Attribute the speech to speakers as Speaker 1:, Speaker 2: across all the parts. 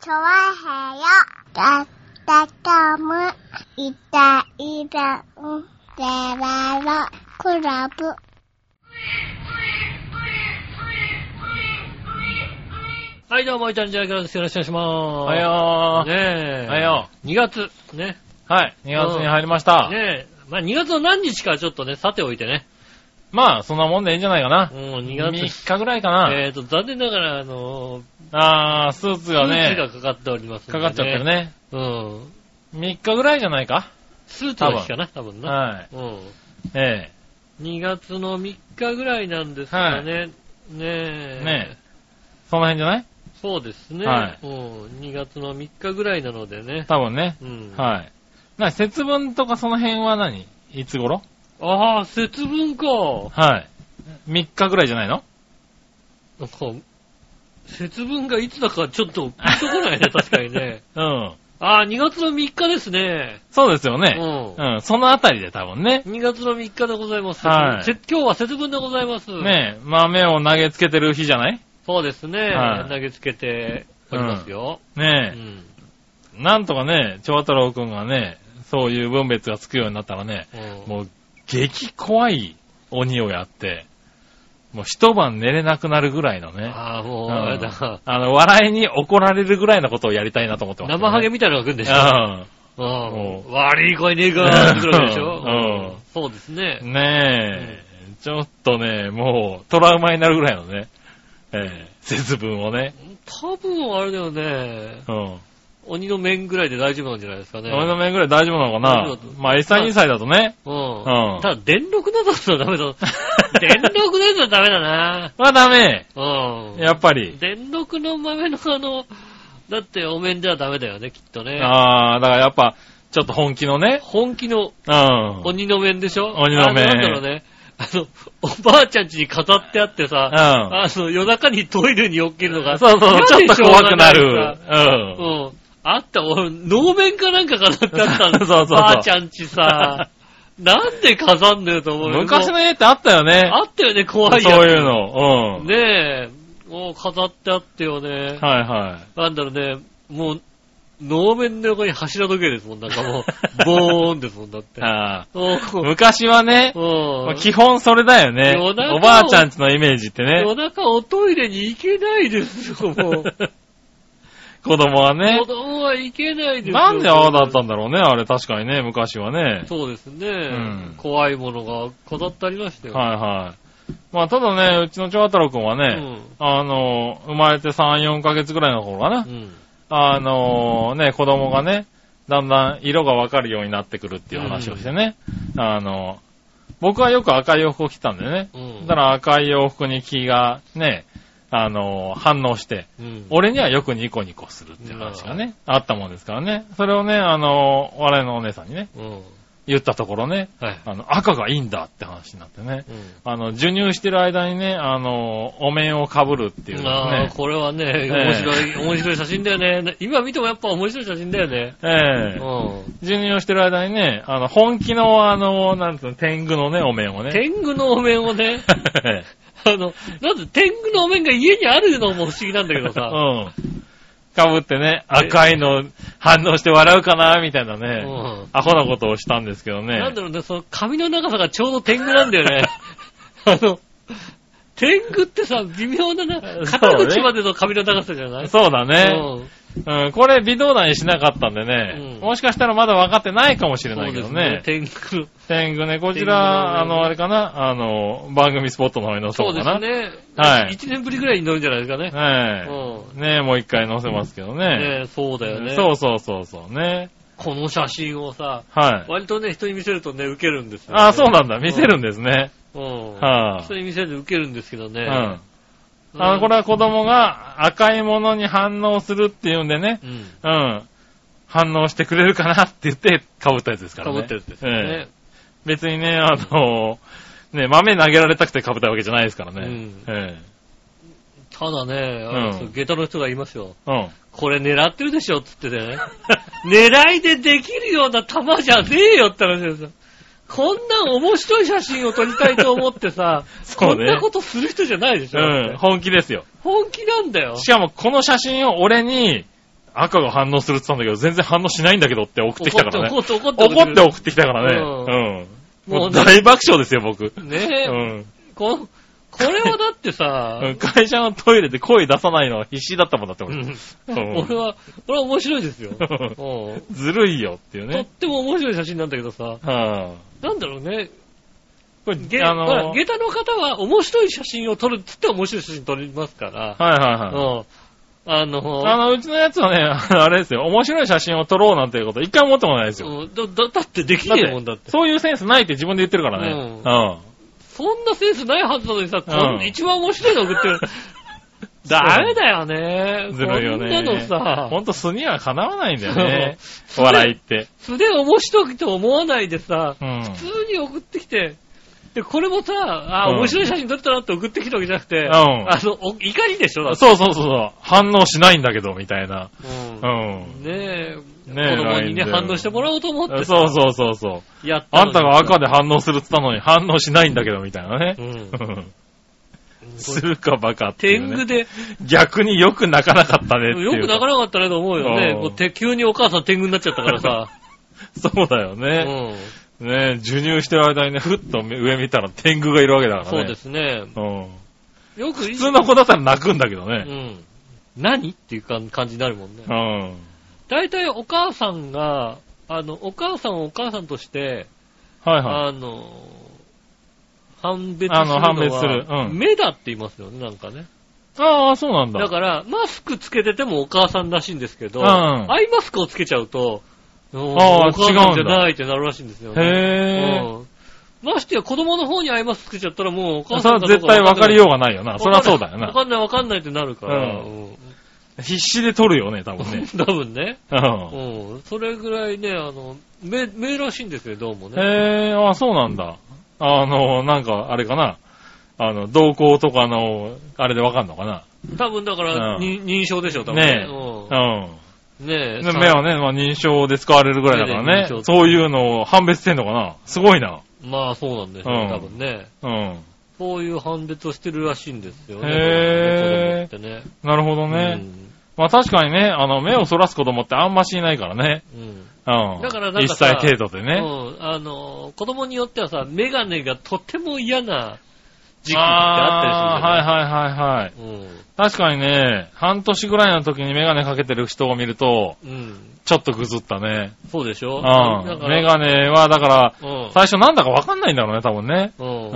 Speaker 1: チョワヘヨだったかむいたいたんでららクラブ
Speaker 2: はい、どうも、いたんじゃいかがです。よろしくお願いします。
Speaker 3: おはよう。
Speaker 2: ねえ。
Speaker 3: おはよ
Speaker 2: う。2月。ね。
Speaker 3: はい。2月に入りました。
Speaker 2: ねえ。まあ、2月の何日かちょっとね、さておいてね。
Speaker 3: まあ、そんなもんでいいんじゃないかな
Speaker 2: う。ん、2
Speaker 3: 3
Speaker 2: 月。
Speaker 3: 日ぐらいかな。
Speaker 2: えーと、残念ながら、あのー、
Speaker 3: あー、スーツが
Speaker 2: スーツが
Speaker 3: ね、
Speaker 2: かかっておりますんで
Speaker 3: かかっちゃってる。ね。
Speaker 2: うん。
Speaker 3: 3日ぐらいじゃないか。
Speaker 2: スーツの日かな、多分な。
Speaker 3: は
Speaker 2: うん。
Speaker 3: い。え
Speaker 2: 2月の3日ぐらいなんですかね。ね
Speaker 3: え。
Speaker 2: え。
Speaker 3: ねえ。その辺じゃない
Speaker 2: そうですね。
Speaker 3: は
Speaker 2: う
Speaker 3: い
Speaker 2: ん。2月の3日ぐらいなのでね。
Speaker 3: 多分ね。
Speaker 2: うん。
Speaker 3: はい。な、節分とかその辺は何いつ頃
Speaker 2: ああ、節分か。
Speaker 3: はい。3日ぐらいじゃないの
Speaker 2: なんか、節分がいつだかちょっとピンとこ ないね、確かにね。
Speaker 3: うん。
Speaker 2: ああ、2月の3日ですね。
Speaker 3: そうですよね。
Speaker 2: う
Speaker 3: うん。そのあたりで多分ね。
Speaker 2: ん。2月の3日でございます。
Speaker 3: はい
Speaker 2: せ今日は節分でございます。
Speaker 3: ねえ、豆を投げつけてる日じゃない
Speaker 2: そうですね。
Speaker 3: はい
Speaker 2: 投げつけておりますよ。う
Speaker 3: ね
Speaker 2: ん。
Speaker 3: え。なんとかね、長太郎くんがね、そういう分別がつくようになったらね、
Speaker 2: うん
Speaker 3: もう、激怖い鬼をやって、もう一晩寝れなくなるぐらいのね、
Speaker 2: ああ、もう、
Speaker 3: うん
Speaker 2: あれだ。
Speaker 3: あの、笑いに怒られるぐらいのことをやりたいなと思ってます、
Speaker 2: 生ハゲみたいなのが来るんでしょ。うん
Speaker 3: う
Speaker 2: 悪い声ねえかーってくるわけでしょ。
Speaker 3: う
Speaker 2: うん
Speaker 3: ん
Speaker 2: そうです
Speaker 3: う
Speaker 2: ね。
Speaker 3: ん。ねえ、ちょっとね、もう、トラウマになるぐらいのね、ええ節分をね、
Speaker 2: 多分あれだよね。
Speaker 3: うん。
Speaker 2: 鬼の面ぐらいで大丈夫なんじゃないですかね。
Speaker 3: 俺の目ぐらい大丈夫なのか
Speaker 2: 大丈
Speaker 3: な
Speaker 2: 夫だと
Speaker 3: まあ、1歳2歳だとね、
Speaker 2: うん。
Speaker 3: うん
Speaker 2: ただ、電力などだとダメだ。 電力のやつはダメだな。
Speaker 3: まあダメ
Speaker 2: うん。
Speaker 3: やっぱり。
Speaker 2: 電力の豆のあの、だってお面ではダメだよね、きっとね。
Speaker 3: ああ、だからやっぱ、ちょっと本気のね。
Speaker 2: 本気の
Speaker 3: うん。
Speaker 2: 鬼の面でしょ
Speaker 3: 鬼の面
Speaker 2: あなんだろうね。あの、おばあちゃん家に飾ってあってさ、
Speaker 3: う
Speaker 2: あの、夜中にトイレに起きるのが、
Speaker 3: ん。そうそう、ちょっと怖くなる。
Speaker 2: う
Speaker 3: うん。
Speaker 2: ん。あった、俺、能面かなんか飾ってあったんだ
Speaker 3: そうそうそう
Speaker 2: ばあちゃんちさ、なんで飾んだよと思うよ
Speaker 3: 昔の家ってあったよね。
Speaker 2: あったよね、怖いやつ
Speaker 3: そういうの。うん。
Speaker 2: ねえ、もう飾ってあってよね。
Speaker 3: はいはい。
Speaker 2: なんだろうね、もう、能面の横に柱時計ですもん、なんかも う、ボーンですもん、だって。
Speaker 3: あ
Speaker 2: おう
Speaker 3: ー昔はね、
Speaker 2: おう
Speaker 3: まあ基本それだよね。
Speaker 2: 夜中を
Speaker 3: おばあちゃんちのイメージってね
Speaker 2: 夜。中おトイレに行けないですよ、もう。
Speaker 3: 子供は ね
Speaker 2: 子。供は行けないですよ。
Speaker 3: なんでああだったんだろうね、あれ確かにね、昔はね。
Speaker 2: そうですね、
Speaker 3: ん
Speaker 2: 怖いものが飾ってありましたよ。
Speaker 3: はいはい。まあただね、うちの長太郎くんは
Speaker 2: う
Speaker 3: ね、
Speaker 2: ん。
Speaker 3: あの、生まれて3、4ヶ月ぐらいの頃かな。
Speaker 2: うん。
Speaker 3: あのね、子供がね、だんだん色がわかるようになってくるっていう話をしてね、あの僕はよく赤い洋服を着てたんでね、
Speaker 2: うん。
Speaker 3: だから赤い洋服に気がね、あの反応して、
Speaker 2: うん。
Speaker 3: 俺にはよくニコニコするっていう話がね、あったもんですからね、それをね、あの我々のお姉さんにね、
Speaker 2: うん。
Speaker 3: 言ったところね、
Speaker 2: はい。
Speaker 3: あの、赤がいいんだって話になってね、
Speaker 2: うん。
Speaker 3: あの、授乳してる間にね、あのお面をかぶるっていうのを
Speaker 2: ああ、
Speaker 3: ね、
Speaker 2: これはね、
Speaker 3: え
Speaker 2: 面白い、面白い写真だよねな。今見てもやっぱ面白い写真だよね。
Speaker 3: え
Speaker 2: う
Speaker 3: え授乳をしてる間にね、あの、本気の、あの、なんつうの、天狗のね、お面を
Speaker 2: ん。
Speaker 3: ね。
Speaker 2: 天狗のお面をね、
Speaker 3: 狗
Speaker 2: あの、なんで天狗のお面が家にあるのも不思議なんだけど さ。
Speaker 3: うん。かぶってね、赤いの反応して笑うかな、みたいな
Speaker 2: う
Speaker 3: ね、
Speaker 2: ん。
Speaker 3: アホなことをしたんですけどね。
Speaker 2: なんだろうね、その髪の長さがちょうど天狗なんだよ ね。あの、天狗ってさ、微妙なな、肩口までの髪の長さじゃない
Speaker 3: そうだね。
Speaker 2: うん
Speaker 3: うん、これ微動だにしなかったんでね、
Speaker 2: うん
Speaker 3: もしかしたらまだ分かってないかもしれないけどね。
Speaker 2: 天狗。
Speaker 3: 天狗ね、こち
Speaker 2: 天
Speaker 3: ら、あ
Speaker 2: 狗のね
Speaker 3: の、あれかな、あの、番組スポットの方に載せ
Speaker 2: そ
Speaker 3: よ
Speaker 2: う
Speaker 3: う
Speaker 2: で
Speaker 3: か
Speaker 2: す
Speaker 3: な。
Speaker 2: ね。
Speaker 3: はい
Speaker 2: 一年ぶりぐらいに乗るんじゃないですかね。
Speaker 3: ね
Speaker 2: う
Speaker 3: え。ねえ、もう一回載せますけど
Speaker 2: ん。
Speaker 3: ね。
Speaker 2: ねえそうだよね。
Speaker 3: そうそうそうそうね。
Speaker 2: この写真をさ、
Speaker 3: はい。
Speaker 2: 割とね、人に見せるとね、ウケるんですよ、ね。
Speaker 3: ああ、そうなんだ。見せるんですね。
Speaker 2: うん。
Speaker 3: はあ
Speaker 2: 人に見せるとウケるんですけど
Speaker 3: う
Speaker 2: ね。
Speaker 3: ん。あの、これは子供が赤いものに反応するっていうんでね
Speaker 2: う、ん。
Speaker 3: うん。反応してくれるかなって言って、被ったやつですか
Speaker 2: からぶ
Speaker 3: ね。
Speaker 2: ってるんですよ
Speaker 3: ええ
Speaker 2: ね。
Speaker 3: 別にね、あの、ね、豆投げられたくて被ったわけじゃないですからね。
Speaker 2: うん
Speaker 3: え
Speaker 2: ただね、あの
Speaker 3: うん
Speaker 2: そう下駄の人がいますよ。
Speaker 3: えうん。
Speaker 2: これ狙ってるでしょっつってね。 狙いでできるような球じゃねえよって話ですよ。こんな面白い写真を撮りたいと思ってさ、
Speaker 3: そ
Speaker 2: こ
Speaker 3: うんね
Speaker 2: な。ことする人じゃないでしょ。
Speaker 3: うん。本気ですよ。
Speaker 2: 本気なんだよ。
Speaker 3: しかも、この写真を俺に、赤が反応するって言ったんだけど、全然反応しないんだけどって送ってきたからね。
Speaker 2: 怒って怒って
Speaker 3: 怒って
Speaker 2: 怒
Speaker 3: 送ってきたからね。うん。
Speaker 2: も
Speaker 3: も
Speaker 2: う
Speaker 3: う
Speaker 2: ね
Speaker 3: 大爆笑ですよ、僕。
Speaker 2: って。
Speaker 3: う
Speaker 2: ねえ、
Speaker 3: ん。
Speaker 2: この、これはだってさ、
Speaker 3: うん会社のトイレで声出さないのは必死だったもんだって、
Speaker 2: う
Speaker 3: 俺。
Speaker 2: ん
Speaker 3: うん
Speaker 2: 俺は、俺は面白いです よ。うん
Speaker 3: ずるいよっていう
Speaker 2: とっ
Speaker 3: ね。
Speaker 2: ても面白い写真なんだけどさ、
Speaker 3: は
Speaker 2: なんだろうね、
Speaker 3: い。これ、
Speaker 2: ゲ
Speaker 3: あ
Speaker 2: ほら
Speaker 3: の、はい
Speaker 2: 下駄の方は面白い写真を撮るって言って面白い写真撮りますから、
Speaker 3: はいはい。
Speaker 2: うん。あの、
Speaker 3: あの、うちのやつはね、 あれですよ、面白い写真を撮ろうなんていうこと一回も思ったことないですよ。
Speaker 2: うんだだだってできねえもんだって。
Speaker 3: そういうセンスないって自分で言ってるからね。
Speaker 2: うそんなセンスないはずなのにさ、こん
Speaker 3: うん
Speaker 2: 一番面白いの送 ってる。ダメだよね。
Speaker 3: ずるいよね。
Speaker 2: こんなのさ、
Speaker 3: ほんと素にはかなわないんだよね。
Speaker 2: それ
Speaker 3: 笑いって。
Speaker 2: 素で面白いと思わないでさ、
Speaker 3: うん。
Speaker 2: 普通に送ってきて、で、これもさ、あ、
Speaker 3: うん
Speaker 2: 面白い写真撮ったなって送ってきたわけじゃなくて、
Speaker 3: ん
Speaker 2: あの、お怒りでしょ、だって
Speaker 3: そうそうそうそう。反応しないんだけど、みたいな。うん。
Speaker 2: ねえ、
Speaker 3: ねえ
Speaker 2: 子供にね、
Speaker 3: LINE で
Speaker 2: 反応してもらおうと思って
Speaker 3: そうそうそうそう。
Speaker 2: やった
Speaker 3: あんたが赤
Speaker 2: で。
Speaker 3: で反応するって言ったのに反応しないんだけど、みたいなね
Speaker 2: う。ん。
Speaker 3: するかバカってい
Speaker 2: 天
Speaker 3: う、
Speaker 2: 狗
Speaker 3: ね。
Speaker 2: で、
Speaker 3: 逆によく泣かなかったねっていう
Speaker 2: よ
Speaker 3: か。
Speaker 2: く泣かなかったねと思うよね。
Speaker 3: うん
Speaker 2: こうて急にお母さん天狗になっちゃったからさ。
Speaker 3: そうだよ
Speaker 2: う
Speaker 3: ね。
Speaker 2: ん。
Speaker 3: ね授乳してる間にね、ふっと上見たら天狗がいるわけだからね。
Speaker 2: そうですね。
Speaker 3: うん。
Speaker 2: よく普
Speaker 3: 普通の子だったら泣くんだけど
Speaker 2: う
Speaker 3: ね。
Speaker 2: ん。何っていう感感じになるもんね
Speaker 3: う。ん。
Speaker 2: 大体お母さんが、あの、お母さんをお母さんとして、
Speaker 3: はいはい。
Speaker 2: あの、判別するの
Speaker 3: あ
Speaker 2: は
Speaker 3: の判別するうん
Speaker 2: 目だって言いますよね、なんかね。
Speaker 3: ああ、そうなんだ。
Speaker 2: だから、マスクつけててもお母さんらしいんですけど、
Speaker 3: うん
Speaker 2: アイマスクをつけちゃうと、お
Speaker 3: あー
Speaker 2: 母さんじ
Speaker 3: 違う
Speaker 2: ゃ
Speaker 3: んだ
Speaker 2: ないってなるらしいんですよね。
Speaker 3: へえ。
Speaker 2: うんましてや子供の方にアイマスクつけちゃったらもうお母
Speaker 3: そ
Speaker 2: さ
Speaker 3: れ
Speaker 2: ん
Speaker 3: は絶対分かりようがないよな。
Speaker 2: う
Speaker 3: そりゃそうだよ
Speaker 2: わ
Speaker 3: な。
Speaker 2: かんないわかんないってなるから。
Speaker 3: う
Speaker 2: うん
Speaker 3: 必死で取るよね、多分ね。
Speaker 2: 多分ね。
Speaker 3: う。
Speaker 2: うんん。それぐらいね、あの、目、目らしいんですよ、どうもね。
Speaker 3: へえ、ああ、そうなんだ。あの、なんか、あれかな。あの、動向とかの、あれで分かんのかな。
Speaker 2: 多分だから、
Speaker 3: うん
Speaker 2: に認証でしょ、多分
Speaker 3: ねえ。
Speaker 2: う
Speaker 3: う
Speaker 2: ん
Speaker 3: ん。
Speaker 2: ねえ。
Speaker 3: で目はね、まあ、認証で使われるぐらいだから
Speaker 2: 目で認証
Speaker 3: ね。そういうのを判別してんのかな。すごいな。
Speaker 2: まあそうなんでしょう
Speaker 3: う
Speaker 2: ね、
Speaker 3: ん
Speaker 2: 多分ね。
Speaker 3: うん。
Speaker 2: こういう判別をしてるらしいんですよね。
Speaker 3: へー
Speaker 2: 子供ってね。
Speaker 3: なるほどね。まあ確かにね、あの、目をそらす子供ってあんましいないからね。
Speaker 2: うん。うん
Speaker 3: うん。
Speaker 2: だからなんか
Speaker 3: 1
Speaker 2: さ
Speaker 3: 歳程度でね。
Speaker 2: うん。あの、子供によってはさ、メガネがとても嫌な時期ってあっ
Speaker 3: あーはいはいはいは
Speaker 2: た
Speaker 3: い。
Speaker 2: りするじゃない
Speaker 3: 確かにね、半年ぐらいの時にメガネかけてる人を見ると、
Speaker 2: うん。うん。
Speaker 3: ちょっとぐずったね。
Speaker 2: そうでし
Speaker 3: う
Speaker 2: ょ
Speaker 3: ん
Speaker 2: だ。から
Speaker 3: メガネは、だから、
Speaker 2: うん。
Speaker 3: 最初なんだかわかんないんだろうね、多分ね。
Speaker 2: うん
Speaker 3: うん。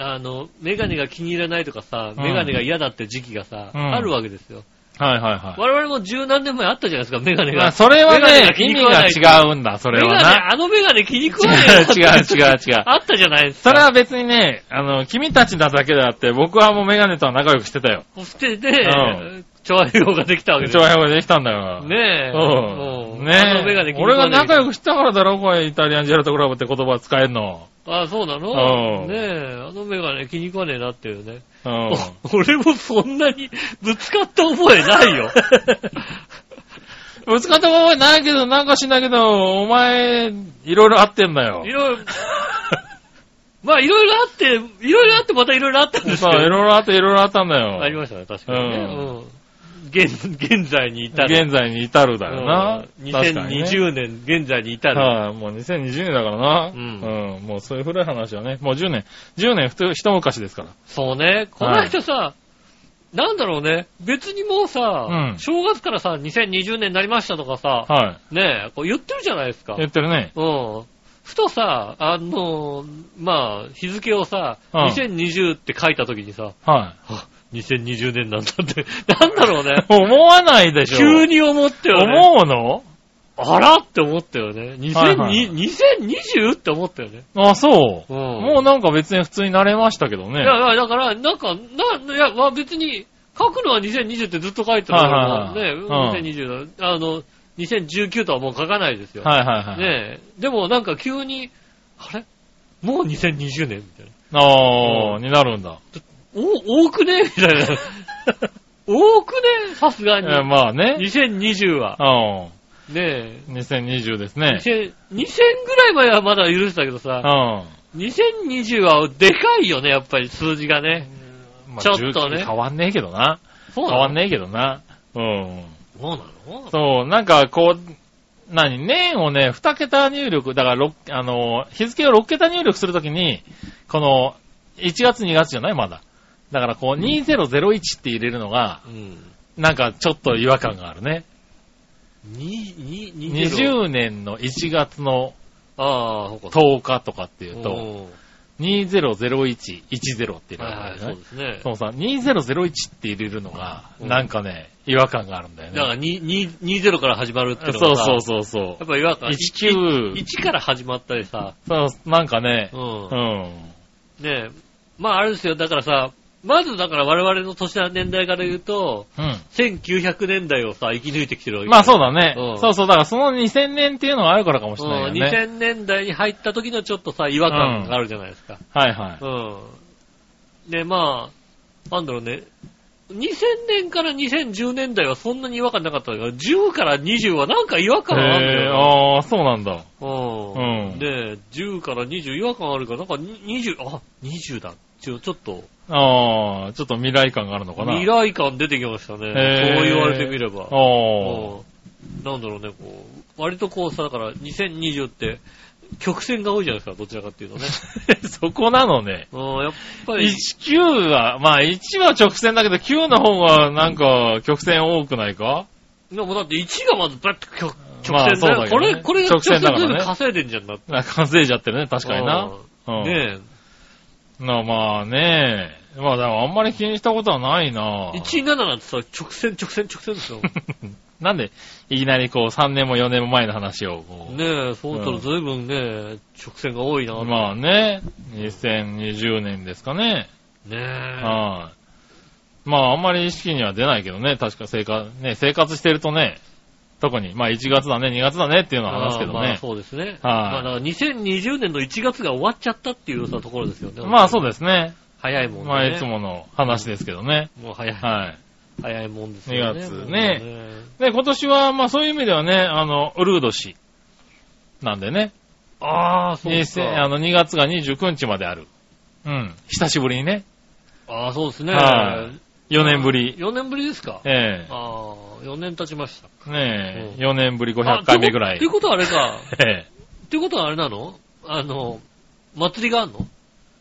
Speaker 2: あの、メガネが気に入らないとかさ、
Speaker 3: うん
Speaker 2: メガネが嫌だって時期がさ、
Speaker 3: うん
Speaker 2: あるわけですよ。
Speaker 3: はいはいはい。
Speaker 2: 我々も十何年前あったじゃないですか、メガネ
Speaker 3: まあ
Speaker 2: が。
Speaker 3: それは
Speaker 2: メガネが
Speaker 3: ね、
Speaker 2: 気
Speaker 3: 意
Speaker 2: に食わない
Speaker 3: 味が違うんだ、それ
Speaker 2: メ
Speaker 3: は
Speaker 2: ガネ、
Speaker 3: な。
Speaker 2: あのメガネ気に食わないう。
Speaker 3: 違う 違う違う違う。
Speaker 2: あったじゃないです
Speaker 3: そ
Speaker 2: か。
Speaker 3: れは別にね、あの、君たちだだけであって、僕はもうメガネとは仲良くしてたよ。
Speaker 2: 捨て
Speaker 3: う
Speaker 2: て、調和用ができたわけです
Speaker 3: 調和表でできたんだから。
Speaker 2: ねえ。
Speaker 3: う。
Speaker 2: うんん
Speaker 3: ね
Speaker 2: あのメガネ
Speaker 3: え。
Speaker 2: 気に食
Speaker 3: 俺
Speaker 2: わ
Speaker 3: が
Speaker 2: ない
Speaker 3: 仲良くしたからだろ、これ、イタリアンジェラートクラブって言葉使えるの。
Speaker 2: あ、そうな
Speaker 3: う
Speaker 2: の
Speaker 3: ん
Speaker 2: ねえ。あのメガネ気に食わねえなっていうね。
Speaker 3: う
Speaker 2: お俺もそんなにぶつかった覚えないよ。
Speaker 3: ん。ぶつかった覚えないけど、なんかしないけど、お前、いろいろあってんだよ
Speaker 2: い。ろいろ、まあいろいろあって、いろいろあってまたいろいろあったんです
Speaker 3: そ
Speaker 2: け
Speaker 3: う、い
Speaker 2: ど。
Speaker 3: ろいろあって、いろいろあったんだよ。
Speaker 2: ありましたね、確かにね。
Speaker 3: う
Speaker 2: うん。現、現在に至る。
Speaker 3: 現在に至るだよな。
Speaker 2: うん
Speaker 3: 確かにね
Speaker 2: 2020年、現在に至る。
Speaker 3: はい、もう2020年だからな。
Speaker 2: うん
Speaker 3: うん。もうそういう古い話はね、もう10年、10年ふと一昔ですから。
Speaker 2: そうね。この人さ、なんだろうね。別にもうさ、
Speaker 3: うん
Speaker 2: 正月からさ、2020年になりましたとかさ、
Speaker 3: はい。
Speaker 2: ねえ、こう言ってるじゃないですか。
Speaker 3: 言ってるね。
Speaker 2: うん。ふとさ、あのー、まあ、日付をさ、
Speaker 3: うん
Speaker 2: 2020って書いた時にさ、
Speaker 3: は
Speaker 2: あ2020年なんだって、 なんだろうね
Speaker 3: い。。思わないでしょ。
Speaker 2: 急に思ってよね。
Speaker 3: 思うの
Speaker 2: あらって思ったよね。2020、
Speaker 3: はいはい
Speaker 2: 2020って思ったよね。
Speaker 3: あ、そう、
Speaker 2: うん
Speaker 3: もうなんか別に普通になれましたけどね。
Speaker 2: いや、いやだから、なんか、な、いや、まあ別に、書くのは2020ってずっと書いてるから、
Speaker 3: はいはい
Speaker 2: ね、
Speaker 3: はい
Speaker 2: 2020だ、あの、2019とはもう書かないですよ。
Speaker 3: はいはいはい。
Speaker 2: ねえでもなんか急に、あれもう2020年みたいな。
Speaker 3: ああ、
Speaker 2: うん
Speaker 3: になるんだ。
Speaker 2: お、多くねみたい な。多くねさすが
Speaker 3: え
Speaker 2: に。
Speaker 3: ーまあね。
Speaker 2: 2020は。
Speaker 3: う
Speaker 2: ね
Speaker 3: ん。2020です
Speaker 2: え。
Speaker 3: ね。
Speaker 2: 2000, 2000ぐらい前はまだ許してたけど
Speaker 3: うん。
Speaker 2: さ、
Speaker 3: ま
Speaker 2: 2020はでかいよね、やっぱり数字がね。
Speaker 3: あ
Speaker 2: ちょっとね
Speaker 3: 10変わんねえけどな。
Speaker 2: そう
Speaker 3: 変
Speaker 2: なの
Speaker 3: わんねえけどな。うん。
Speaker 2: そうなの
Speaker 3: そう、なんかこう、何、年をね、2桁入力、だから、ろあの、日付を6桁入力するときに、この、1月2月じゃないまだ。だからこう、2001って入れるのが、
Speaker 2: うん。
Speaker 3: なんかちょっと違和感があるね。
Speaker 2: に、に、に
Speaker 3: 20年の1月の
Speaker 2: ああ、そうか。
Speaker 3: 10日とかっていうと、
Speaker 2: うん
Speaker 3: 200110っていうの
Speaker 2: はい
Speaker 3: が
Speaker 2: は
Speaker 3: あ
Speaker 2: い、
Speaker 3: るよ
Speaker 2: そ
Speaker 3: ね
Speaker 2: う。ですね。
Speaker 3: そうさ、2001って入れるのが、
Speaker 2: うん
Speaker 3: なんかね、違和感があるんだよ
Speaker 2: だから、
Speaker 3: ね。
Speaker 2: にに20から始まるっていうの
Speaker 3: そう
Speaker 2: がさ
Speaker 3: そうそうそ
Speaker 2: やっぱ違和
Speaker 3: う。
Speaker 2: 感。
Speaker 3: 19、
Speaker 2: 1から始まったりさ、
Speaker 3: そう、なんかね
Speaker 2: う、ん
Speaker 3: う。ん。
Speaker 2: ねえ。まああれですよ、だからさ、まずだから我々の年の年代から言うと、
Speaker 3: う
Speaker 2: 1900年代をさ、生き抜いてきてるわけ
Speaker 3: ん。まあそうだね
Speaker 2: うん。
Speaker 3: そうそう、だからその2000年っていうのがあるからかもしれないよ
Speaker 2: うん、
Speaker 3: ね。
Speaker 2: 2000年代に入った時のちょっとさ、違和感があるじゃないですか。
Speaker 3: はいはい。
Speaker 2: うん。で、まあ、なんだろうね。2000年から2010年代はそんなに違和感なかったから、10から20はなんか違和感あるんだ
Speaker 3: へー
Speaker 2: よ
Speaker 3: ああ、そうなんだ。
Speaker 2: な。
Speaker 3: う
Speaker 2: うんん。で、10から20違和感あるから、なんか20、あ、20だ。ちょ、ちょっと、
Speaker 3: ああ、ちょっと未来感があるのかな。
Speaker 2: 未来感出てきましたね。
Speaker 3: へー
Speaker 2: そう言われてみれば。
Speaker 3: あ
Speaker 2: うんなんだろうね、こう、割とこうさ、だから2020って、曲線が多いじゃないですか、どちらかっていうとね。
Speaker 3: あ。そこなのね。
Speaker 2: うん、やっぱり、
Speaker 3: 19は、まあ1は直線だけど9の方がなんか曲線多くないか
Speaker 2: でもだって1がまずバッと曲
Speaker 3: まあ
Speaker 2: 直線だよ。
Speaker 3: そうだけ
Speaker 2: こ
Speaker 3: どね
Speaker 2: れ、これが直
Speaker 3: 直
Speaker 2: 線
Speaker 3: 線だ
Speaker 2: だ
Speaker 3: からね
Speaker 2: 稼いでんじゃんなって。
Speaker 3: なんか稼いじゃってるね、確かにな。
Speaker 2: うん。
Speaker 3: うん。
Speaker 2: ね
Speaker 3: なまあねまあでもあんまり気にしたことはないな
Speaker 2: え。17なんてさ、直線、直線、直線ですよ。
Speaker 3: なんで、いきなりこう3年も4年も前の話をこう。
Speaker 2: ねえ、そうなったら随分ね、直線が多いな。ね
Speaker 3: まあね、2020年ですかね。
Speaker 2: え。
Speaker 3: はい。まあ、あんまり意識には出ないけどね、確か生活、ね、生活してるとね、特に、まあ1月だね、2月だねっていうのは話すけど
Speaker 2: あーまあ
Speaker 3: ね。
Speaker 2: そうですね。
Speaker 3: はい
Speaker 2: まあだから2020年の1月が終わっちゃったっていうさ、ところですよね。
Speaker 3: まあそうですね。
Speaker 2: 早いもんね。
Speaker 3: まあいつ。もの話ですけどね。
Speaker 2: もう早い。
Speaker 3: はい。
Speaker 2: 早いもんですよね。
Speaker 3: 2月ね
Speaker 2: もう
Speaker 3: で、今年は、まあそういう意味ではね、あの、ウルード氏なんでね。
Speaker 2: ああ、そうです
Speaker 3: 2000あ
Speaker 2: か。
Speaker 3: の、2月が29日まである。うん。久しぶりにね。
Speaker 2: ああ、そうですね。
Speaker 3: は4年ぶり。
Speaker 2: 4年ぶりですか。
Speaker 3: ええ
Speaker 2: ああ、4年経ちました。
Speaker 3: ねえ、
Speaker 2: う
Speaker 3: 4年ぶり500回目ぐら
Speaker 2: あ
Speaker 3: い
Speaker 2: って。ことはあれか。
Speaker 3: ええ
Speaker 2: ってことはあれなのあの、祭りがあんの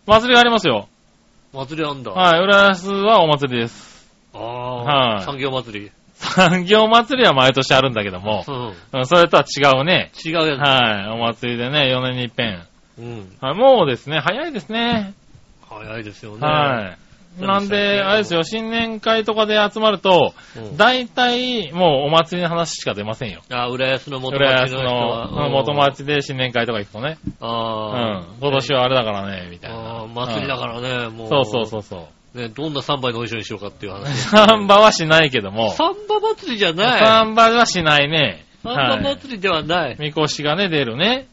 Speaker 3: 祭りがありますよ。
Speaker 2: 祭りあんだ。い。
Speaker 3: はい、浦安はお祭りです。
Speaker 2: ああ、
Speaker 3: はい
Speaker 2: 産業祭り。
Speaker 3: 産業祭りは毎年あるんだけども
Speaker 2: う、ん。
Speaker 3: うんそれとは違うね。
Speaker 2: 違うやつ。
Speaker 3: はい、お祭りでね、4年に一遍。
Speaker 2: うん。
Speaker 3: はい、もうですね、早いですね。
Speaker 2: 早いですよね。
Speaker 3: はい。
Speaker 2: ね
Speaker 3: なんで、あれですよ、新年会とかで集まると、
Speaker 2: うん
Speaker 3: 大体、もうお祭りの話しか出ませんよ。
Speaker 2: あ、浦安の元町
Speaker 3: 浦
Speaker 2: の
Speaker 3: 安
Speaker 2: 人は。
Speaker 3: の
Speaker 2: うん
Speaker 3: 元。町で新年会とか行くとね、うん、
Speaker 2: ああ。
Speaker 3: 今年はあれだからね、みたい
Speaker 2: あ
Speaker 3: な。
Speaker 2: あ。祭りだかららね、もう。
Speaker 3: そうそうそう そう。
Speaker 2: う。ね、どんな3杯の衣装にしようかっていう話。
Speaker 3: サンバはしないけども、
Speaker 2: サンバ祭りじゃない。
Speaker 3: サンバはしないね。
Speaker 2: サンバ
Speaker 3: はい
Speaker 2: 祭りではない。
Speaker 3: みこしがね、出るね。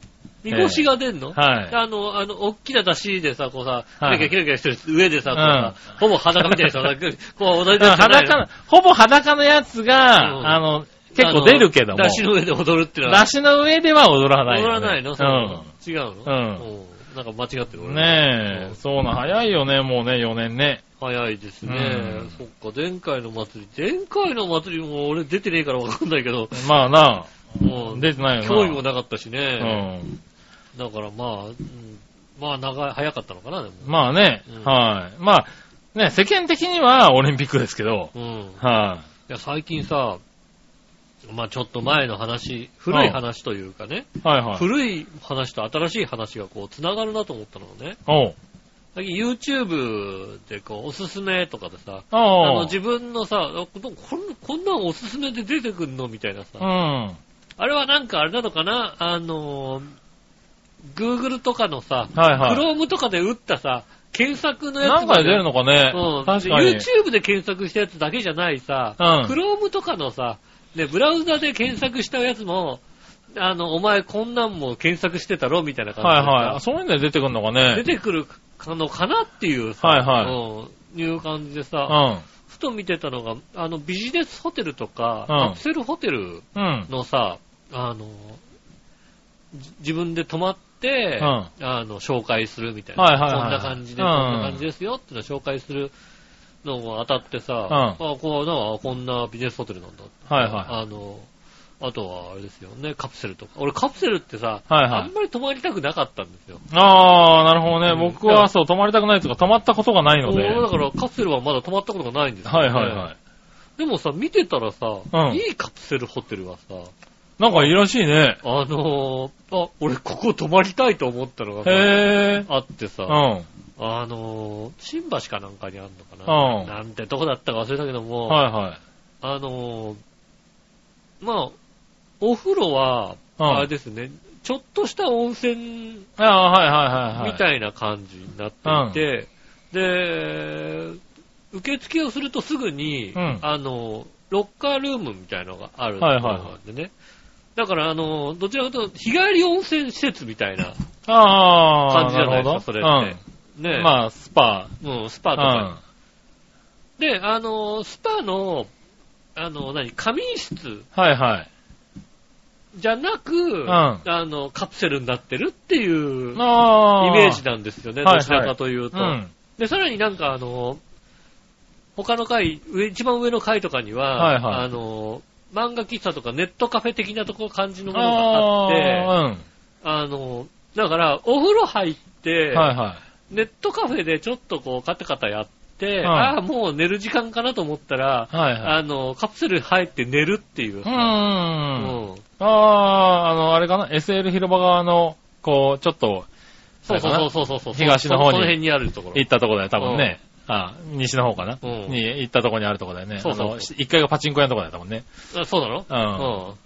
Speaker 2: みこしが出んの
Speaker 3: はい。
Speaker 2: あの、あの、おっきな出しでさ、こうさ、キ
Speaker 3: は
Speaker 2: ラ
Speaker 3: い
Speaker 2: キラキラキラしてる上でさ、こうさほぼ裸みたいにさ、 なんかこう踊り出
Speaker 3: あ
Speaker 2: すじゃない
Speaker 3: 裸の、ほぼ裸のやつが、
Speaker 2: うん
Speaker 3: あの、結構出るけども、
Speaker 2: 出汁の上で踊るっていうのは
Speaker 3: 出。汁の上では踊らない、
Speaker 2: 踊
Speaker 3: よね
Speaker 2: らないのそう違うのうんなんか間違ってる
Speaker 3: ん。
Speaker 2: 俺
Speaker 3: ね
Speaker 2: うん
Speaker 3: え、そうな、早いよね、もうね、4年ね。
Speaker 2: 早いですね
Speaker 3: うん。
Speaker 2: そっか、前回の祭り、前回の祭りも俺出てねえからわかんないけど、
Speaker 3: まあな、
Speaker 2: もう、
Speaker 3: 出てないよな。
Speaker 2: 興味もなかったし
Speaker 3: う
Speaker 2: ね。
Speaker 3: ん。
Speaker 2: だからまあ、うんまあ長い、早かったのかな、でも。
Speaker 3: まあね、
Speaker 2: うん
Speaker 3: はい。まあ、ね、世間的にはオリンピックですけど、
Speaker 2: うん。
Speaker 3: はい
Speaker 2: や、最近さ、まあちょっと前の話、古い話というかね、
Speaker 3: い。はいはい。
Speaker 2: 古い話と新しい話がこう、繋がるなと思ったのがね、
Speaker 3: おう。
Speaker 2: 最近 YouTube でこう、おすすめとかでさ、あ
Speaker 3: お
Speaker 2: の
Speaker 3: う。
Speaker 2: 自分のさ、あこんこんこんなんおすすめで出てくんのみたいなさ、
Speaker 3: うん。
Speaker 2: あれはなんかあれなのかなあのー、Google とかのさ、
Speaker 3: はいはい。
Speaker 2: Chrome とかで打ったさ、検索のやつ
Speaker 3: なんか
Speaker 2: ま
Speaker 3: で
Speaker 2: で
Speaker 3: 出るのかね。
Speaker 2: うん。
Speaker 3: 確かに。
Speaker 2: YouTube で検索したやつだけじゃないさ、
Speaker 3: う
Speaker 2: Chrome とかのさ、ね、ブラウザで検索したやつも、あの、お前こんなんも検索してたろみたいな感じで
Speaker 3: は
Speaker 2: さ
Speaker 3: いはい。そういうので出てくるのかね。
Speaker 2: 出てくるのかなっていうさ、
Speaker 3: はいはい
Speaker 2: うん、いう感じでさ、ふと見てたのが、あの、ビジネスホテルとか、
Speaker 3: うん
Speaker 2: カプセルホテル
Speaker 3: うん。うん。
Speaker 2: のさ、あの、じ自分で泊まって、
Speaker 3: うん
Speaker 2: あの、紹介するみたいな。
Speaker 3: はいはいはい
Speaker 2: こんな感じで、
Speaker 3: うん
Speaker 2: こんな感じですよっていうのを紹介するのが当たってさ、
Speaker 3: う
Speaker 2: あこう、なんかこんなビジネスホテルなんだ。
Speaker 3: はいは
Speaker 2: あの、あとはあれですよね、カプセルとか。俺カプセルってさ、
Speaker 3: い。はいは
Speaker 2: あん
Speaker 3: い。
Speaker 2: まり泊まりたくなかったんですよ。
Speaker 3: ああ、なるほどね。
Speaker 2: うん
Speaker 3: 僕はそう、泊まりたくないとか、泊まったことがないので。
Speaker 2: 俺だからカプセルはまだ泊まったことがないんですよ、
Speaker 3: はいはいはい。
Speaker 2: でもさ、見てたらさ、
Speaker 3: うん
Speaker 2: いいカプセルホテルがさ、
Speaker 3: なんかいいらしいね。
Speaker 2: あのーあ、俺ここ泊まりたいと思ったのがさ、
Speaker 3: へえ。
Speaker 2: あってさ、
Speaker 3: うん。
Speaker 2: あのー新橋かなんかにあるのか
Speaker 3: うん
Speaker 2: な、なんてどこだったか忘れたけども、
Speaker 3: はいはい。
Speaker 2: あのーまあ、お風呂は、
Speaker 3: うん
Speaker 2: あれですね、ちょっとした温泉
Speaker 3: ああ、はいはいはいはい。
Speaker 2: みたいな感じになっていて、で、受付をするとすぐに、
Speaker 3: うん
Speaker 2: あの、ロッカールームみたいなのがある
Speaker 3: はいはいはい
Speaker 2: ところなんでね。だから、あの、どちらかというと、日帰り温泉施設みたいな
Speaker 3: ああ、
Speaker 2: 感じじゃないですか、それ
Speaker 3: なる
Speaker 2: っ
Speaker 3: ほど
Speaker 2: て。
Speaker 3: う
Speaker 2: ね
Speaker 3: ん。 まあ、スパ。
Speaker 2: うん、スパとか。で、あの、スパの、あの、何、仮眠室
Speaker 3: うん。はいはい。
Speaker 2: じゃなく、
Speaker 3: ん
Speaker 2: あの、カプセルになってるっていうイ
Speaker 3: ああ。
Speaker 2: メージなんですよね、
Speaker 3: はいはい
Speaker 2: どちらかというと。
Speaker 3: うん。
Speaker 2: で、さらになんかあの、他の階、上、一番上の階とかには、
Speaker 3: はいはい
Speaker 2: あの、漫画喫茶とかネットカフェ的なところ感じのものがあって、あ
Speaker 3: ああ、うん。
Speaker 2: の、だから、お風呂入って、
Speaker 3: はいは
Speaker 2: ネットカフェでちょっとこう、カタカタやって、
Speaker 3: うん
Speaker 2: ああ、もう寝る時間かなと思ったら、
Speaker 3: い。はいはい。
Speaker 2: あの、カプセル入って寝るっていう
Speaker 3: うー
Speaker 2: さ。
Speaker 3: ん。
Speaker 2: うん
Speaker 3: ああ、あの、あれかな ?SL 広場側の、こう、ちょっと
Speaker 2: そうそうそうそうそう。
Speaker 3: 東の
Speaker 2: そ
Speaker 3: 方に
Speaker 2: その辺にあるところ。
Speaker 3: 行ったとこだよ、多分ね。ああ西の方かな、
Speaker 2: うん
Speaker 3: に行ったとこにあるとこだよね。
Speaker 2: そうそう
Speaker 3: あのし一階がパチンコ屋のとこだよ、多分ね。
Speaker 2: あそうなの
Speaker 3: う。
Speaker 2: うんん。
Speaker 3: 多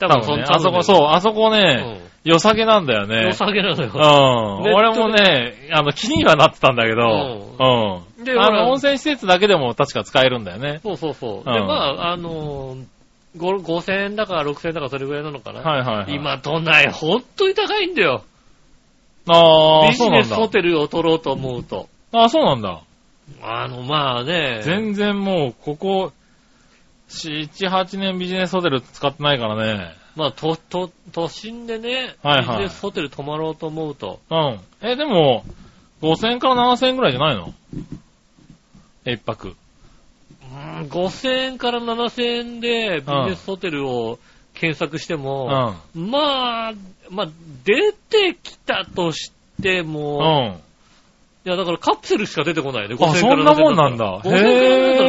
Speaker 2: 多
Speaker 3: 分ね、あそこ、そうう、あそこ
Speaker 2: ん。
Speaker 3: ね、良さげなんだよ
Speaker 2: 良
Speaker 3: ね。
Speaker 2: さげなのよ
Speaker 3: う。ん。
Speaker 2: ネットで
Speaker 3: 俺もね、あの、気にはなってたんだけど、うん。
Speaker 2: で
Speaker 3: あ
Speaker 2: ほら
Speaker 3: の、温泉施設だけでも確か使えるんだよね。
Speaker 2: そうそうそう。で、ま
Speaker 3: うん
Speaker 2: あ、あのー、ご5000円だか6000円だかそれぐらいなのかな。
Speaker 3: はいはい、はい。。
Speaker 2: 今、都内、本当に高いんだよ。
Speaker 3: ああ、
Speaker 2: ビ
Speaker 3: そ
Speaker 2: ジ
Speaker 3: うな
Speaker 2: ネ
Speaker 3: ん
Speaker 2: スホ
Speaker 3: だ。
Speaker 2: テルを取ろうと思うと。
Speaker 3: ああ、そうなんだ。
Speaker 2: あの、まあね。
Speaker 3: 全然もう、ここ、7、8年ビジネスホテル使ってないからね。
Speaker 2: まあ、と、と、都心でね、
Speaker 3: はいはい
Speaker 2: ビジネスホテル泊まろうと思うと。
Speaker 3: うん。え、でも、5000から7000ぐらいじゃないの一泊。
Speaker 2: うーん、5000円から7000円でビジネスホテルを検索して
Speaker 3: うん。
Speaker 2: も、
Speaker 3: う
Speaker 2: まあ、まあ、出てきたとしても、
Speaker 3: ん。
Speaker 2: いや、だからカプセルしか出てこないね。5000
Speaker 3: あそんなもんなん
Speaker 2: 5000
Speaker 3: だ
Speaker 2: 円から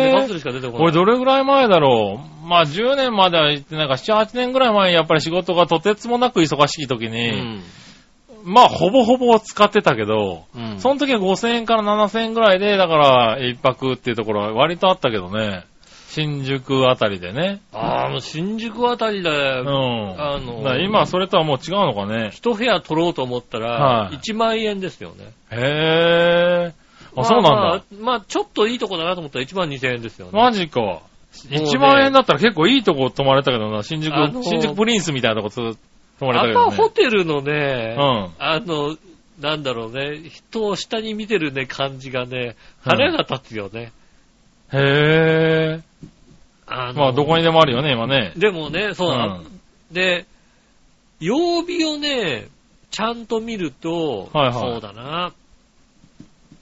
Speaker 3: へ
Speaker 2: ね
Speaker 3: ー
Speaker 2: カプセルしか出てこ
Speaker 3: こ
Speaker 2: な
Speaker 3: れ
Speaker 2: い。
Speaker 3: どれぐらい前だろうまあ10年までは行ってなんか7、8年ぐらい前にやっぱり仕事がとてつもなく忙しい時
Speaker 2: う
Speaker 3: に、
Speaker 2: ん。
Speaker 3: まあほぼほぼ使ってたけど、
Speaker 2: うん。
Speaker 3: その時は5000円から7000円ぐらいで、だから一泊っていうところは割とあったけどね。新宿あたりでね。
Speaker 2: ああ、もう新宿あたりで、
Speaker 3: うん。
Speaker 2: あの
Speaker 3: だから今それとはもう違うのかね。
Speaker 2: 一部屋取ろうと思ったら
Speaker 3: は、い
Speaker 2: 1万円ですよね。
Speaker 3: へー。
Speaker 2: ま
Speaker 3: あ、そうなんだ。
Speaker 2: まあ、まあ、ちょっといいとこだなと思ったら1万2000円ですよね。
Speaker 3: マジか。1万円だったら結構いいとこ泊まれたけどな、新宿、
Speaker 2: あのー
Speaker 3: 新宿プリンスみたいなとこつ泊まれた
Speaker 2: ア
Speaker 3: け
Speaker 2: パ
Speaker 3: ど
Speaker 2: ホ
Speaker 3: ね。
Speaker 2: テルの
Speaker 3: う
Speaker 2: ね、
Speaker 3: ん。
Speaker 2: あの、なんだろうね、人を下に見てるね、感じがね、腹が立つよね。
Speaker 3: へ
Speaker 2: あの
Speaker 3: ぇー。まあ、どこにでもあるよね、今ね。
Speaker 2: でもね、そうなの
Speaker 3: う
Speaker 2: で、曜日をね、ちゃんと見ると、
Speaker 3: はいはい
Speaker 2: そうだな。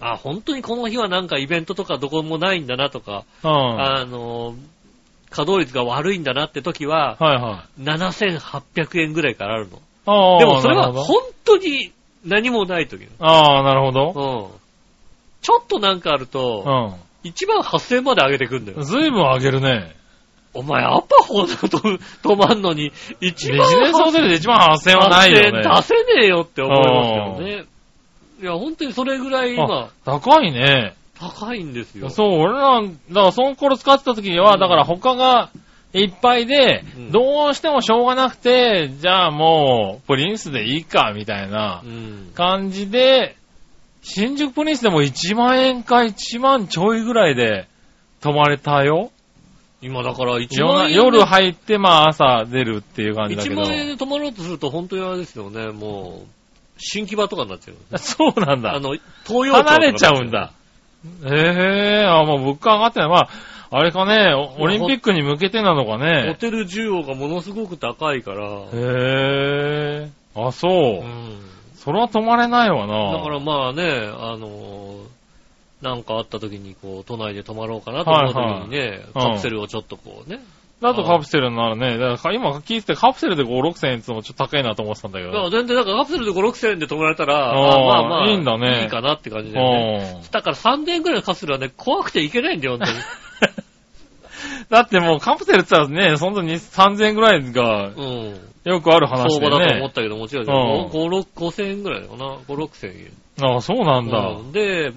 Speaker 2: あ、本当にこの日はなんかイベントとかどこもないんだなとか、
Speaker 3: うん。はい
Speaker 2: あの、稼働率が悪いんだなって時は、
Speaker 3: はい。
Speaker 2: 7800円ぐらいからあるの。
Speaker 3: ああ、
Speaker 2: でもそれは
Speaker 3: なるほど
Speaker 2: 本当に何もない時な
Speaker 3: ああ、なるほど。
Speaker 2: の。うん。ちょっとなんかあると、1万8000円まで上げてくんだ
Speaker 3: う
Speaker 2: よ
Speaker 3: ん。。ずいぶん上げるね。
Speaker 2: お前、アパホだと泊まんのに、
Speaker 3: ビジ
Speaker 2: 1
Speaker 3: ネ
Speaker 2: 万
Speaker 3: スホテルで1万8000円はないよね。
Speaker 2: 出せねえよって思いますけどね。いや、本当にそれぐらい今、
Speaker 3: 高いね。
Speaker 2: 高いんですよ。
Speaker 3: そう、俺ら、だからその頃使ってた時には、
Speaker 2: うん
Speaker 3: だから他がいっぱいで、
Speaker 2: うん
Speaker 3: どうしてもしょうがなくて、じゃあもう、プリンスでいいか、みたいな。
Speaker 2: うん。
Speaker 3: 感じで、新宿プリンスでも1万円か1万ちょいぐらいで泊まれたよ。
Speaker 2: 今だから1
Speaker 3: 夜
Speaker 2: 万
Speaker 3: な
Speaker 2: 円。
Speaker 3: 夜入って、まあ朝出るっていう感じだけ
Speaker 2: 1
Speaker 3: ど。
Speaker 2: 万円で泊まろうとすると本当にあれですよね、もう、新木場とかになっちゃうよね。
Speaker 3: そうなん
Speaker 2: あ
Speaker 3: だ。
Speaker 2: の、東洋町とか
Speaker 3: 離
Speaker 2: にな
Speaker 3: れちゃうんだ。。へえー、あ、もう物価上がってない。まあ、あれかね、おオリンピックに向けてなの
Speaker 2: ホ
Speaker 3: かね。
Speaker 2: テル需要がものすごく高いから、
Speaker 3: へえー、あ、そうう。
Speaker 2: ん。
Speaker 3: それは泊まれないわな。
Speaker 2: だからまあね、あのーなんかあった時に、こう、都内で泊まろうかなと思う時にね、
Speaker 3: はい
Speaker 2: カプセルをちょっとこうね。
Speaker 3: だとカプセルならね、だから今聞いててカプセルで5、6000円ってのもちょっと高いなと思ってたんだけ
Speaker 2: だから
Speaker 3: ど。
Speaker 2: 全然、なんかカプセルで5、6千円で泊まれたら、
Speaker 3: あー
Speaker 2: あまあまあ、
Speaker 3: いいんだね
Speaker 2: いいかなって感じだよね。
Speaker 3: う
Speaker 2: だから3000円くらいのカプセルはね、怖くていけないんだよ、本
Speaker 3: ん。だってもうカプセルって言ったらね、そんなに3000円ぐらいが
Speaker 2: 当 に。うん。
Speaker 3: よくある話
Speaker 2: 相
Speaker 3: で
Speaker 2: 場だと思
Speaker 3: ね
Speaker 2: っ。たけど、もちろん、
Speaker 3: うん
Speaker 2: 5、6、5000円ぐらいかな。5、6000円。
Speaker 3: ああ、そうなんだ。
Speaker 2: うんで、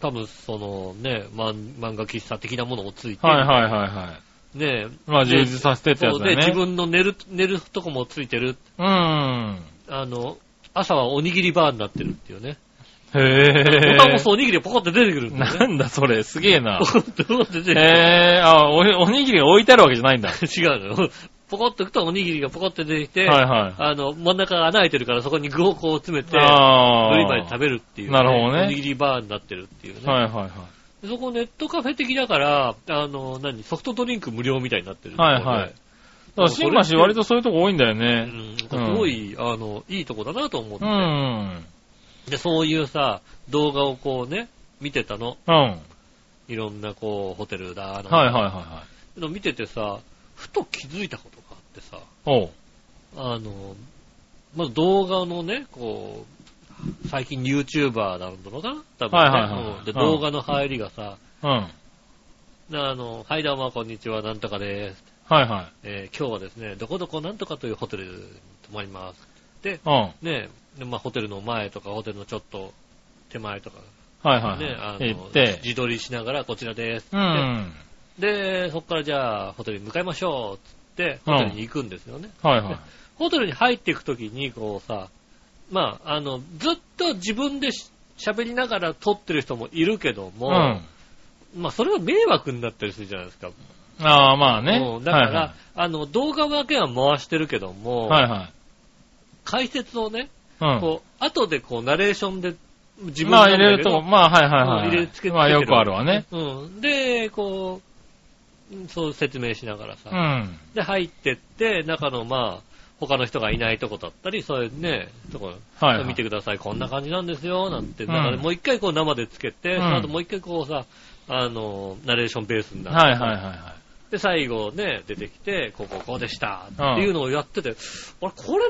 Speaker 2: 多分そのね、ま漫画喫茶的なものをついて、
Speaker 3: はいはいはいは
Speaker 2: ね、
Speaker 3: い。まあ充実させてってや
Speaker 2: そ
Speaker 3: つ
Speaker 2: う
Speaker 3: だ
Speaker 2: で、
Speaker 3: よ
Speaker 2: 自
Speaker 3: ね。
Speaker 2: 分の寝る、寝るとこもついてる。
Speaker 3: うん。
Speaker 2: あの、朝はおにぎりバーになってるっていうね。
Speaker 3: へ
Speaker 2: ボ
Speaker 3: ぇ
Speaker 2: タン押すとおにぎりがポコって出てくるんだよ
Speaker 3: な
Speaker 2: ね。
Speaker 3: んだそれ、すげえな
Speaker 2: ポ。コってポコって出てくる。
Speaker 3: へぇあおに、おにぎりが置いてあるわけじゃないんだ。は
Speaker 2: 違うのよ。ポコってくとおにぎりがポコって出てきて、
Speaker 3: いは
Speaker 2: あの、真ん中が穴開いてるからそこに具をこう詰めて
Speaker 3: い。、ああ。
Speaker 2: グリバーで食べるっていう、
Speaker 3: なるほどね
Speaker 2: おにぎりバーになってるっていうね。
Speaker 3: はいはいはい。
Speaker 2: そこネットカフェ的だから、あの、何、ソフトドリンク無料みたいになってる。
Speaker 3: はいはい。だから新橋割とそういうとこ多いんだよ
Speaker 2: う
Speaker 3: ね。
Speaker 2: ん、すごい、あの、いいとこだなと思って、
Speaker 3: うん。
Speaker 2: で、そういうさ、動画をこうね、見てたの。
Speaker 3: うん。はい
Speaker 2: いろんなこう、ホテルだ、
Speaker 3: はいはい
Speaker 2: い。
Speaker 3: は
Speaker 2: でも見ててさ、ふと気づいたことがあってさ、
Speaker 3: い。おう。
Speaker 2: あの、まず動画のね、こう、最近 YouTuber なんだろうな多分ね、
Speaker 3: はいはいはい
Speaker 2: うんで、
Speaker 3: うん
Speaker 2: 動画の入りがさ、
Speaker 3: うん。はい
Speaker 2: あの、はいどうもこんにちは、なんとかです。
Speaker 3: はい。
Speaker 2: えー今日はですね、どこどこなんとかというホテルに泊まります。
Speaker 3: うん。はい
Speaker 2: ねえ、でまあ、ホテルの前とか、ホテルのちょっと手前とか、
Speaker 3: はいはい。
Speaker 2: ね、あの、
Speaker 3: 行って。
Speaker 2: 自撮りしながらこちらです。
Speaker 3: うん。
Speaker 2: で、そこからじゃあ、ホテルに向かいましょう、つって、
Speaker 3: うん
Speaker 2: ホテルに行くんですよね。
Speaker 3: はいはい。
Speaker 2: ホテルに入っていくときに、こうさ、まあ、あの、ずっと自分でし喋りながら撮ってる人もいるけど
Speaker 3: う
Speaker 2: も、
Speaker 3: ん。
Speaker 2: まあ、それは迷惑になったりするじゃないですか。
Speaker 3: ああ、まあね
Speaker 2: うん。だから、あの、動画だけは回してるけども、
Speaker 3: はいはい。
Speaker 2: 解説をね、
Speaker 3: はいはい。
Speaker 2: こう、後でこう、ナレーションで、自
Speaker 3: う
Speaker 2: 分
Speaker 3: ん。ま
Speaker 2: の
Speaker 3: あ入れると、まあはいはいは
Speaker 2: うん
Speaker 3: い。
Speaker 2: 入れつけて
Speaker 3: まあよくあるわね。
Speaker 2: うん。で、こううん、そう説明しながらさ、
Speaker 3: うん。
Speaker 2: で、入ってって、中の、まあ、他の人がいないとこだったり、そういうね、とこ、
Speaker 3: はいはい
Speaker 2: 見てください、こんな感じなんですよ、なんて、
Speaker 3: うん
Speaker 2: だからもう一回こう生でつけて、
Speaker 3: うん
Speaker 2: その後もう一回こうさ、あの、ナレーションベースになって、
Speaker 3: はいはいはいは
Speaker 2: で、最後ね、出てきて、こうこうこうでした、っていうのをやってて、俺、これ、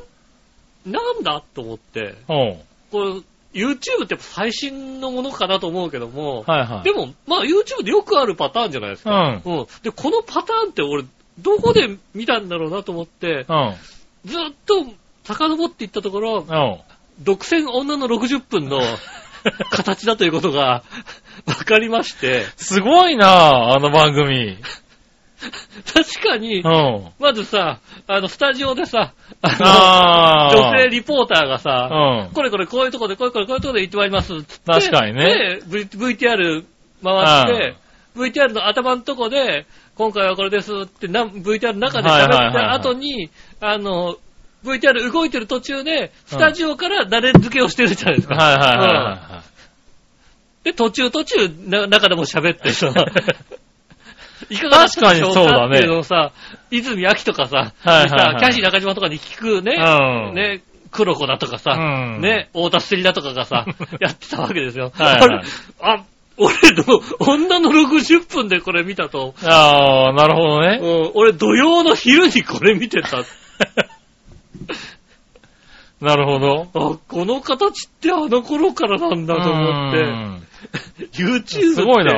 Speaker 2: なんだと思って、
Speaker 3: い。おう。
Speaker 2: これ、YouTube ってやっぱ最新のものかなと思うけども、
Speaker 3: はいはい。
Speaker 2: でも、まあ YouTube でよくあるパターンじゃないですか。
Speaker 3: う
Speaker 2: うん。で、このパターンって俺、どこで見たんだろうなと思って、
Speaker 3: うん。
Speaker 2: ずっと遡っていったところ、
Speaker 3: おう。
Speaker 2: 独占女の60分の形だということが分かりまして、
Speaker 3: すごいなああの 番組。
Speaker 2: 確かに
Speaker 3: う、ん。
Speaker 2: まずさ、あの、スタジオでさ、あ
Speaker 3: ああ。
Speaker 2: の、女性リポーターがさ、
Speaker 3: うん。
Speaker 2: これこれこういうとこで、これこれこういうとこで行ってまいります。つって
Speaker 3: 確かにね。
Speaker 2: で、V- VTR 回って、VTR の頭のとこで、今回はこれですってな、VTR の中で喋
Speaker 3: はいはい
Speaker 2: っ
Speaker 3: はいは
Speaker 2: た
Speaker 3: い
Speaker 2: 後に、あの、VTR 動いてる途中で、スタジオから誰付けをしてるじゃないですか。
Speaker 3: はいはいはいは
Speaker 2: うん
Speaker 3: いはい。
Speaker 2: で、途中途中、な中でも喋っ て さ、いかがでした
Speaker 3: 確か
Speaker 2: でしょ
Speaker 3: に
Speaker 2: う
Speaker 3: そう
Speaker 2: か
Speaker 3: だ
Speaker 2: っ
Speaker 3: ね
Speaker 2: ていうのをさ、 泉明とかさ、
Speaker 3: はいはいはい
Speaker 2: にさキャシー中島とかに聞くね、
Speaker 3: うん
Speaker 2: ね、黒子だとかさ、
Speaker 3: うん
Speaker 2: ね、太田ステリだとかがさ、やってたわけですよ。
Speaker 3: はいはい
Speaker 2: あれあ、俺の、女の60分でこれ見たと、
Speaker 3: ああ、なるほど
Speaker 2: う
Speaker 3: ね。
Speaker 2: ん、俺土曜の昼にこれ見て た。
Speaker 3: なるほど。
Speaker 2: あこの形ってあの頃からなんだと思って、YouTube って。
Speaker 3: すごいな。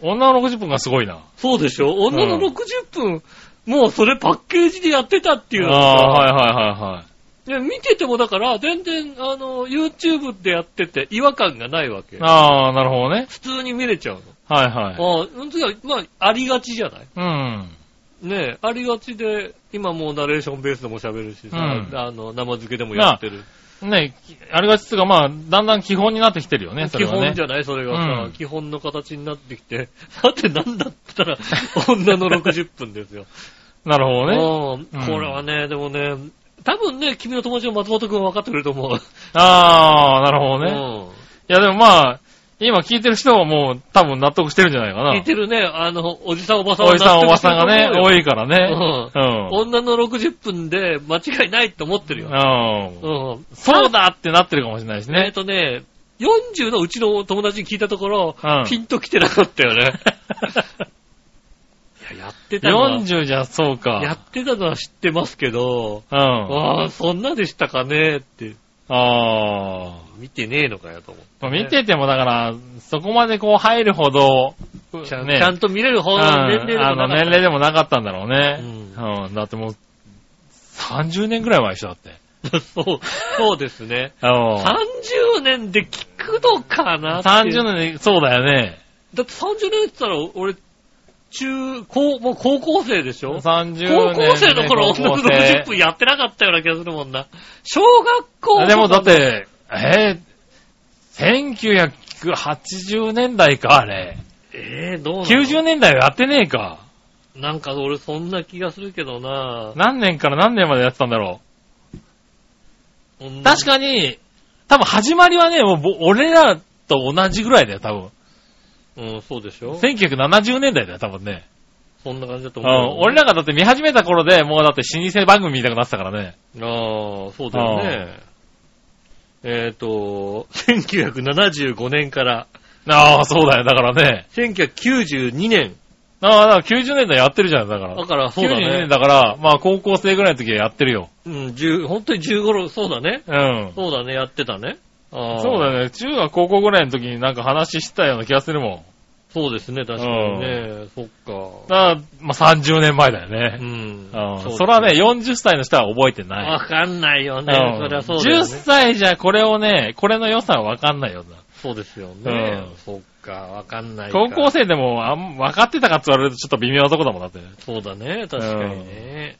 Speaker 3: 女の60分がすごいな。
Speaker 2: そうでしょ女の
Speaker 3: うん
Speaker 2: 60分、もうそれパッケージでやってたっていうの
Speaker 3: あ
Speaker 2: が
Speaker 3: あ、はいはいはいはい。
Speaker 2: で見ててもだから、全然、あの、YouTube でやってて違和感がないわけ。
Speaker 3: ああ、なるほどね。
Speaker 2: 普通に見れちゃう
Speaker 3: はいはい。
Speaker 2: の。あうんつうかまあ、ありがちじゃない
Speaker 3: うん。
Speaker 2: ねえ、ありがちで、今もうナレーションベースでも喋るしさ、
Speaker 3: うん
Speaker 2: あの、生付けでもやってる。
Speaker 3: ね、きありがちつうか、まあ、だんだん基本になってきてるよね、そ
Speaker 2: 基
Speaker 3: れは
Speaker 2: 本
Speaker 3: ね
Speaker 2: じ。ゃないそれがさ、
Speaker 3: うん
Speaker 2: 基本の形になってきて、 さてなんだったら、女の60分ですよ。
Speaker 3: なるほどね。
Speaker 2: うん
Speaker 3: うん
Speaker 2: これはね、でもね、多分ね、君の友達の松本くんは分かってくれると思う。
Speaker 3: ああ、なるほどね。
Speaker 2: ね。
Speaker 3: いや、でもまあ、今聞いてる人はもう多分納得してるんじゃないかな。
Speaker 2: 聞いてるね、あの、おじさんおばさん
Speaker 3: おじさん、おばさんがね、多
Speaker 2: い。
Speaker 3: いからね。
Speaker 2: う
Speaker 3: うん。
Speaker 2: 女の60分で間違いないと思ってるよ。
Speaker 3: うん
Speaker 2: うん。
Speaker 3: そうだってなってるかもしれないし
Speaker 2: えっ
Speaker 3: ね。
Speaker 2: とね、 40のうちの友達に聞いたところ、
Speaker 3: うん
Speaker 2: ピンと来てなかったよ ね。いや、やってたのは、
Speaker 3: 40じゃそう
Speaker 2: や
Speaker 3: か。
Speaker 2: ってたのは知ってますけど、
Speaker 3: うん。あ
Speaker 2: ああ、そんなでしたかねって、
Speaker 3: あ
Speaker 2: 見てねえのかよと思って
Speaker 3: ー。
Speaker 2: ね、
Speaker 3: 見ててもだから、そこまでこう入るほど、
Speaker 2: ちゃん、
Speaker 3: ね
Speaker 2: ちゃんと見れる方
Speaker 3: うん
Speaker 2: の年齢でも
Speaker 3: あ
Speaker 2: なかっ
Speaker 3: の
Speaker 2: た
Speaker 3: 年齢でもなかったんだろうね。
Speaker 2: う
Speaker 3: うん。だってもう、30年ぐらい前でしょ、だって。
Speaker 2: そう、そうですね。
Speaker 3: うん。
Speaker 2: 30年で聞くのかなっていう
Speaker 3: 30年で、そうだよね。
Speaker 2: だって30年って言ったら、俺、中、高、もう高校生でしょ
Speaker 3: 30年で。
Speaker 2: 高校生の頃、
Speaker 3: 高校生
Speaker 2: 60分やってなかったような気がするもんな。小学校
Speaker 3: あでもだっ、て、えー、1980年代か、あれ。
Speaker 2: えー、どうなの
Speaker 3: 90年代はやってねえか。
Speaker 2: なんか俺そんな気がするけどな
Speaker 3: 何年から何年までやってたんだろう。確
Speaker 2: か
Speaker 3: かに、多分始まりはね、もうぼ俺らと同じぐらいだよ、多分。
Speaker 2: うん、そうでしょ
Speaker 3: 1970年代だよ、多分ね。
Speaker 2: そんな感じだと
Speaker 3: うん
Speaker 2: 思うよ。。
Speaker 3: 俺らがだって見始めた頃で、もうだって老舗番組みたいになってたからね。
Speaker 2: ああ、そうだよね。えっ、と、1975年から
Speaker 3: ああ、そうだよ、だからね。
Speaker 2: 1992年。
Speaker 3: ああ、だから90年代やってるじゃん、だから
Speaker 2: だ。からそうだ
Speaker 3: 90年代
Speaker 2: ね。
Speaker 3: だから、まあ高校生ぐらいの時はやってるよ。
Speaker 2: うん、10本当に15ろ、そうだね。
Speaker 3: うん。
Speaker 2: そうだね、やってたね。ああ
Speaker 3: そうだよね。中学高校ぐらいの時になんか話してたような気がするもん。
Speaker 2: そうですね、確かにね。そっか。
Speaker 3: だから、まあ、30年前だよ
Speaker 2: う
Speaker 3: ね。
Speaker 2: ん
Speaker 3: うん。
Speaker 2: うです
Speaker 3: それはね、40歳の人は覚えてない。
Speaker 2: わかんないよね。
Speaker 3: うん
Speaker 2: そりゃそうだ
Speaker 3: 10
Speaker 2: よね。
Speaker 3: 歳じゃこれをね、これの良さは分かんないよな。
Speaker 2: そうですよね
Speaker 3: うん。
Speaker 2: そっか、わかんないか。
Speaker 3: 高校生でもあん分かってたかって言われるとちょっと微妙なとこだもんだって。う
Speaker 2: そうだね、確かにね。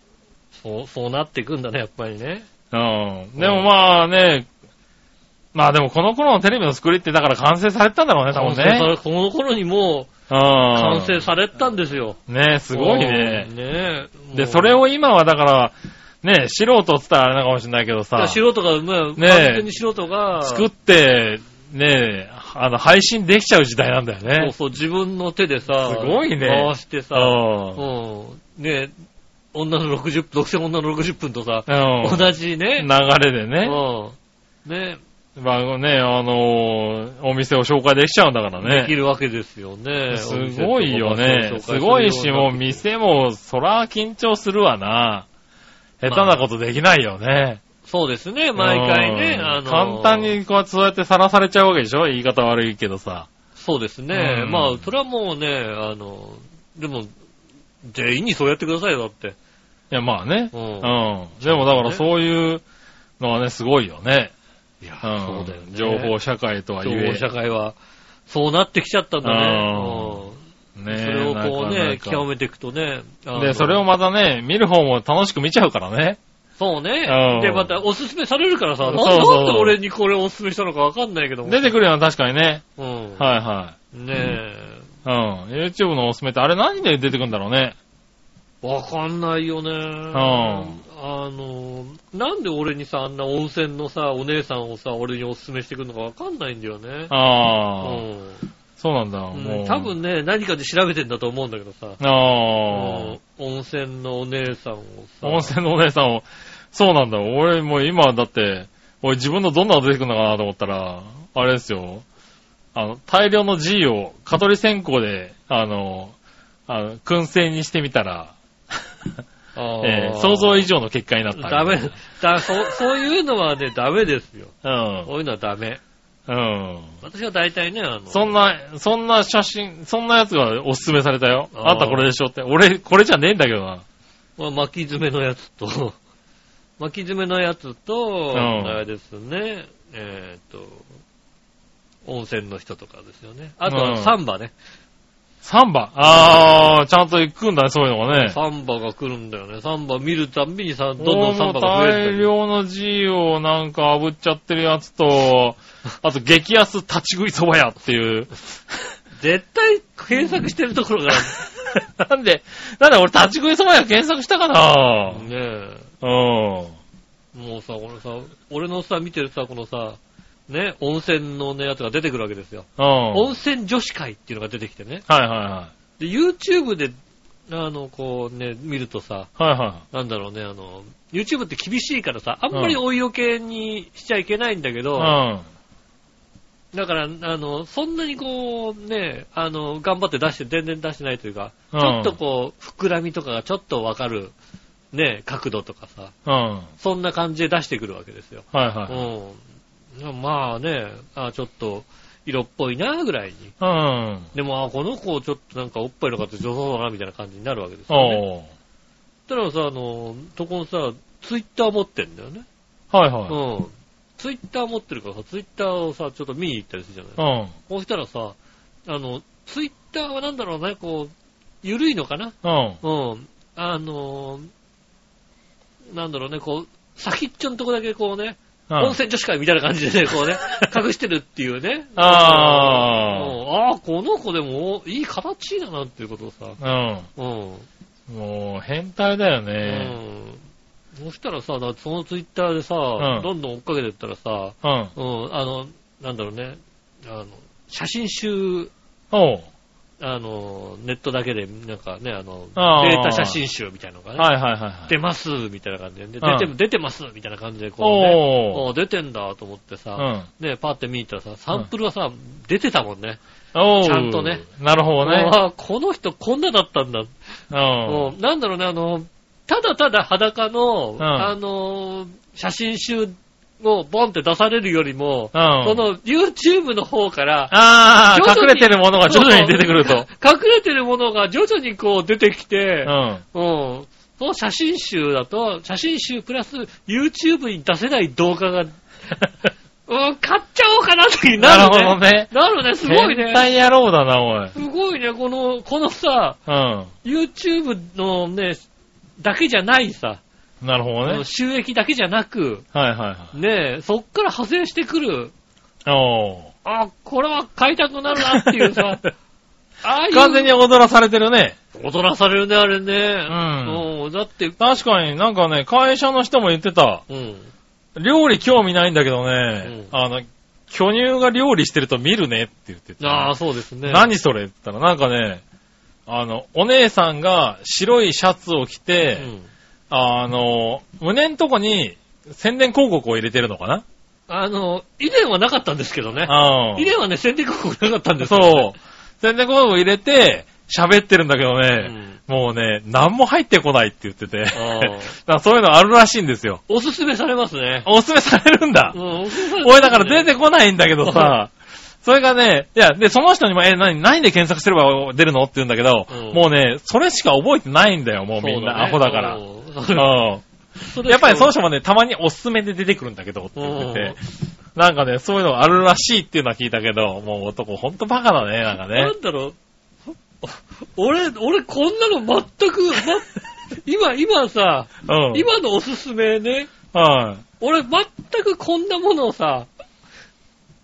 Speaker 2: そう、そうなっていくんだね、やっぱりね。
Speaker 3: ん。でもまあね、まあでもこの頃のテレビの作りってだから完成されてたんだろうね、多分
Speaker 2: 完成さ
Speaker 3: ね。
Speaker 2: れこの頃にも
Speaker 3: うん。
Speaker 2: う完
Speaker 3: 完
Speaker 2: 成されてたんですよ。
Speaker 3: ねすごいね
Speaker 2: うん。ねえ
Speaker 3: で、それ、を今はだから、ね、素人って言ったらあれなのかもしれないけど
Speaker 2: もう
Speaker 3: さ、
Speaker 2: 素人が、まあ、完
Speaker 3: ねえ
Speaker 2: 全に素人が、
Speaker 3: 作って、ね、あの、配信できちゃう時代なんだよ
Speaker 2: そう
Speaker 3: ね。
Speaker 2: そう、自分の手でさ、
Speaker 3: すごいね
Speaker 2: 回して
Speaker 3: う。
Speaker 2: さ、うんん。ねえ女の60分、独占女の60分とさ、
Speaker 3: うん。
Speaker 2: 同じね、
Speaker 3: 流れでね。
Speaker 2: うん。ね
Speaker 3: まあね、あのーお店を紹介できちゃうんだから
Speaker 2: でき
Speaker 3: ね。
Speaker 2: るわけですよね。
Speaker 3: すごいよね。
Speaker 2: お店
Speaker 3: す
Speaker 2: とか
Speaker 3: ご
Speaker 2: 場所を紹介
Speaker 3: い
Speaker 2: す
Speaker 3: し、
Speaker 2: る
Speaker 3: も
Speaker 2: よ
Speaker 3: う
Speaker 2: うになって
Speaker 3: 店も、そら緊張するわな。下手なことできないよね。
Speaker 2: そうですね、毎回ね
Speaker 3: う。ん
Speaker 2: あの
Speaker 3: 簡単。にこう、そうやってさらされちゃうわけでしょ言い方悪いけどさ。
Speaker 2: そうですね。
Speaker 3: うん
Speaker 2: まあ、それはもうね、あの、でも、全員にそうやってくださいよ、だって。
Speaker 3: いや、まあね。
Speaker 2: うん
Speaker 3: うん。でもだからそういうのはね、すごいよね。
Speaker 2: いや、
Speaker 3: うん。
Speaker 2: そうだよね。
Speaker 3: 情報社会とは言え。
Speaker 2: 情報社会は、そうなってきちゃったんだね。
Speaker 3: うん
Speaker 2: うん
Speaker 3: ねえ
Speaker 2: それをこう
Speaker 3: な
Speaker 2: ね、
Speaker 3: かな
Speaker 2: 極
Speaker 3: か
Speaker 2: めていくとね。あの
Speaker 3: で、それをまたね、見る方も楽しく見ちゃうからね。
Speaker 2: そう
Speaker 3: う
Speaker 2: ね
Speaker 3: ん。
Speaker 2: で、また、おすすめされるからさ、な
Speaker 3: そうそうそう
Speaker 2: なんで俺にこれをおすすめしたのかわかんないけども。
Speaker 3: 出てくるような確かにね。
Speaker 2: うん。
Speaker 3: はいは
Speaker 2: ねえ。
Speaker 3: い。うん。YouTube のおすすめって、あれ何で出てくんだろうね。
Speaker 2: わかんないよね。あの、なんで俺にさ、あんな温泉のさ、お姉さんをさ、俺におすすめしてくるのかわかんないんだよね。う
Speaker 3: ああ、
Speaker 2: ん
Speaker 3: そうなんだ。
Speaker 2: う
Speaker 3: も
Speaker 2: ん。
Speaker 3: う。
Speaker 2: 多。分ね、何かで調べてんだと思うんだけどさ。
Speaker 3: ああ。
Speaker 2: うん温泉のお姉さんをさ。
Speaker 3: 温泉のお姉さんを、そうなんだ。俺もう今だって、俺自分のどんなの出てくるのかなと思ったら、あれですよ。あの、大量の G を蚊取り線香で、あの、あの燻製にしてみたら、
Speaker 2: あー
Speaker 3: えー想像以上の結果になった。
Speaker 2: ダメ。だそう、そういうのはね、ダメですよ。
Speaker 3: うん。
Speaker 2: そういうのはダメ。
Speaker 3: うん。
Speaker 2: 私は大体ね、あの、
Speaker 3: そんな、そんな写真、そんなやつがおすすめされたよ。
Speaker 2: あー
Speaker 3: あんたこれでしょって。俺、これじゃねえんだけどな。
Speaker 2: まあ巻き爪のやつと、 巻き爪のやつと、
Speaker 3: うん
Speaker 2: あれですね、えーっと、温泉の人とかですよね。あと
Speaker 3: う
Speaker 2: は
Speaker 3: ん
Speaker 2: サンバね。
Speaker 3: サンバ。あー、ちゃんと行くんだね、そういうのがね。
Speaker 2: サンバが来るんだよね。サンバ見るたんびにさ、どんど
Speaker 3: ど
Speaker 2: んサンバが増え
Speaker 3: 大
Speaker 2: る。
Speaker 3: 量の G をなんか炙っちゃってるやつ と、あと激安立ち食いそば屋っていう。
Speaker 2: 絶対検索してるところが、
Speaker 3: なんで、なんで俺立ち食いそば屋検索したかな
Speaker 2: ねえ。
Speaker 3: うん。
Speaker 2: もうさ、俺さ、俺のさ、見てるさ、このさ、ね、温泉のね、やつが出てくるわけですよ。
Speaker 3: うん。
Speaker 2: 温
Speaker 3: はい
Speaker 2: 泉女子会っていうのが出てきてね。
Speaker 3: はいは
Speaker 2: で、YouTube で、あの、こうね、見るとさ、
Speaker 3: い。はいは
Speaker 2: なんだろうね、あの、YouTube って厳しいからさ、あんまりお色気にしちゃいけないんだけ
Speaker 3: い。
Speaker 2: ど、
Speaker 3: うん。
Speaker 2: だから、あの、そんなにこう、ね、あの、頑張って出して、全然出してないというか、
Speaker 3: うん
Speaker 2: ちょっとこう、膨らみとかがちょっとわかる、ね、角度とかさ、
Speaker 3: うん。は
Speaker 2: そんな感じで出してくるわけですよ。
Speaker 3: いは
Speaker 2: うん。まあね、あちょっと、色っぽいな、ぐらいに。
Speaker 3: い。うん。
Speaker 2: でも、あこの子ちょっとなんかおっぱいの方上手そうだな、みたいな感じになるわけですよ、ね。
Speaker 3: おー。
Speaker 2: たらさ、あの、とこのさ、ツイッター持ってんだよね。
Speaker 3: はいは
Speaker 2: うん。ツイッター持ってるからさ、ツイッターをさ、ちょっと見に行ったりするじゃない
Speaker 3: い。うん。
Speaker 2: そうしたらさ、あの、ツイッターはなんだろうね、こう、ゆるいのかな
Speaker 3: うん。
Speaker 2: うん。あのーなんだろうね、こう、先っちょのとこだけこうね、
Speaker 3: うん
Speaker 2: 温泉女子会みたいな感じでね、こう ね、隠してるっていうね。
Speaker 3: あー
Speaker 2: うんあー、この子でも、いい形だなっていうことをさ、
Speaker 3: うん。
Speaker 2: うん。
Speaker 3: もう、変態だよね。
Speaker 2: うん。そしたらさ、だからそのツイッターでさ、
Speaker 3: ん
Speaker 2: どんどん追っかけてったらさ、
Speaker 3: うん。
Speaker 2: うん、あの、なんだろうね、あの、写真集、
Speaker 3: おう。
Speaker 2: あの、ネットだけで、なんかね、あの、
Speaker 3: あー
Speaker 2: データ写真集みたいなのがね、
Speaker 3: はいはいはいはい。
Speaker 2: 出ます、みたいな感じで、で
Speaker 3: うん
Speaker 2: 出て、出てます、みたいな感じで、こうね、
Speaker 3: お
Speaker 2: お
Speaker 3: ー。
Speaker 2: ー出てんだと思って
Speaker 3: う
Speaker 2: さ、
Speaker 3: ん。
Speaker 2: ね、パって見たらさ、サンプルがさ、出てたもんね。
Speaker 3: おう。
Speaker 2: ちゃんとね。
Speaker 3: なるほどね。
Speaker 2: あーこの人こんなだったんだ
Speaker 3: うん。
Speaker 2: うんなんだろうね、あの、ただただ裸の、
Speaker 3: ん
Speaker 2: あの、写真集をボンって出されるよりも、
Speaker 3: うん。
Speaker 2: この YouTube の方から、
Speaker 3: あ
Speaker 2: 徐
Speaker 3: あ、
Speaker 2: 々
Speaker 3: 隠
Speaker 2: に
Speaker 3: れてるものが徐々に出てくると。
Speaker 2: 隠れてるものが徐々にこう出てき
Speaker 3: う
Speaker 2: て、
Speaker 3: ん。
Speaker 2: うん。その写真集だと、写真集プラス YouTube に出せない動画 が、うん、買っちゃおうかなって
Speaker 3: な
Speaker 2: な
Speaker 3: る
Speaker 2: る
Speaker 3: ほど
Speaker 2: ね。
Speaker 3: ね。
Speaker 2: なるね、すごい
Speaker 3: 変
Speaker 2: ね。
Speaker 3: 態野郎だな、おい。
Speaker 2: すごいね、この、このさ、
Speaker 3: う
Speaker 2: YouTube のね、だけじゃないさ、
Speaker 3: ん。なるほどね。
Speaker 2: 収益だけじゃなく、
Speaker 3: はいはいはい。
Speaker 2: ねえ、そっから派生してくる、
Speaker 3: おー。
Speaker 2: あ、これは買いたくなるなっていうさ、ああいう。
Speaker 3: 完全に踊らされてるね。
Speaker 2: 踊らされるね、あれ
Speaker 3: う
Speaker 2: ね。うん。だって、
Speaker 3: 確かになんかね、会社の人も言ってた。
Speaker 2: うん。
Speaker 3: 料理興味ないんだけどね、
Speaker 2: う
Speaker 3: あの、巨乳が料理してると見るねって言ってた。
Speaker 2: ああ、そうですね。
Speaker 3: 何それって言ったらなんかね、あの、お姉さんが白いシャツを着
Speaker 2: う
Speaker 3: て、
Speaker 2: ん。
Speaker 3: あの、胸のとこに宣伝広告を入れてるのかな
Speaker 2: あの、以前はなかったんですけどね。
Speaker 3: あ
Speaker 2: 以前はね、宣伝広告なかったんですけどね
Speaker 3: そう。宣伝広告を入れて、喋ってるんだけどね、もうね、何も入ってこないって言って て、だ
Speaker 2: うんあ
Speaker 3: か
Speaker 2: ー
Speaker 3: らそういうのあるらしいんですよ。
Speaker 2: おすすめされますね。
Speaker 3: おすすめされるんだ
Speaker 2: う。ん、おすす めされますね
Speaker 3: 俺だから出てこないんだけど さ、それがね、いや、で、その人にも、え、何、何で検索すれば出るのって言うんだけど、
Speaker 2: うん
Speaker 3: もうね、それしか覚えてないんだよ、もうみんな、アホだから。うんやっぱりその人もね、たまにおすすめで出てくるんだけど、って言ってて、なんかね、そういうのがあるらしいっていうのは聞いたけど、もう男ほんとバカだね、なんか
Speaker 2: な
Speaker 3: ね。
Speaker 2: んだろう。俺、俺こんなの全く、ま、今、今さ、
Speaker 3: うん。
Speaker 2: 今のおすすめね、
Speaker 3: はい。
Speaker 2: 俺全くこんなものをさ、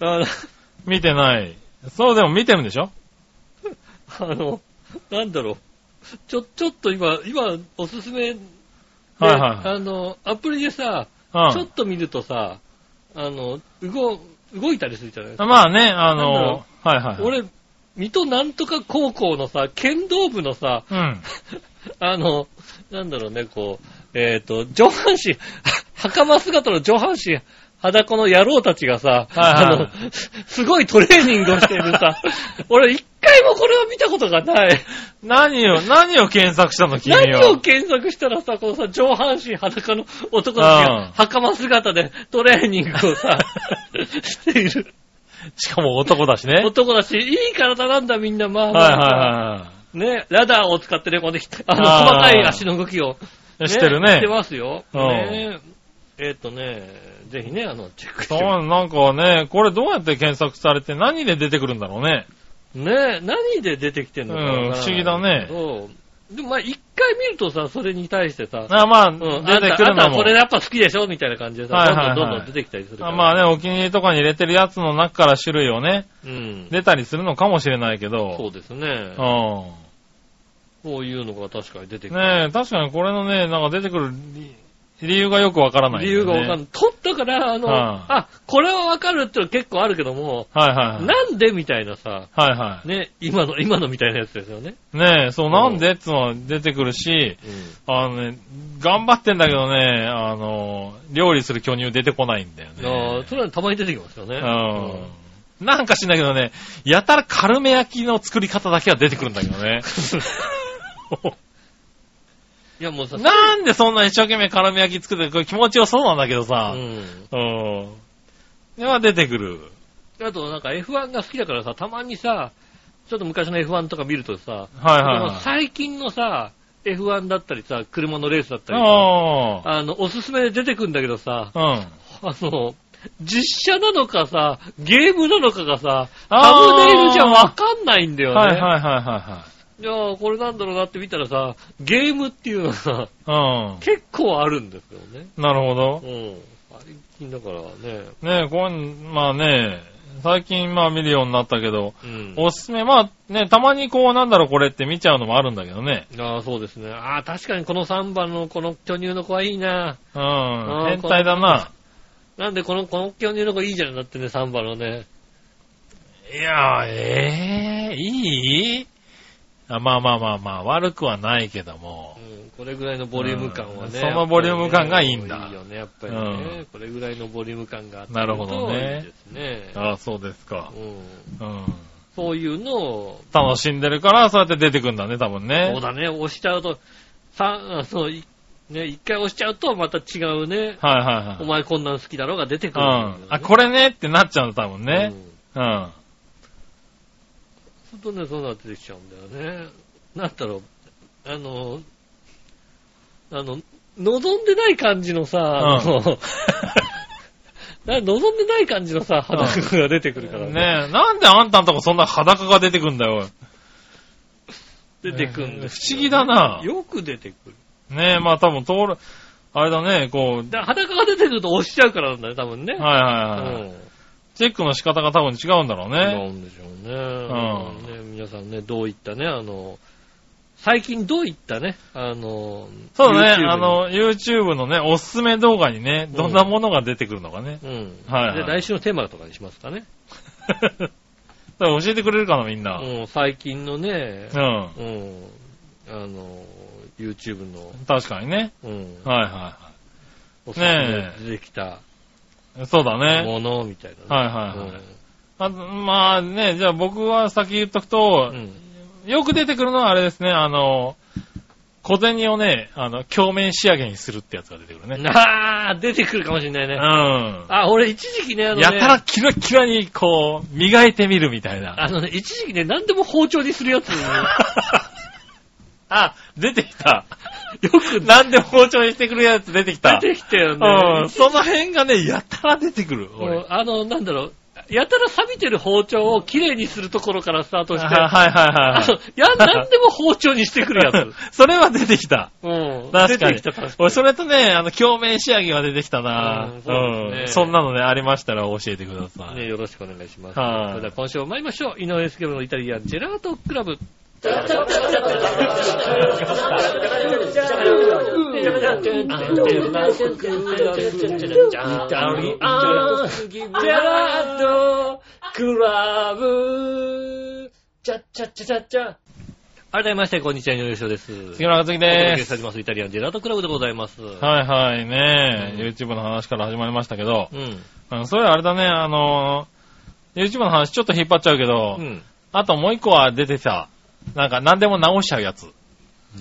Speaker 2: あの、
Speaker 3: 見てない。そう、でも見てるんでしょ
Speaker 2: あのなんだろう。ちょ、ちょっと今、今、おすすめ、ね
Speaker 3: はいはい
Speaker 2: あの、アプリでさ、
Speaker 3: う
Speaker 2: ちょっ
Speaker 3: ん。
Speaker 2: と見るとさ、あの、動、動いたりするじゃないですか。
Speaker 3: まあね、
Speaker 2: な
Speaker 3: あ
Speaker 2: んだ
Speaker 3: の
Speaker 2: ろ、
Speaker 3: はいはい。、
Speaker 2: 俺、水戸なんとか高校のさ、剣道部のさ、
Speaker 3: うん。
Speaker 2: あの、なんだろうね、こう、えっ、と、上半身、袴姿の上半身、裸の野郎たちがさ、
Speaker 3: はいはい
Speaker 2: あの、すごいトレーニングをしている さ、俺一回もこれを見たことがない。
Speaker 3: 何を、何を検索したの、君は。
Speaker 2: 何を検索したらさ、このさ、上半身裸の男たち
Speaker 3: うん
Speaker 2: が、袴姿でトレーニングを さ、している。
Speaker 3: しかも男だしね。
Speaker 2: 男だし、いい体なんだみんな、まあま
Speaker 3: はい
Speaker 2: あまあ、
Speaker 3: は
Speaker 2: ね、ラダーを使ってね、この、あの、
Speaker 3: あー
Speaker 2: 細かい足の動きを。
Speaker 3: いはい。してるね。
Speaker 2: してますよ。
Speaker 3: うん
Speaker 2: ねええっとね、ぜひね、あの、チェックして
Speaker 3: そうなんかね、これどうやって検索されて何で出てくるんだろうね。
Speaker 2: ねえ、何で出てきてんのかわからない
Speaker 3: うん不思議だね
Speaker 2: そう。でもまあ一回見るとさ、それに対してさ、
Speaker 3: あまあ、
Speaker 2: うん
Speaker 3: 出てくる
Speaker 2: あんたあ
Speaker 3: の
Speaker 2: んた
Speaker 3: も
Speaker 2: こ。れやっぱ好きでしょみたいな感じでさ、
Speaker 3: はい
Speaker 2: どん
Speaker 3: はい
Speaker 2: ど
Speaker 3: は
Speaker 2: ん
Speaker 3: い
Speaker 2: どんどん出てきたりするから。
Speaker 3: あまあね、お気に入りとかに入れてるやつの中から種類をね、
Speaker 2: うん。
Speaker 3: 出たりするのかもしれないけ
Speaker 2: そ
Speaker 3: ど。
Speaker 2: うですね。
Speaker 3: う
Speaker 2: こういうのが確かに出て
Speaker 3: ん。
Speaker 2: くる。
Speaker 3: ねえ、確かにこれのね、なんか出てくる理理由がよくわからない
Speaker 2: 理
Speaker 3: んだよ
Speaker 2: 由
Speaker 3: ね、
Speaker 2: がわかんない。取ったから、あの、
Speaker 3: うん
Speaker 2: あ、これはわかるっての結構あるけども、
Speaker 3: はいはいはい。
Speaker 2: なんでみたいなさ、
Speaker 3: はいは
Speaker 2: ね、今の、今のみたいなやつですよね。
Speaker 3: い。ねえ、そうなんでっつうのは出てくるし、あのね、頑張ってんだけどね、あの、料理する巨乳出てこないんだよね。
Speaker 2: ああ、それはたまに出てきますよね。
Speaker 3: うん。なんかしないけどね、やたら軽め焼きの作り方だけは出てくるんだけ どね。
Speaker 2: いやもうさ、
Speaker 3: なんでそんな一生懸命辛め焼き作ってるこれ気持ちよそうなんだけどさ
Speaker 2: う。ん。
Speaker 3: うん。では出てくる。
Speaker 2: あとなんか F1 が好きだからさ、たまにさ、ちょっと昔の F1 とか見るとさ、
Speaker 3: はい
Speaker 2: で
Speaker 3: はい
Speaker 2: も
Speaker 3: はい。
Speaker 2: 最近のさ、F1 だったりさ、車のレースだったりさ、
Speaker 3: あ
Speaker 2: あの、おすすめで出てくんだけどさ、
Speaker 3: あ。うん。
Speaker 2: あの、実写なのかさ、ゲームなのかがさ、
Speaker 3: あ
Speaker 2: タ
Speaker 3: ー
Speaker 2: ブネイルじゃわかんないんだよね。
Speaker 3: はいはいはいはい
Speaker 2: やーこれなんだろうなって見たらさ、ゲームっていうのが
Speaker 3: いはい。
Speaker 2: 結構あるんですよね。
Speaker 3: うん。なるほど
Speaker 2: う。ん。最近だからね。
Speaker 3: ねえ、こういう、まあね、最近まあ見るようになったけど、
Speaker 2: うん。
Speaker 3: おすすめ、まあね、たまにこうなんだろうこれって見ちゃうのもあるんだけどね。
Speaker 2: ああ、そうですね。ああ、確かにこの3番のこの巨乳の子はいいな。
Speaker 3: う
Speaker 2: あ
Speaker 3: ん
Speaker 2: ー。
Speaker 3: 変態だな。
Speaker 2: なんでこの、この巨乳の子いいじゃんだってね、3番のね。
Speaker 3: いやー、ええいいあまあまあまあまあ、悪くはないけども
Speaker 2: う。ん、これぐらいのボリューム感はね。
Speaker 3: うんそのボリューム感がいいんだ
Speaker 2: やっぱりねいいよね、やっぱりね。
Speaker 3: う
Speaker 2: これぐらいのボリューム感があって
Speaker 3: なるほどね
Speaker 2: いいですね。
Speaker 3: ああ、そうですか
Speaker 2: う。ん
Speaker 3: うん。
Speaker 2: そういうのを、
Speaker 3: 楽しんでるから、そうやって出てくんだね、多分ね。
Speaker 2: そうだね、押しちゃうと、さ、あそう、いね、一回押しちゃうとまた違うね、
Speaker 3: はいはいはい。
Speaker 2: お前こんなん好きだろうが出てく
Speaker 3: う
Speaker 2: る、
Speaker 3: ん。あ、これねってなっちゃうんだ、多分
Speaker 2: れ
Speaker 3: ね。うん。
Speaker 2: ちょっとね、そうなってきちゃうんだよね。なんだろう、あの、あの、望んでない感じのさ、あの な望んでない感じのさ、
Speaker 3: うん
Speaker 2: 肌服が出てくるからね。
Speaker 3: ねえ、なんであんたんとこそんな裸が出てくんだよ。
Speaker 2: 出てくるんですよ
Speaker 3: 不思議だな
Speaker 2: よく出てくる。
Speaker 3: ねえ、まあ多分通る、あれだね、こう、
Speaker 2: だから裸が出てくると押しちゃうからなんだね、多分ね。
Speaker 3: はいはいはい。
Speaker 2: うん
Speaker 3: チェックの仕方が多分違うんだろうね。
Speaker 2: なんでしょうね。ね皆さんね、どういったね、あの、最近どういったね、あの、
Speaker 3: そう
Speaker 2: YouTube
Speaker 3: だね、
Speaker 2: に
Speaker 3: あ、の、YouTube のね、おすすめ動画にね、どんなものが出てくるのかね。
Speaker 2: うん。
Speaker 3: はいはい
Speaker 2: で、来週のテーマとかにしますかね。
Speaker 3: だから教えてくれるかな、みんな。
Speaker 2: うん、最近のね
Speaker 3: う、ん。
Speaker 2: うん、あの、YouTube の、
Speaker 3: 確かにね。
Speaker 2: うん、
Speaker 3: はいは
Speaker 2: おすすめで出てきた
Speaker 3: いはい。そうだね。
Speaker 2: ものみたいなね。
Speaker 3: はいはいはい。あとまあね、じゃあ僕は先言っとくと
Speaker 2: うん、うん
Speaker 3: よく出てくるのはあれですね、あの、小銭をね、あの、鏡面仕上げにするってやつが出てくるね。
Speaker 2: なあ、出てくるかもしれないうね。
Speaker 3: ん。
Speaker 2: あ、俺一時期ね、あのね、
Speaker 3: やたらキラキラにこう、磨いてみるみたいな。
Speaker 2: あのね、一時期ね、何でも包丁にするやつ、
Speaker 3: あ、出てきた。
Speaker 2: よく
Speaker 3: なんで包丁にしてくるやつ出てきた。
Speaker 2: 出てきたよ
Speaker 3: うん、
Speaker 2: ね。
Speaker 3: その辺がね、やたら出てくる、
Speaker 2: う
Speaker 3: 俺
Speaker 2: ん。あの、なんだろう、やたら錆びてる包丁をきれいにするところからスタート
Speaker 3: あ
Speaker 2: し
Speaker 3: は
Speaker 2: て、
Speaker 3: いはいはい
Speaker 2: あ
Speaker 3: はい
Speaker 2: の、や、なんでも包丁にしてくるやつ。
Speaker 3: それは出てきた。
Speaker 2: うん。
Speaker 3: 確かに
Speaker 2: 出てきた、確。か
Speaker 3: 俺、それとね、あの、鏡面仕上げは出てきたな。
Speaker 2: うん
Speaker 3: う
Speaker 2: そうですね
Speaker 3: ん。そんなのね、ありましたら教えてくださ
Speaker 2: に。ね、
Speaker 3: い。
Speaker 2: よろしくお願いします。
Speaker 3: はい
Speaker 2: それでは今週も参りましょう。井上杉村のイタリアンジェラートクラブ。改めまして、こんにちは、井上翔です。
Speaker 3: 杉村和樹
Speaker 2: お届
Speaker 3: で
Speaker 2: け
Speaker 3: す
Speaker 2: してお。ります、イタリアンジェラートクラブでございます。
Speaker 3: はいはいね、
Speaker 2: うん
Speaker 3: YouTube の話から始まりましたけど、
Speaker 2: うん。
Speaker 3: うん、それあれだね、あのー、YouTube の話ちょっと引っ張っちゃうけど、
Speaker 2: うん。
Speaker 3: あともう一個は出てた、なんか何でも直しちゃうやつ。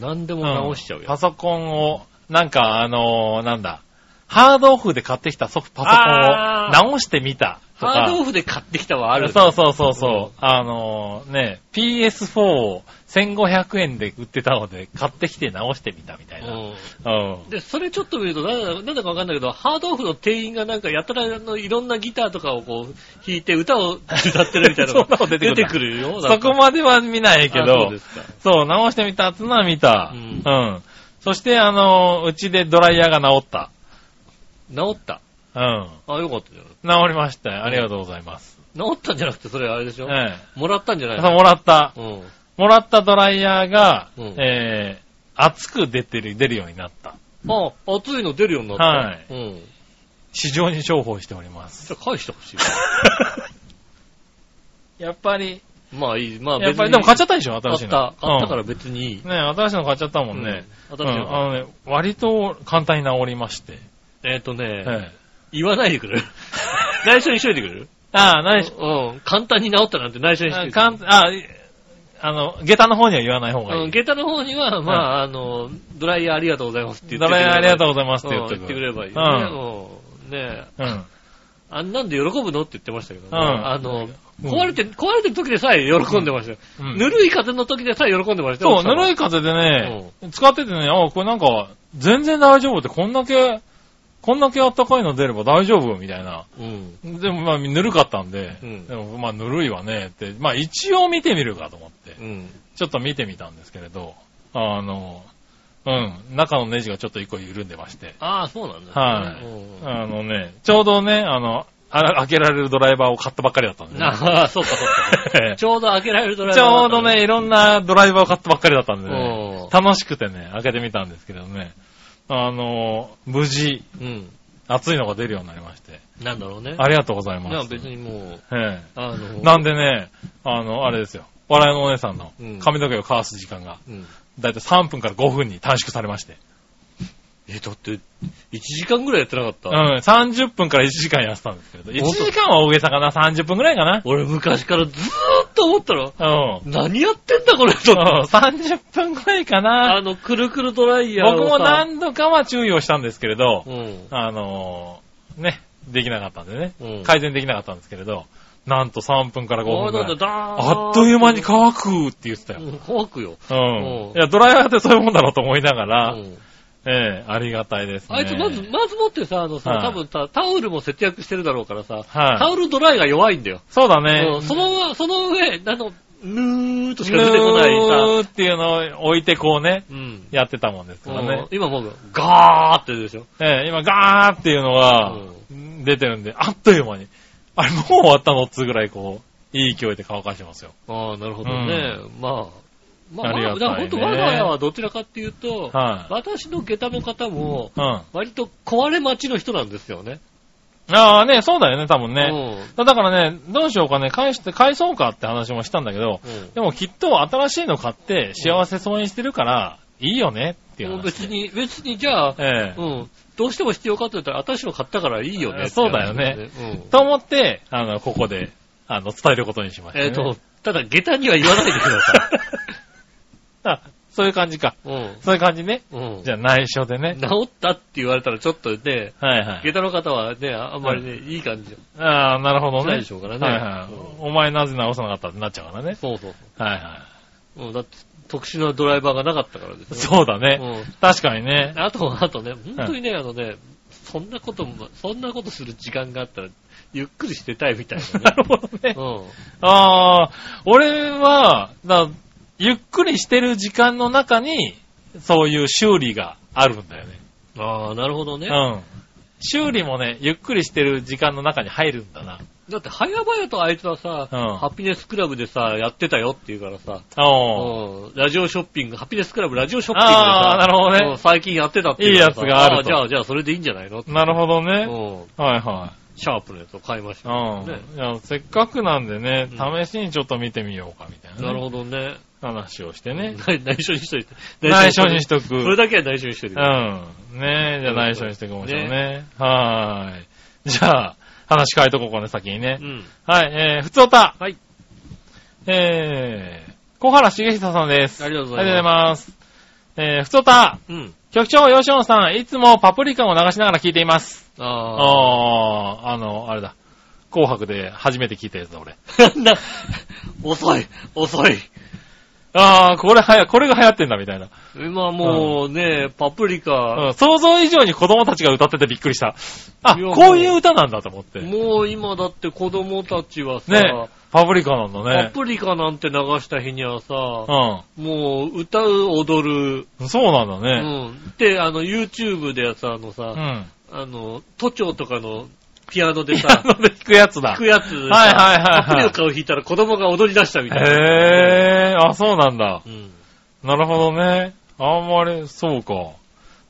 Speaker 2: 何でも直しちゃう
Speaker 3: うん
Speaker 2: よ。
Speaker 3: パソコンを、なんかあのー、なんだ、ハードオフで買ってきたソフトパソ
Speaker 2: あー
Speaker 3: コンを直してみたとか。
Speaker 2: ハードオフで買ってきたはある。
Speaker 3: そうそうそうそう。あのーね、PS4 を1500円で売ってたので、買ってきて直してみたみたいな。
Speaker 2: うん
Speaker 3: うん。
Speaker 2: で、それちょっと見ると、なんだなんだかわかんないけど、ハードオフの店員がなんかやたらあのいろんなギターとかをこう弾いて歌を歌ってるみたいなの
Speaker 3: そんな
Speaker 2: が
Speaker 3: の
Speaker 2: 出
Speaker 3: 出てくるんだ
Speaker 2: てくるよ。
Speaker 3: そこまでは見ないけ
Speaker 2: あそう
Speaker 3: ど
Speaker 2: で、すか。
Speaker 3: そう、直してみたっつうのは見た。
Speaker 2: う
Speaker 3: うんん。そして、あのー、うちでドライヤーが直った。
Speaker 2: 治った。
Speaker 3: うん。
Speaker 2: あ、よかったじゃん。
Speaker 3: 直りましたよ。ありがとうございます。
Speaker 2: 治ったんじゃなくて、それあれでしょ、
Speaker 3: え
Speaker 2: もらったんじゃな
Speaker 3: え。
Speaker 2: い
Speaker 3: そう、
Speaker 2: の
Speaker 3: もらった。
Speaker 2: うん。
Speaker 3: もらったドライヤーが、
Speaker 2: うん
Speaker 3: えー熱く出てる、出るようになった。
Speaker 2: あ、熱いの出るようになった。
Speaker 3: はい
Speaker 2: うん。
Speaker 3: 市場に重宝しております。
Speaker 2: じゃあ返してほしい。
Speaker 3: やっぱり、
Speaker 2: まあいい。まあ
Speaker 3: やっぱり、でも買っちゃったでしょ、
Speaker 2: 買
Speaker 3: 新
Speaker 2: っ
Speaker 3: しいの。
Speaker 2: た。買ったから
Speaker 3: うん
Speaker 2: 別にいい。
Speaker 3: ね新しいの買っちゃったも
Speaker 2: う
Speaker 3: んね。
Speaker 2: ん。
Speaker 3: うん
Speaker 2: 新しいの買っ
Speaker 3: あのね、割と簡単に直りまして。
Speaker 2: たえっ、とね、
Speaker 3: ええ
Speaker 2: 言わないでくれる。内緒にしといてくれる
Speaker 3: ああ、内緒。
Speaker 2: うん、簡単に治ったなんて内緒にして
Speaker 3: あ
Speaker 2: る。
Speaker 3: かんあ、いあの、下駄の方には言わない方が
Speaker 2: う
Speaker 3: い
Speaker 2: ん、
Speaker 3: い。
Speaker 2: 下駄の方には、まあ、あの、ドライヤーありがとうございますって言って
Speaker 3: ドライヤーありがとうございますすって言って
Speaker 2: 言ってく
Speaker 3: く
Speaker 2: れ
Speaker 3: る。
Speaker 2: ればいい、ね。うんねえ
Speaker 3: うん。
Speaker 2: あんなんで喜ぶのって言ってましたけど、
Speaker 3: うん
Speaker 2: あの、
Speaker 3: うん
Speaker 2: 壊れて、壊れてる時でさえ喜んでましたよ。
Speaker 3: うん
Speaker 2: ぬるい風の時でさえ喜んでましたよ。
Speaker 3: そう、
Speaker 2: 奥様
Speaker 3: ぬるい風でね、使っててね、あこれなんか、全然大丈夫って、こんだけ、こんだけ暖かいの出れば大丈夫みたいな。
Speaker 2: うん。
Speaker 3: でもまあ、ぬるかったんで、
Speaker 2: うん
Speaker 3: でもまあ、ぬるいわねって、まあ、一応見てみるかと思って
Speaker 2: う、ん。
Speaker 3: ちょっと見てみたんですけれど、あの、うん、中のネジがちょっと一個緩んでまして、
Speaker 2: ああ、そうなんだ、
Speaker 3: はい
Speaker 2: うん
Speaker 3: あのね、ちょうどね、あの、あ開けられるドライバーを買ったばっかりだったんで、ね、
Speaker 2: ああ、そうかそう か。ちょうど開けられるドライ
Speaker 3: ち
Speaker 2: バー
Speaker 3: ょ
Speaker 2: だ
Speaker 3: う
Speaker 2: った
Speaker 3: ど
Speaker 2: んだ。
Speaker 3: ね、いろんなドライバーを買ったばっかりだったんで
Speaker 2: お
Speaker 3: ね、
Speaker 2: ー
Speaker 3: 楽しくてね、開けてみたんですけどね、あの、無事、熱いのが出るようになりまして、
Speaker 2: うん。なんだろうね。
Speaker 3: ありがとうござい
Speaker 2: い
Speaker 3: ま
Speaker 2: や、
Speaker 3: す。
Speaker 2: 別にもう、
Speaker 3: え
Speaker 2: あの、
Speaker 3: えなんでね、あの、あれですよ、笑いのお姉さんの
Speaker 2: うん
Speaker 3: 髪の毛を乾わす時間が、
Speaker 2: うん。
Speaker 3: だいたい3分から5分に短縮されまして、
Speaker 2: え、だって、1時間ぐらいやってなかった。
Speaker 3: うん、30分から1時間やってたんですけれど、1
Speaker 2: 当
Speaker 3: 時間は大げさかな、30分ぐらいかな。
Speaker 2: 俺昔からずーっと思ったの。
Speaker 3: うん。
Speaker 2: 何やってんだこれ
Speaker 3: そ
Speaker 2: と
Speaker 3: う、。30分ぐらいかな。
Speaker 2: あの、くるくるドライヤーをさ。
Speaker 3: 僕も何度かは注意をしたんですけれど
Speaker 2: う、ん。
Speaker 3: あのーね、できなかったんでね、
Speaker 2: うん
Speaker 3: 改善できなかったんですけれど、なんと3分から5分ぐらい。あ
Speaker 2: あ
Speaker 3: っという間に
Speaker 2: わ
Speaker 3: 乾くって言ってたよ。
Speaker 2: る。乾くよ。
Speaker 3: う
Speaker 2: うんん。
Speaker 3: いや、ドライヤーってそういうもんだろうと思いなが
Speaker 2: う
Speaker 3: ら、
Speaker 2: ん
Speaker 3: ええありがたいですね。
Speaker 2: あいつまず、まず持ってさ、あのさ、
Speaker 3: はい
Speaker 2: 多分さ、タオルも節約してるだろうからさ、
Speaker 3: はい
Speaker 2: タオルドライが弱いんだよ。
Speaker 3: そうだ
Speaker 2: う
Speaker 3: ね
Speaker 2: ん。その、その上、あの、ぬーっとしか
Speaker 3: ぬ
Speaker 2: 出てこないさ、
Speaker 3: ーっていうのを置いてこうね、
Speaker 2: うん。
Speaker 3: やってたもんですから
Speaker 2: うん
Speaker 3: ね。
Speaker 2: 今もう、ガーって出るでしょ。
Speaker 3: ええ今ガーっていうのが出てるんで、あっという間に。あれ、もう終わったのっつうぐらいこう、いい勢いで乾かしてますよ。
Speaker 2: ああ、なるほどね。まあ。まあ、
Speaker 3: あり
Speaker 2: ま
Speaker 3: が
Speaker 2: あ、
Speaker 3: たいね
Speaker 2: だから本当我が家はどちらかっていうと、
Speaker 3: はい
Speaker 2: 私の下駄の方も、
Speaker 3: うん。あ
Speaker 2: 割と壊れ待ちの人なんですよね。
Speaker 3: あね、そうだよね、多分ね。
Speaker 2: うん
Speaker 3: だからね、どうしようかね、返して、返そうかって話もしたんだけど、
Speaker 2: うん
Speaker 3: でもきっと新しいの買って幸せそうにしてるから、いいよねっていう
Speaker 2: もう
Speaker 3: 話。
Speaker 2: 別。に、別にじゃあ、
Speaker 3: ええ
Speaker 2: うん、どうしても必要かって言ったら、私の買ったからいいよねって話です。
Speaker 3: そうだよね
Speaker 2: うん。
Speaker 3: と思って、あの、ここで、あの、伝えることにしました、ね。
Speaker 2: えっ、と、ただ下駄には言わないでくださ
Speaker 3: あ、そういう感じ か。
Speaker 2: い。
Speaker 3: そういう感じね。
Speaker 2: うん。うん。
Speaker 3: じゃあ内緒でね。
Speaker 2: 治ったって言われたらちょっとね、
Speaker 3: はいはい
Speaker 2: 下。駄の方はね、あんまりね、いい感じじ
Speaker 3: ああ、なるほど
Speaker 2: ゃな
Speaker 3: ね。
Speaker 2: いでしょうからね。
Speaker 3: はいはい。お前なぜ直さなかったってなっちゃうからね。
Speaker 2: そうそう
Speaker 3: はいは
Speaker 2: そう。うん、だって、特殊なドライバーがなかったからですね。
Speaker 3: い。そうだね。
Speaker 2: う
Speaker 3: 確かにね
Speaker 2: ん。。あと、あとね、本当にね、あのね、そんなことも、そんなことする時間があったら、ゆっくりしてたいみたい
Speaker 3: な
Speaker 2: な
Speaker 3: るほどね。
Speaker 2: ね。
Speaker 3: ああ、俺は、だゆっくりしてる時間の中に、そういう修理があるんだよね。
Speaker 2: うん。ああ、なるほどね。
Speaker 3: うん。修理もね、ゆっくりしてる時間の中に入るんだな。
Speaker 2: だって、早々とあいつはさ、
Speaker 3: うん
Speaker 2: ハピネスクラブでさ、やってたよって言うからさ、
Speaker 3: お
Speaker 2: う
Speaker 3: ー
Speaker 2: んラジオショッピング、ハピネスクラブラジオショッピングで
Speaker 3: ああ、な
Speaker 2: さ、
Speaker 3: るほど
Speaker 2: うん
Speaker 3: ね。
Speaker 2: 最近やってたっていうからさ
Speaker 3: いいやつがあると
Speaker 2: じゃあ、じゃあ、それでいいんじゃないのって
Speaker 3: なるほどね。
Speaker 2: うん
Speaker 3: はいは
Speaker 2: シャープのやつを買いまし
Speaker 3: い。
Speaker 2: たよ。
Speaker 3: うん。いや、せっかくなんでね
Speaker 2: う、
Speaker 3: 試しにちょっと見てみようか、みたいなね。
Speaker 2: なるほどね。
Speaker 3: 話をしてね。
Speaker 2: 内内緒にしといて。
Speaker 3: 内緒にしと
Speaker 2: それ
Speaker 3: く。
Speaker 2: だけは内緒にしといて。
Speaker 3: うん。ねえ、じゃあ内緒にしておきましょうね。はーい。じゃあ、話変えとこうかね、先にね。
Speaker 2: うん。
Speaker 3: はい、えー、ふつおた。
Speaker 2: はい。
Speaker 3: えー、小原茂久さんです。
Speaker 2: ありがとうご
Speaker 3: あ
Speaker 2: ざいます。
Speaker 3: りがとうございます。えー、ふつおた。
Speaker 2: うん。
Speaker 3: 局長、吉野さん、いつもパプリカを流しながら聞いています。
Speaker 2: あ
Speaker 3: あー、あの、あれだ。紅白で初めて聞いたやつだ、俺。
Speaker 2: あ。 な、遅い、遅い。
Speaker 3: あー、これはや、これが流行ってんだ、みたいな。
Speaker 2: 今もうね、パプリカ、
Speaker 3: うん、想像以上に子供たちが歌っててびっくりした。あ、
Speaker 2: いや
Speaker 3: こういう歌なんだと思って。ね
Speaker 2: もう今だって子供たちはさ、
Speaker 3: パプリカなんだ
Speaker 2: パ
Speaker 3: ね。
Speaker 2: プリカなんて流した日にはさ、
Speaker 3: う
Speaker 2: もう歌う、踊る、
Speaker 3: ん。そうなんだ
Speaker 2: う
Speaker 3: ね。
Speaker 2: ん。で、あの、YouTube でさ、あの
Speaker 3: う
Speaker 2: さ、
Speaker 3: ん。
Speaker 2: あの、都庁とかのピアノで
Speaker 3: ピア
Speaker 2: さ、
Speaker 3: ノで弾くやつだ。
Speaker 2: 弾くやつでさ、
Speaker 3: はいはいはいはい
Speaker 2: パプリカを弾いたら子供が踊り出したみたいな。
Speaker 3: へえ、あ、そうなんだ。
Speaker 2: うん。
Speaker 3: なるほどね。あんまり、そうか。だか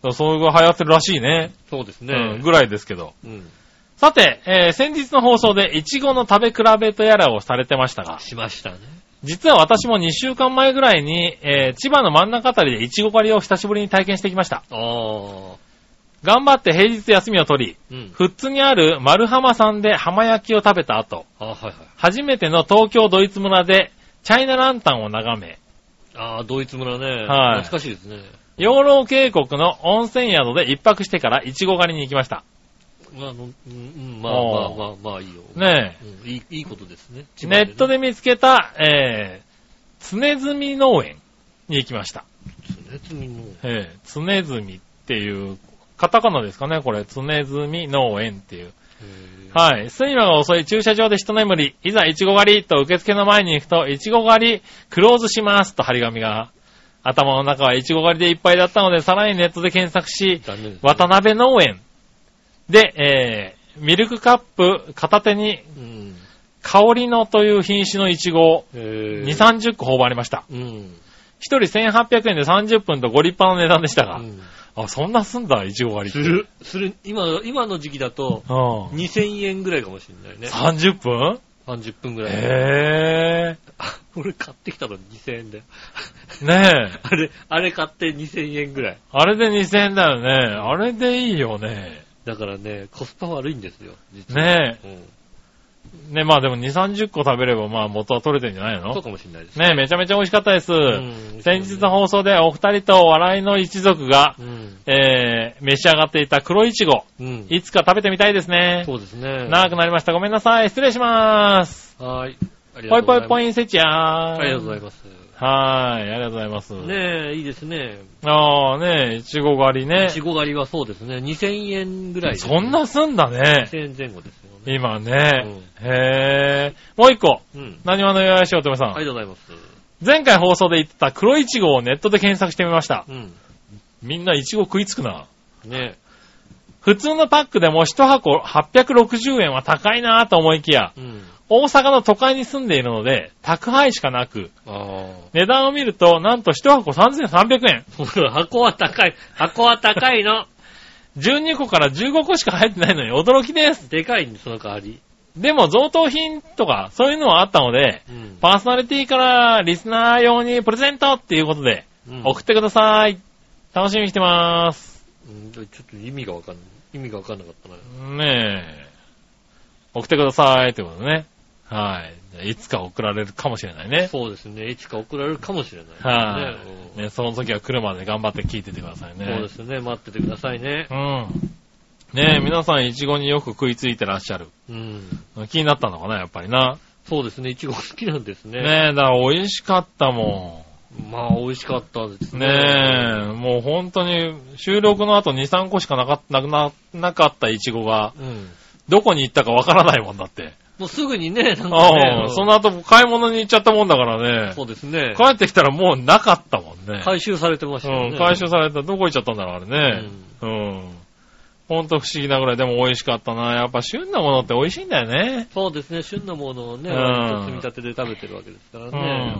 Speaker 3: らそれが流行ってるらしいね。
Speaker 2: そうです
Speaker 3: うん、
Speaker 2: ね。
Speaker 3: ぐらいですけど。
Speaker 2: うん。
Speaker 3: さて、えー先日の放送で、イチゴの食べ比べとやらをされてましたが、
Speaker 2: しましたね。
Speaker 3: 実は私も2週間前ぐらいに、えー千葉の真ん中あたりでイチゴ狩りを久しぶりに体験してきました。
Speaker 2: ああ。
Speaker 3: 頑張って平日休みを取り、
Speaker 2: うん。
Speaker 3: 富津にある丸浜さんで浜焼きを食べた後、
Speaker 2: あ、はいはい。
Speaker 3: 初めての東京ドイツ村でチャイナランタンを眺め、
Speaker 2: ああ、ドイツ村ね。
Speaker 3: はい
Speaker 2: 懐かしいですね。
Speaker 3: 養老渓谷の温泉宿で一泊してからイチゴ狩りに行きました。
Speaker 2: まあ、あのうんうん、まあま
Speaker 3: お
Speaker 2: あ
Speaker 3: ー
Speaker 2: まあまあいいよ。
Speaker 3: ね
Speaker 2: うんいい、いいことですね。
Speaker 3: え。ネット
Speaker 2: で。
Speaker 3: で見つけた、えー、常住農園に行きました。
Speaker 2: 常にもう
Speaker 3: ええ常住っていう、カタカナですかね、これ。常住農園っていう。
Speaker 2: へー
Speaker 3: はい。睡魔が遅い駐車場で一眠り、いざイチゴ狩りと受付の前に行くと、イチゴ狩りクローズしますと張り紙が。頭の中はイチゴ狩りでいっぱいだったので、さらにネットで検索し、
Speaker 2: 残念ですね。
Speaker 3: 渡辺農園で、えー、ミルクカップ片手に
Speaker 2: うん。
Speaker 3: 香りのという品種のイチゴを
Speaker 2: 2
Speaker 3: 2、30個頬張りました。
Speaker 2: うん。
Speaker 3: 一人1800円で30分とご立派な値段でしたが、
Speaker 2: うん
Speaker 3: あ、そんなすんだ、イチゴ狩りっ
Speaker 2: す
Speaker 3: て。
Speaker 2: る、する、今の、今の時期だと、
Speaker 3: うん。
Speaker 2: 2000円ぐらいかもしれないね。
Speaker 3: 30分
Speaker 2: 30分ぐらい。
Speaker 3: へ
Speaker 2: あ俺買ってきたの2000円だよ。
Speaker 3: ぇー。ねえ。
Speaker 2: あれ、あれ買って2000円ぐらい。
Speaker 3: あれで2000円だよね。あれでいいよね。
Speaker 2: だからね、コスパ悪いんですよ、実は。
Speaker 3: ね
Speaker 2: うん。
Speaker 3: え。ねまあでも2、30個食べればまあ元は取れてんじゃない
Speaker 2: そう
Speaker 3: の
Speaker 2: かもしれないです。
Speaker 3: ねえ、めちゃめちゃ美味しかったです。
Speaker 2: うん
Speaker 3: 先日の放送でお二人と笑いの一族が、
Speaker 2: うん。
Speaker 3: えー、召し上がっていた黒いちご。
Speaker 2: うん。
Speaker 3: いつか食べてみたいですね。
Speaker 2: そうですね。
Speaker 3: 長くなりました。ごめんなさい。失礼します。
Speaker 2: はーい。あり
Speaker 3: ぽ
Speaker 2: がとうござい
Speaker 3: いぽい
Speaker 2: ます。
Speaker 3: ぽいんせちやー。あ
Speaker 2: ありがとうござい
Speaker 3: ま
Speaker 2: ます。
Speaker 3: す。はーい。ありがとうございます。
Speaker 2: ねえ、いいですね。
Speaker 3: あーねえ、いちご狩りね
Speaker 2: い。ちご狩りはそうですね。2000円ぐらいですね、
Speaker 3: そんなすんだね。
Speaker 2: 2000円前後ですよね。
Speaker 3: 今ね。へー。もう一個。
Speaker 2: うん。
Speaker 3: 何話のよやしおとめさん。
Speaker 2: ありがとうございます。
Speaker 3: 前回放送で言ってた黒いちごをネットで検索してみました。
Speaker 2: うん。
Speaker 3: みんないちご食いつくな。
Speaker 2: ね
Speaker 3: 普通のパックでも1箱860円は高いなぁと思いきや、
Speaker 2: え。うん。
Speaker 3: 大阪の都会に住んでいるので、宅配しかなく、
Speaker 2: あ
Speaker 3: 値段を見ると、なんと1箱3300円。
Speaker 2: あ。箱は高い。箱は高いの。
Speaker 3: 12個から15個しか入ってないのに驚きです。
Speaker 2: でかいんで、その代わり。
Speaker 3: でも贈答品とか、そういうのはあったので、
Speaker 2: うん。
Speaker 3: パーソナリティからリスナー用にプレゼントっていうことで、
Speaker 2: うん
Speaker 3: 送ってください。楽しみにしてます。
Speaker 2: うんちょっと意味がわかんない。意味がわかんなかったな。
Speaker 3: ねえ。送ってくださいってことね。はい。じゃあいつか送られるかもしれないね。
Speaker 2: そうですね。いつか送られるかもしれない、ね。
Speaker 3: はい、
Speaker 2: うん
Speaker 3: ね。その時は来るまで頑張って聞いててくださいね。
Speaker 2: そうですね。待っててくださいね。
Speaker 3: うん。ねえ、皆さん、イチゴによく食いついてらっしゃる。
Speaker 2: うん。
Speaker 3: 気になったのかな、やっぱりな。
Speaker 2: そうですね。いちご好きなんですね。
Speaker 3: ねえ、だから美味しかったも
Speaker 2: まあ、美味しかったです
Speaker 3: ん。
Speaker 2: ね。
Speaker 3: ねえ、もう本当に、収録の後2、3個しかなかった、なくな、なかったイチゴが、
Speaker 2: うん。
Speaker 3: どこに行ったかわからないもんだって。
Speaker 2: もうすぐにね、なんか
Speaker 3: あ
Speaker 2: ね
Speaker 3: あ、。その後買い物に行っちゃったもんだからね
Speaker 2: そ。うですね。
Speaker 3: 帰ってきたらもうなかったもんね。
Speaker 2: 回収されてましたよね。
Speaker 3: うん、回収された。どこ行っちゃったんだろう、あれね。うん。ほんと不思議なぐらい、でも美味しかったな。やっぱ旬なものって美味しいんだよね。
Speaker 2: そうですね。旬なものをね、
Speaker 3: うん
Speaker 2: 割と積み立てで食べてるわけですからね。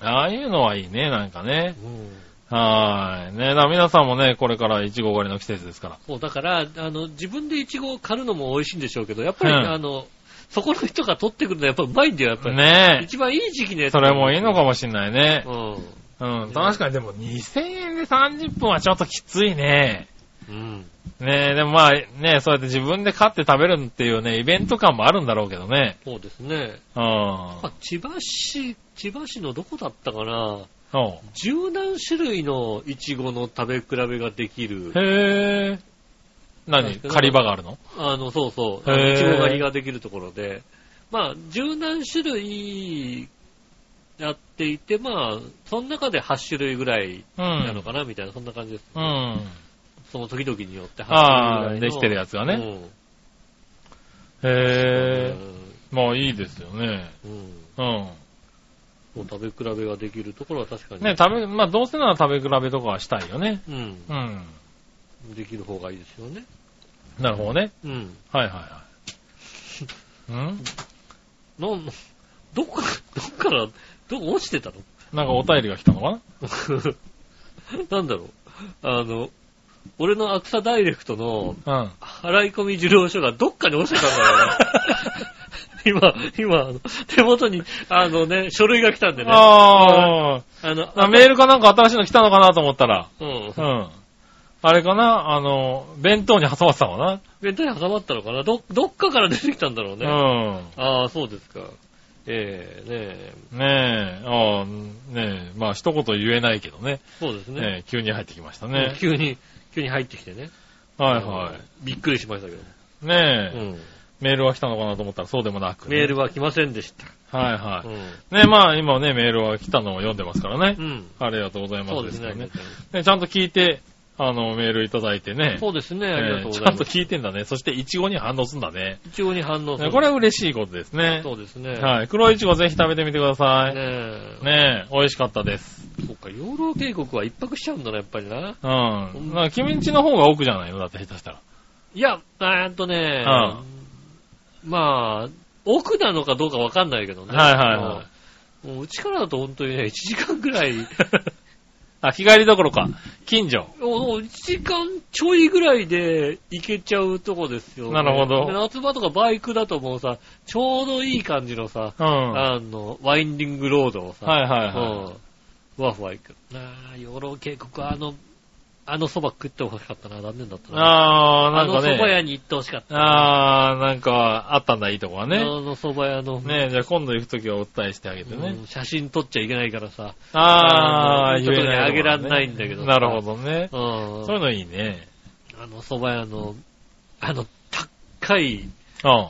Speaker 3: ああいうのはいいね、なんかね。
Speaker 2: うんうん
Speaker 3: はーい。ね、だから皆さんもね、これからイチゴ狩りの季節ですから。
Speaker 2: そう、だから、あの、自分でイチゴを狩るのも美味しいんでしょうけど、やっぱり、
Speaker 3: うん
Speaker 2: あの、そこの人が取ってくるのはやっぱうまいんだよ、やっぱり。
Speaker 3: ね
Speaker 2: 一番いい時期のや
Speaker 3: え。
Speaker 2: つ。
Speaker 3: それもいいのかもしんないね。
Speaker 2: も。
Speaker 3: うん。確かにでも2000円で30分はちょっときついね。
Speaker 2: うん。うん。
Speaker 3: ねえ、でもまあね、そうやって自分で買って食べるっていうね、イベント感もあるんだろうけどね。
Speaker 2: そうですね。
Speaker 3: うん。
Speaker 2: まあ、千葉市、千葉市のどこだったかな
Speaker 3: そ
Speaker 2: 十何種類のイチゴの食べ比べができる
Speaker 3: う。、へえ。何狩り場があるの
Speaker 2: あの、そうそう、あ
Speaker 3: へ
Speaker 2: の
Speaker 3: ー
Speaker 2: イチゴ狩りができるところで、まあ、十何種類やっていて、まあ、その中で8種類ぐらい
Speaker 3: うん。
Speaker 2: なのかな、みたいな、そんな感じです。
Speaker 3: うん。
Speaker 2: その時々によって8
Speaker 3: あ
Speaker 2: 種類
Speaker 3: あ、
Speaker 2: ぐらいの。
Speaker 3: できてるやつがね。
Speaker 2: うん。
Speaker 3: へえ。まあいいですよね。
Speaker 2: うん。うん
Speaker 3: うん。
Speaker 2: そう食べ比べができるところは確かに。
Speaker 3: ね、食べ、まあどうせなら食べ比べとかはしたいよね。
Speaker 2: うん
Speaker 3: う。ん。
Speaker 2: できる方がいいですよね。
Speaker 3: なるほどね。
Speaker 2: うん。
Speaker 3: はいはいはい。ん
Speaker 2: なん、どっから、どっから、どこ落ちてたの
Speaker 3: なんかお便りが来たのかな
Speaker 2: なんだろう。あの、俺のアクサダイレクトの
Speaker 3: うん。
Speaker 2: 払い込み受領書がどっかに落ちてたんだよ、 ね。今、今、あの手元に、あのね、書類が来たんでね。あ
Speaker 3: あー
Speaker 2: の、
Speaker 3: あ、メールかなんか新しいの来たのかなと思ったら。
Speaker 2: うん
Speaker 3: う。ん。あれかなあの、弁当に挟まってたのか
Speaker 2: 弁当に挟まったのかなど、どっかから出てきたんだろうね。
Speaker 3: な。
Speaker 2: ああ、そうですか。ええねえ、
Speaker 3: うん。ねえ、ああ、ねえ、まあ一言言えないけどね。
Speaker 2: そうですね。
Speaker 3: ねえ急に入ってきましたね。
Speaker 2: 急に、急に入ってきてね。
Speaker 3: はいは
Speaker 2: びっくりしましたけど。
Speaker 3: い。ねえ、
Speaker 2: うん。
Speaker 3: メールは来たのかなと思ったらそうでもなく、
Speaker 2: メールは来ませんでした。
Speaker 3: はいは
Speaker 2: う
Speaker 3: い。
Speaker 2: ん。
Speaker 3: ねえ、まあ今ね、メールは来たのを読んでますからね
Speaker 2: う。ん。
Speaker 3: ありがとうございます。
Speaker 2: そうですね。
Speaker 3: ねねちゃんと聞いて、あの、メールいただいてね。
Speaker 2: そうですね。ありがとうござい
Speaker 3: えーちゃん
Speaker 2: ま
Speaker 3: と
Speaker 2: す。
Speaker 3: 聞いてんだね。そして、イチゴに反応すんだね。
Speaker 2: 一応に反応す
Speaker 3: ね
Speaker 2: る。
Speaker 3: これは嬉しいことですね。
Speaker 2: そうですね。
Speaker 3: はい。黒いちごぜひ食べてみてくださ
Speaker 2: ね
Speaker 3: い。ね
Speaker 2: え。
Speaker 3: え、美味しかったです。
Speaker 2: そっか、養老渓谷は一泊しちゃうんだな、やっぱりな。
Speaker 3: うん。なんか君んちの方が奥じゃないのだって下手した ら。
Speaker 2: いや、えーっとね、まあ、奥なのかどうかわかんないけどね。。
Speaker 3: はいはいはい
Speaker 2: もううちからだと本当にね、1時間ぐらい、
Speaker 3: あ、日帰りどころか。近所。
Speaker 2: お1時間ちょいぐらいで行けちゃうとこですよ、
Speaker 3: なるほど
Speaker 2: で夏場とかバイクだともうさ、ちょうどいい感じのさ、
Speaker 3: うん。はい
Speaker 2: あの、ワインディングロードをさ、
Speaker 3: はい
Speaker 2: うん
Speaker 3: は
Speaker 2: ふわふわ行く。ああ、養老渓谷はあの、あの蕎麦食ってほしかったな、残念だっ
Speaker 3: い。
Speaker 2: たな。
Speaker 3: あー、なんか
Speaker 2: あの蕎麦
Speaker 3: ね。
Speaker 2: 屋に行ってほしかったな。
Speaker 3: あー、なんか、あったんだ、いいとこは
Speaker 2: あ
Speaker 3: ね。
Speaker 2: の蕎麦屋の、
Speaker 3: ねえ、じゃあ今度行くときはお伝えしてあげてね。
Speaker 2: うん写真撮っちゃいけないからさ。
Speaker 3: あー、
Speaker 2: あの
Speaker 3: 言えないとこだね、
Speaker 2: あげらんないんだけど
Speaker 3: なるほどね。
Speaker 2: うん。
Speaker 3: そういうのいいね。
Speaker 2: あの蕎麦屋の、あの、高い
Speaker 3: うん。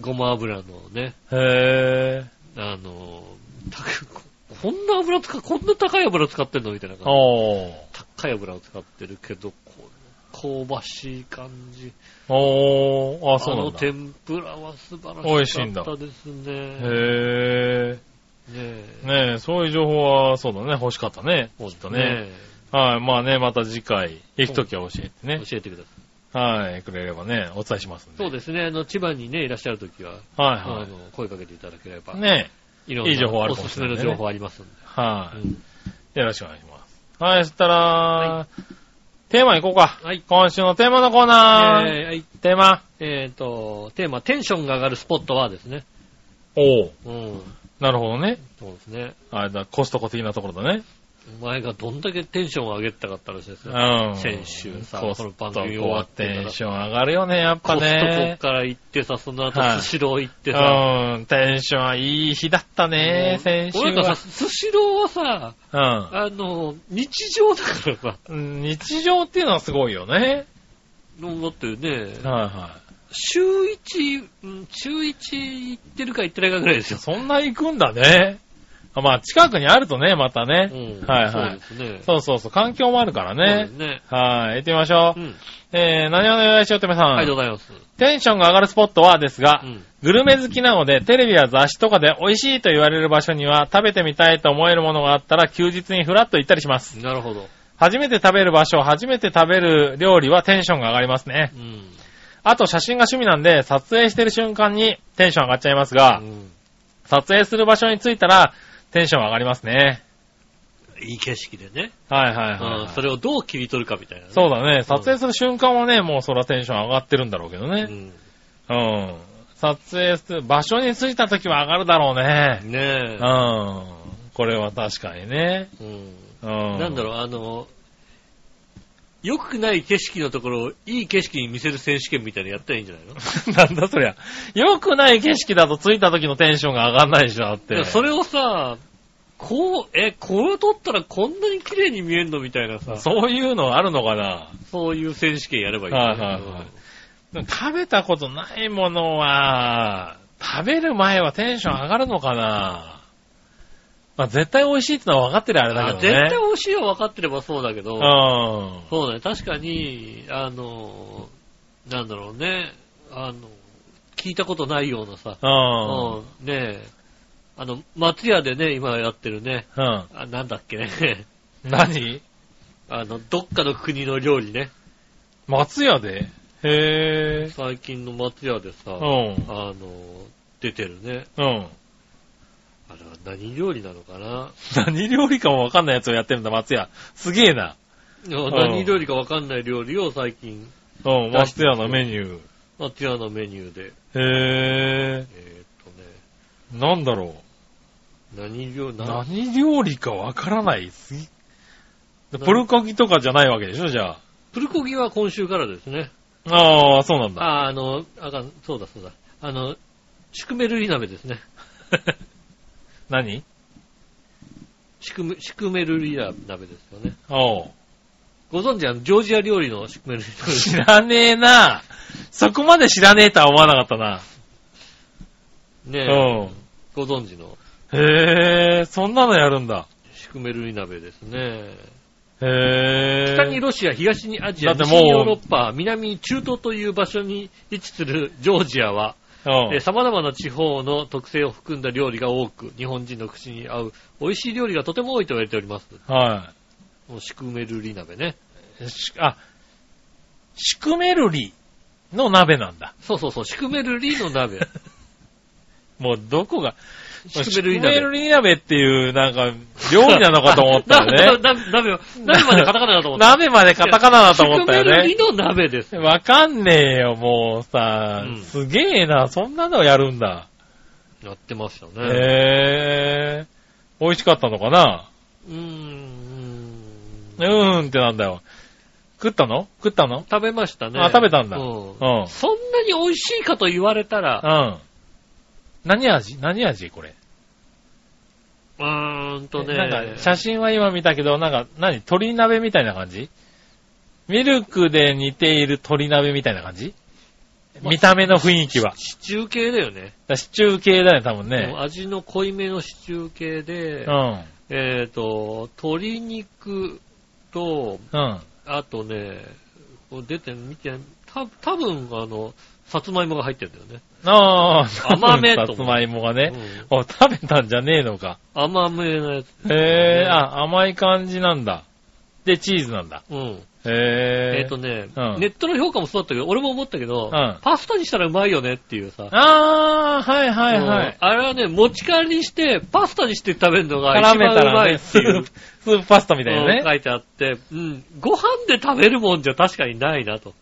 Speaker 2: ごま油のね、
Speaker 3: へ
Speaker 2: あの、たこんな油使、こんな高い油使ってんのみたいな
Speaker 3: ぇ
Speaker 2: 感
Speaker 3: ー。
Speaker 2: じ。
Speaker 3: おー。
Speaker 2: 高い油を使ってるけど、こう香ばしい感じ。
Speaker 3: おー。あ、そうな
Speaker 2: の
Speaker 3: んだ。
Speaker 2: 天ぷらは素晴
Speaker 3: 美
Speaker 2: ら
Speaker 3: 味し
Speaker 2: し
Speaker 3: いん
Speaker 2: か
Speaker 3: だ
Speaker 2: ったですね。ね
Speaker 3: へぇー。ねえ、そういう情報は、そうだね、欲しかったね。
Speaker 2: ほん
Speaker 3: とねはい、まあね、また次回、行くときは教えてね。
Speaker 2: 教えてください。
Speaker 3: はい、くれればね、お伝えしますんで。
Speaker 2: そうですね、あの、千葉にね、いらっしゃるときは、
Speaker 3: はい
Speaker 2: あ
Speaker 3: は
Speaker 2: の、声かけていただければ
Speaker 3: い。、ねえ、
Speaker 2: いろんない
Speaker 3: い情報ある
Speaker 2: お
Speaker 3: かも
Speaker 2: すす
Speaker 3: し
Speaker 2: め
Speaker 3: れない
Speaker 2: の
Speaker 3: ね
Speaker 2: 情報ありますんで。
Speaker 3: はい、
Speaker 2: うん
Speaker 3: よろしくお願いします。はい、そしたら、テーマ行こうか。
Speaker 2: はい
Speaker 3: 今週のテーマのコーナー。
Speaker 2: えーはい
Speaker 3: テーマ。
Speaker 2: えっと、テーマ、テンションが上がるスポットはですね。
Speaker 3: おう。
Speaker 2: うん。
Speaker 3: なるほどね。
Speaker 2: そうですね。
Speaker 3: あれだ、コストコ的なところだね。
Speaker 2: お前がどんだけテンションを上げたかったらしいです
Speaker 3: う
Speaker 2: ね。
Speaker 3: ん。
Speaker 2: 先週さ
Speaker 3: コス
Speaker 2: この
Speaker 3: トコ
Speaker 2: 番組終わ
Speaker 3: は
Speaker 2: ってから
Speaker 3: テンション上がるよね、やっぱ
Speaker 2: コスト
Speaker 3: ね
Speaker 2: コ。から行ってさ、その後
Speaker 3: はい
Speaker 2: スシロー行ってさ、
Speaker 3: うん、テンションはいい日だったね、先週
Speaker 2: 俺なんか
Speaker 3: は
Speaker 2: さ、。スシローはさ、
Speaker 3: う
Speaker 2: あの、日常だからさ、
Speaker 3: ん。日常っていうのはすごいよね。
Speaker 2: だってね、
Speaker 3: はいは
Speaker 2: 週一、うん週一行ってるか行ってないかぐらいです
Speaker 3: い。
Speaker 2: よ。
Speaker 3: そんな行くんだね。あまあ、近くにあるとね、またね。
Speaker 2: うん
Speaker 3: はいはい。
Speaker 2: そうですね。
Speaker 3: そうそうそう、環境もあるから
Speaker 2: そうで
Speaker 3: ね
Speaker 2: す。ね。
Speaker 3: はい、行ってみましょ
Speaker 2: う
Speaker 3: う。
Speaker 2: ん。
Speaker 3: えー、何をお願いしようてめさん。
Speaker 2: ありがとうございます。
Speaker 3: テンションが上がるスポットはですが、
Speaker 2: うん。
Speaker 3: グルメ好きなので、テレビや雑誌とかで美味しいと言われる場所には、食べてみたいと思えるものがあったら、休日にふらっと行ったりします。
Speaker 2: なるほど。
Speaker 3: 初めて食べる場所、初めて食べる料理はテンションが上がりますね
Speaker 2: う。ん。
Speaker 3: あと、写真が趣味なんで、撮影してる瞬間にテンション上がっちゃいますが
Speaker 2: う、ん
Speaker 3: 撮影する場所に着いたら、テンション上がりますね。
Speaker 2: いい景色でね。
Speaker 3: はいはいうはい、
Speaker 2: ん。それをどう切り取るかみたいなね。
Speaker 3: そうだね。撮影する瞬間はね、もうそらテンション上がってるんだろうけど
Speaker 2: う
Speaker 3: ね。
Speaker 2: ん。
Speaker 3: うん。撮影する、場所に着いた時は上がるだろうね。
Speaker 2: ね
Speaker 3: うん。これは確かにね。
Speaker 2: え。うん。
Speaker 3: うん。
Speaker 2: なんだ
Speaker 3: ろ
Speaker 2: ろう、あの、良くない景色のところをいい景色に見せる選手権みたいなのやったらいいんじゃないの
Speaker 3: う。 なんだそりゃ。良くない景色だと着いた時のテンションが上がんないでしょ、だっ
Speaker 2: い
Speaker 3: て。
Speaker 2: やそれをさ、こう、え、これを撮ったらこんなに綺麗に見えんのみたいなさ、そ
Speaker 3: そういうのあるのかな
Speaker 2: ういう選手権やればいい、
Speaker 3: はいはいはい食べたことないものは、食べる前はテンション上がるのかなまあ絶対美味しいってのは分かってるあれだけ
Speaker 2: あ
Speaker 3: どね。
Speaker 2: 絶対美味しいは分かってればそうだけど、
Speaker 3: うん。
Speaker 2: そうだね、確かに、あの、なんだろうね、あの、聞いたことないようなさ、
Speaker 3: うん。
Speaker 2: うんねえ、あの、松屋でね、今やってるね、
Speaker 3: うん。
Speaker 2: あなんだっけ ね、
Speaker 3: 何
Speaker 2: あの、どっかの国の料理ね。
Speaker 3: 松屋でへぇ
Speaker 2: 最近の松屋でさ、
Speaker 3: ー。
Speaker 2: あ
Speaker 3: うん。
Speaker 2: の、出てるね。
Speaker 3: う
Speaker 2: あ
Speaker 3: ん。
Speaker 2: れは何料理なのかな
Speaker 3: 何料理かも分かんないやつをやってるんだ、松屋。すげえな。
Speaker 2: 何料理かわかんない料理を最近、
Speaker 3: うん、
Speaker 2: 出し
Speaker 3: 松
Speaker 2: てる
Speaker 3: 屋のメニュ
Speaker 2: 松屋のメニューで、
Speaker 3: ー。へ
Speaker 2: えーっとね、
Speaker 3: ぇー。なんだろ
Speaker 2: 何料理、
Speaker 3: う。
Speaker 2: な
Speaker 3: 何料理か分からない。すぎ
Speaker 2: 何
Speaker 3: プルコギとかじゃないわけでしょ、じゃあ。
Speaker 2: プルコギは今週からですね。
Speaker 3: ああ、そうなんだ。
Speaker 2: あー、あの、あかん、そうだそうだ。あの、シクメルリ鍋ですね。
Speaker 3: 何
Speaker 2: シクメシクメルリ鍋ですよね。
Speaker 3: おう。
Speaker 2: ご存知、あの、ジョージア料理のシクメルリ鍋です
Speaker 3: 知らねえな。そこまで知らねえとは思わなかったな。
Speaker 2: ね。
Speaker 3: う
Speaker 2: ご存知の
Speaker 3: へえ、そんなのやるんだ。
Speaker 2: シクメルリ鍋ですね。
Speaker 3: へえ。
Speaker 2: 北にロシア、東にアジア、
Speaker 3: だっ
Speaker 2: 西
Speaker 3: てもう
Speaker 2: にヨーロッパ、南に中東という場所に位置するジョージアは、
Speaker 3: うん
Speaker 2: えー様々な地方の特性を含んだ料理が多く、日本人の口に合う美味しい料理がとても多いと言われております。
Speaker 3: は
Speaker 2: もうシクメルリ鍋ね。
Speaker 3: い。しあ、シクメルリの鍋なんだ。
Speaker 2: そうそうそう、シクメルリの 鍋。
Speaker 3: もうどこが、
Speaker 2: シクメルリ
Speaker 3: シクメ
Speaker 2: 鍋。
Speaker 3: ルリ鍋っていう、なんか、料理なのかと思ったよ ね。
Speaker 2: なな鍋を、鍋までカタカナだと思った。
Speaker 3: 鍋までカタカナだと思ったよ
Speaker 2: シクメルリ
Speaker 3: ね。
Speaker 2: の鍋です。
Speaker 3: わかんねえよ、もうさ
Speaker 2: うん。
Speaker 3: すげえな、そんなのやるんだ。
Speaker 2: やってましたね。
Speaker 3: へえ。美味しかったのかな
Speaker 2: うーん。
Speaker 3: うーんってなんだよ。食ったの食ったの
Speaker 2: 食べましたね。
Speaker 3: あ食べたんだ
Speaker 2: うん
Speaker 3: うん。
Speaker 2: そんなに美味しいかと言われたら、
Speaker 3: うん。何味何味これ。
Speaker 2: うーんとね、
Speaker 3: なんか、写真は今見たけど、なんか、何鶏鍋みたいな感じミルクで似ている鶏鍋みたいな感じ
Speaker 2: まあ
Speaker 3: 見た目の雰囲気は。だか
Speaker 2: シチュー系だよね。
Speaker 3: らシチュー系だね、多分
Speaker 2: もう
Speaker 3: ね。
Speaker 2: 味の濃いめのシチュー系で、
Speaker 3: うん。
Speaker 2: えっ、と、鶏肉と、
Speaker 3: うん。
Speaker 2: あとね、こう出てみて、た多分あの、さつまいもが入ってるんだよね。
Speaker 3: ああ、
Speaker 2: 甘めと
Speaker 3: 多分さつまいもが
Speaker 2: う
Speaker 3: ね。
Speaker 2: ん
Speaker 3: お、食べたんじゃねえのか。
Speaker 2: 甘めのやつ。
Speaker 3: へ
Speaker 2: ね
Speaker 3: え、あ、甘い感じなんだ。で、チーズなんだ。
Speaker 2: うん。
Speaker 3: へえ。
Speaker 2: えっ、とね、
Speaker 3: うん
Speaker 2: ネットの評価もそうだったけど、俺も思ったけど、
Speaker 3: うん
Speaker 2: パスタにしたらうまいよねっていうさ。
Speaker 3: ああ、はいはいは
Speaker 2: うん
Speaker 3: い。
Speaker 2: あれはね、持ち帰りにして、パスタにして食べるのが
Speaker 3: 絡
Speaker 2: 一
Speaker 3: め
Speaker 2: 番
Speaker 3: た
Speaker 2: うま
Speaker 3: ら
Speaker 2: い
Speaker 3: ね、
Speaker 2: っ
Speaker 3: ス
Speaker 2: てい
Speaker 3: ー
Speaker 2: う
Speaker 3: プ、スープパスタみたいな
Speaker 2: うん書
Speaker 3: ね。
Speaker 2: いてあって、うん、ご飯で食べるもんじゃ確かにないなと。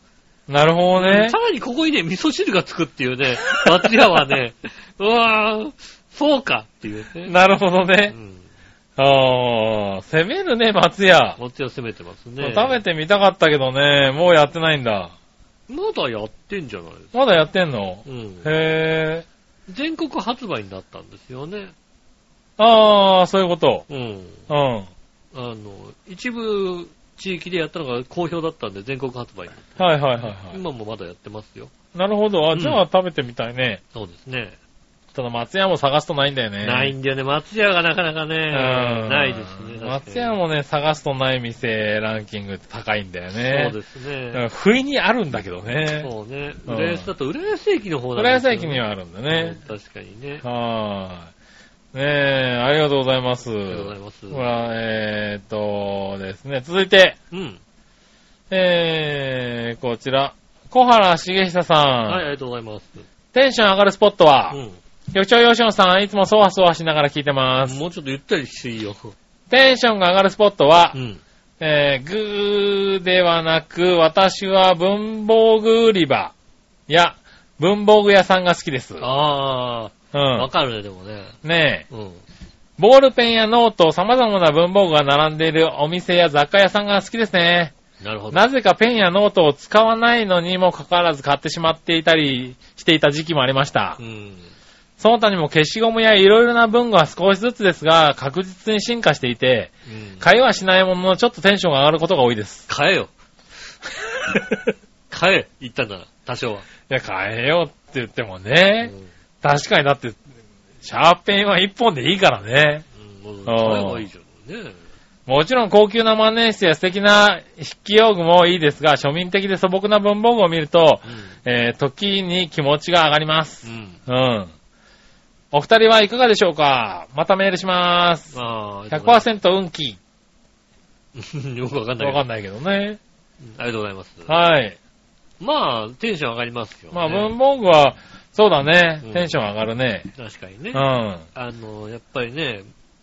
Speaker 3: なるほどね
Speaker 2: さ。らにここにね、味噌汁がつくっていうね、 松屋はね、うわー、そうかっていうね。
Speaker 3: なるほど
Speaker 2: う
Speaker 3: ね。
Speaker 2: ん、
Speaker 3: ああ、攻めるね、松屋。
Speaker 2: 松屋攻めてますね。
Speaker 3: 食べてみたかったけどね、もうやってないんだ。
Speaker 2: まだやってんじゃないですか。
Speaker 3: まだやってんの
Speaker 2: うん、
Speaker 3: へえ。
Speaker 2: 全国発売になったんですよね。
Speaker 3: ああ、そういうこと。
Speaker 2: うん。
Speaker 3: うん。
Speaker 2: あの、一部地域でやったのが好評だったんで、全国発売になった。
Speaker 3: はいはいはいは
Speaker 2: 今もまだやってますよ。
Speaker 3: い。なるほど。
Speaker 2: う
Speaker 3: あ、
Speaker 2: ん
Speaker 3: じゃあ食べてみたいね。
Speaker 2: そうですね。
Speaker 3: ただ松屋も探すとないんだよね。
Speaker 2: ない。んだよね。松屋がなかなかね、
Speaker 3: うん。
Speaker 2: ないですね。
Speaker 3: 松屋もね、探すとない店ランキングって高いんだよね。
Speaker 2: そうですね。
Speaker 3: うん不意にあるんだけどね。
Speaker 2: そうね。
Speaker 3: うん
Speaker 2: 浦安だと浦安駅の方なん
Speaker 3: 浦安
Speaker 2: ですよ
Speaker 3: 駅にはあるんだね。
Speaker 2: うん確かにね。あ
Speaker 3: はーい。ねえ、ありがとうございます。あり
Speaker 2: りがとうございます。
Speaker 3: えーっとですね、続いて、
Speaker 2: うん。
Speaker 3: えー、こちら、小原茂久さ
Speaker 2: は
Speaker 3: ん、
Speaker 2: い、ありがとうございます。
Speaker 3: テンション上がるスポットは、
Speaker 2: う
Speaker 3: 局長よしのさん、いつもそわそわしながら聞いてます
Speaker 2: ん。。もうちょっとゆったりしていいよ。
Speaker 3: テンションが上がるスポットは
Speaker 2: う、ん。
Speaker 3: えー、ぐーではなく、私は文房具売り場や文房具屋さんが好きです。
Speaker 2: あ
Speaker 3: う
Speaker 2: あ、わ
Speaker 3: ん。
Speaker 2: かるね、でもね。
Speaker 3: ねえ。
Speaker 2: うん。
Speaker 3: ボールペンやノート、様々な文房具が並んでいるお店や雑貨屋さんが好きですね。
Speaker 2: なるほど。
Speaker 3: なぜかペンやノートを使わないのにもかかわらず買ってしまっていたりしていた時期もありました
Speaker 2: う。ん。
Speaker 3: その他にも消しゴムや色々な文具は少しずつですが、確実に進化していて、
Speaker 2: うん
Speaker 3: 買いはしないもののちょっとテンションが上がることが多 いです。
Speaker 2: 買えよ。買え、言ったんだなら、多少は。
Speaker 3: いや、買えよって言ってもね
Speaker 2: う、ん
Speaker 3: 確かにだって、シャーペンは1本でいいからね。
Speaker 2: うん、買えばいいじゃん。ね
Speaker 3: もちろん高級な万年筆や素敵な筆記用具もいいですが、庶民的で素朴な文房具を見ると、えー、時に気持ちが上がります。
Speaker 2: うん。うん。
Speaker 3: うん。お二人はいかがでしょうかまたメールします。
Speaker 2: ああ、
Speaker 3: 100%運気。
Speaker 2: 100%。よくわかんない
Speaker 3: わ
Speaker 2: けど
Speaker 3: かんないけどね。
Speaker 2: うんありがとうございます。
Speaker 3: はい。
Speaker 2: まあ、テンション上がりますよ、ね。
Speaker 3: まあ文房具は、そうだね
Speaker 2: うん。
Speaker 3: テンション上がるね。
Speaker 2: 確かに
Speaker 3: う
Speaker 2: ね
Speaker 3: ん。。は
Speaker 2: あの、やっぱりね、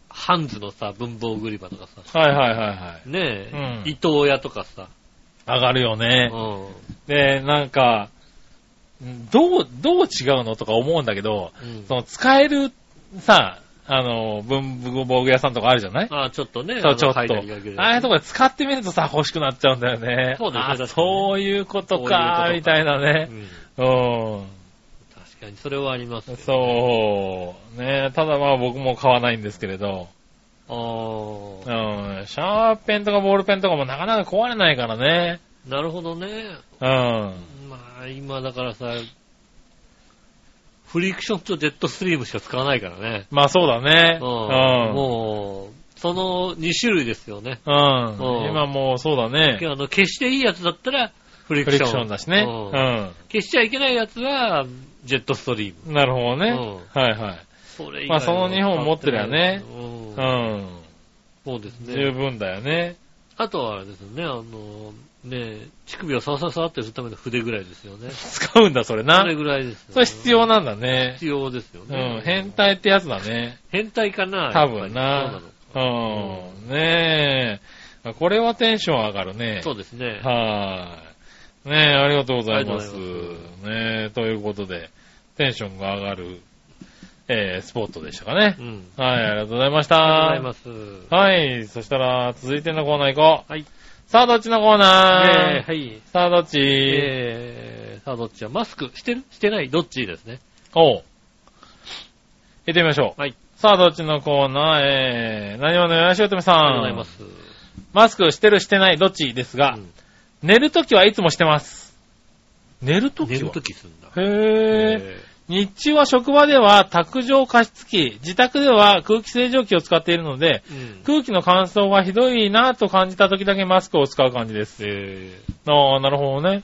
Speaker 2: ハンズのさ、文房具売り場とかさ、
Speaker 3: いはいはいはい。
Speaker 2: ねえ、
Speaker 3: うん
Speaker 2: 伊藤屋とかさ、
Speaker 3: 上がるよ
Speaker 2: う
Speaker 3: ね。
Speaker 2: ん。
Speaker 3: で、なんか、どう、どう違うのとか思うんだけど、
Speaker 2: うん
Speaker 3: その使える、さ、あの、文房具屋さんとかあるじゃない
Speaker 2: ああ、ちょっとね。
Speaker 3: そう、ちょっと。
Speaker 2: あ
Speaker 3: あ
Speaker 2: の海外に行くやつね
Speaker 3: あいうとこで使ってみるとさ、欲しくなっちゃうんだよね。
Speaker 2: そうですね
Speaker 3: あ
Speaker 2: 確かに
Speaker 3: そういうことか
Speaker 2: そう、いう
Speaker 3: み
Speaker 2: ことか
Speaker 3: たいなね
Speaker 2: う。ん
Speaker 3: うん。
Speaker 2: 確かに、それはありますよね。
Speaker 3: そう。ねただまあ僕も買わないんですけれど。
Speaker 2: あ
Speaker 3: うん。シャーペンとかボールペンとかもなかなか壊れないからね。
Speaker 2: あ、なるほどね。
Speaker 3: うん。
Speaker 2: まあ、今だからさ、フリクションとジェットストリームしか使わないからね。
Speaker 3: まあそうだね。
Speaker 2: うん。
Speaker 3: う
Speaker 2: もう、その2種類ですよね。
Speaker 3: ん。
Speaker 2: う
Speaker 3: うんん。今もうそうだね。
Speaker 2: あの、消していいやつだったら、フリク
Speaker 3: フ
Speaker 2: シ
Speaker 3: リ
Speaker 2: ョ
Speaker 3: ク
Speaker 2: ン。
Speaker 3: ションだしね。
Speaker 2: うん
Speaker 3: う
Speaker 2: 消しちゃいけないやつは、ジェットストリーム。
Speaker 3: ん。なるほどね。
Speaker 2: う
Speaker 3: はいはい。
Speaker 2: それ以外
Speaker 3: まあその2本持ってりゃね
Speaker 2: うん
Speaker 3: うん。
Speaker 2: そうです
Speaker 3: 十
Speaker 2: ね。
Speaker 3: 分だよね。
Speaker 2: あとはあれですよね、あの、ね、乳首をさわさわさわってするための筆ぐらいですよね。
Speaker 3: 使うんだ、それな
Speaker 2: そ。れぐらいです、ね。
Speaker 3: それ必要なんだね。
Speaker 2: 必要ですよね。
Speaker 3: うん。変。態ってやつだね。
Speaker 2: 変態かな
Speaker 3: 多分
Speaker 2: やっぱりそうな
Speaker 3: な
Speaker 2: の。
Speaker 3: うん。ねえ。これはテンション上がるね。
Speaker 2: そうですね。
Speaker 3: はーい。ねえ、ありがとうございます。
Speaker 2: ありがとうござい
Speaker 3: ねえ、ということで、テンションが上がる、えー、スポットでしたかね
Speaker 2: う。ん。
Speaker 3: はい、ありがとうございまし
Speaker 2: あ
Speaker 3: た。
Speaker 2: りがとうございます。
Speaker 3: はい、そしたら、続いてのコーナー行こう。
Speaker 2: はい。
Speaker 3: さあ、どっちのコーナー、
Speaker 2: えーはい。
Speaker 3: さあ、どっち、
Speaker 2: えー、さあどっちはマスクしてるしてないどっちですね。
Speaker 3: おう。行ってみましょう。
Speaker 2: はい。
Speaker 3: さあ、どっちのコーナーえー、何者よ、しおとめさん。
Speaker 2: ありがとうございます。
Speaker 3: マスクしてるしてないどっちですが、
Speaker 2: うん
Speaker 3: 寝るときはいつもしてます。寝ると
Speaker 2: 寝
Speaker 3: き
Speaker 2: る
Speaker 3: は
Speaker 2: ときすんだ。
Speaker 3: へー。
Speaker 2: え
Speaker 3: 日中は職場では卓上加湿器、自宅では空気清浄機を使っているので、
Speaker 2: ーうん。
Speaker 3: 空気の乾燥がひどいなぁと感じた時だけマスクを使う感じです。
Speaker 2: え
Speaker 3: ああ、なるほどね。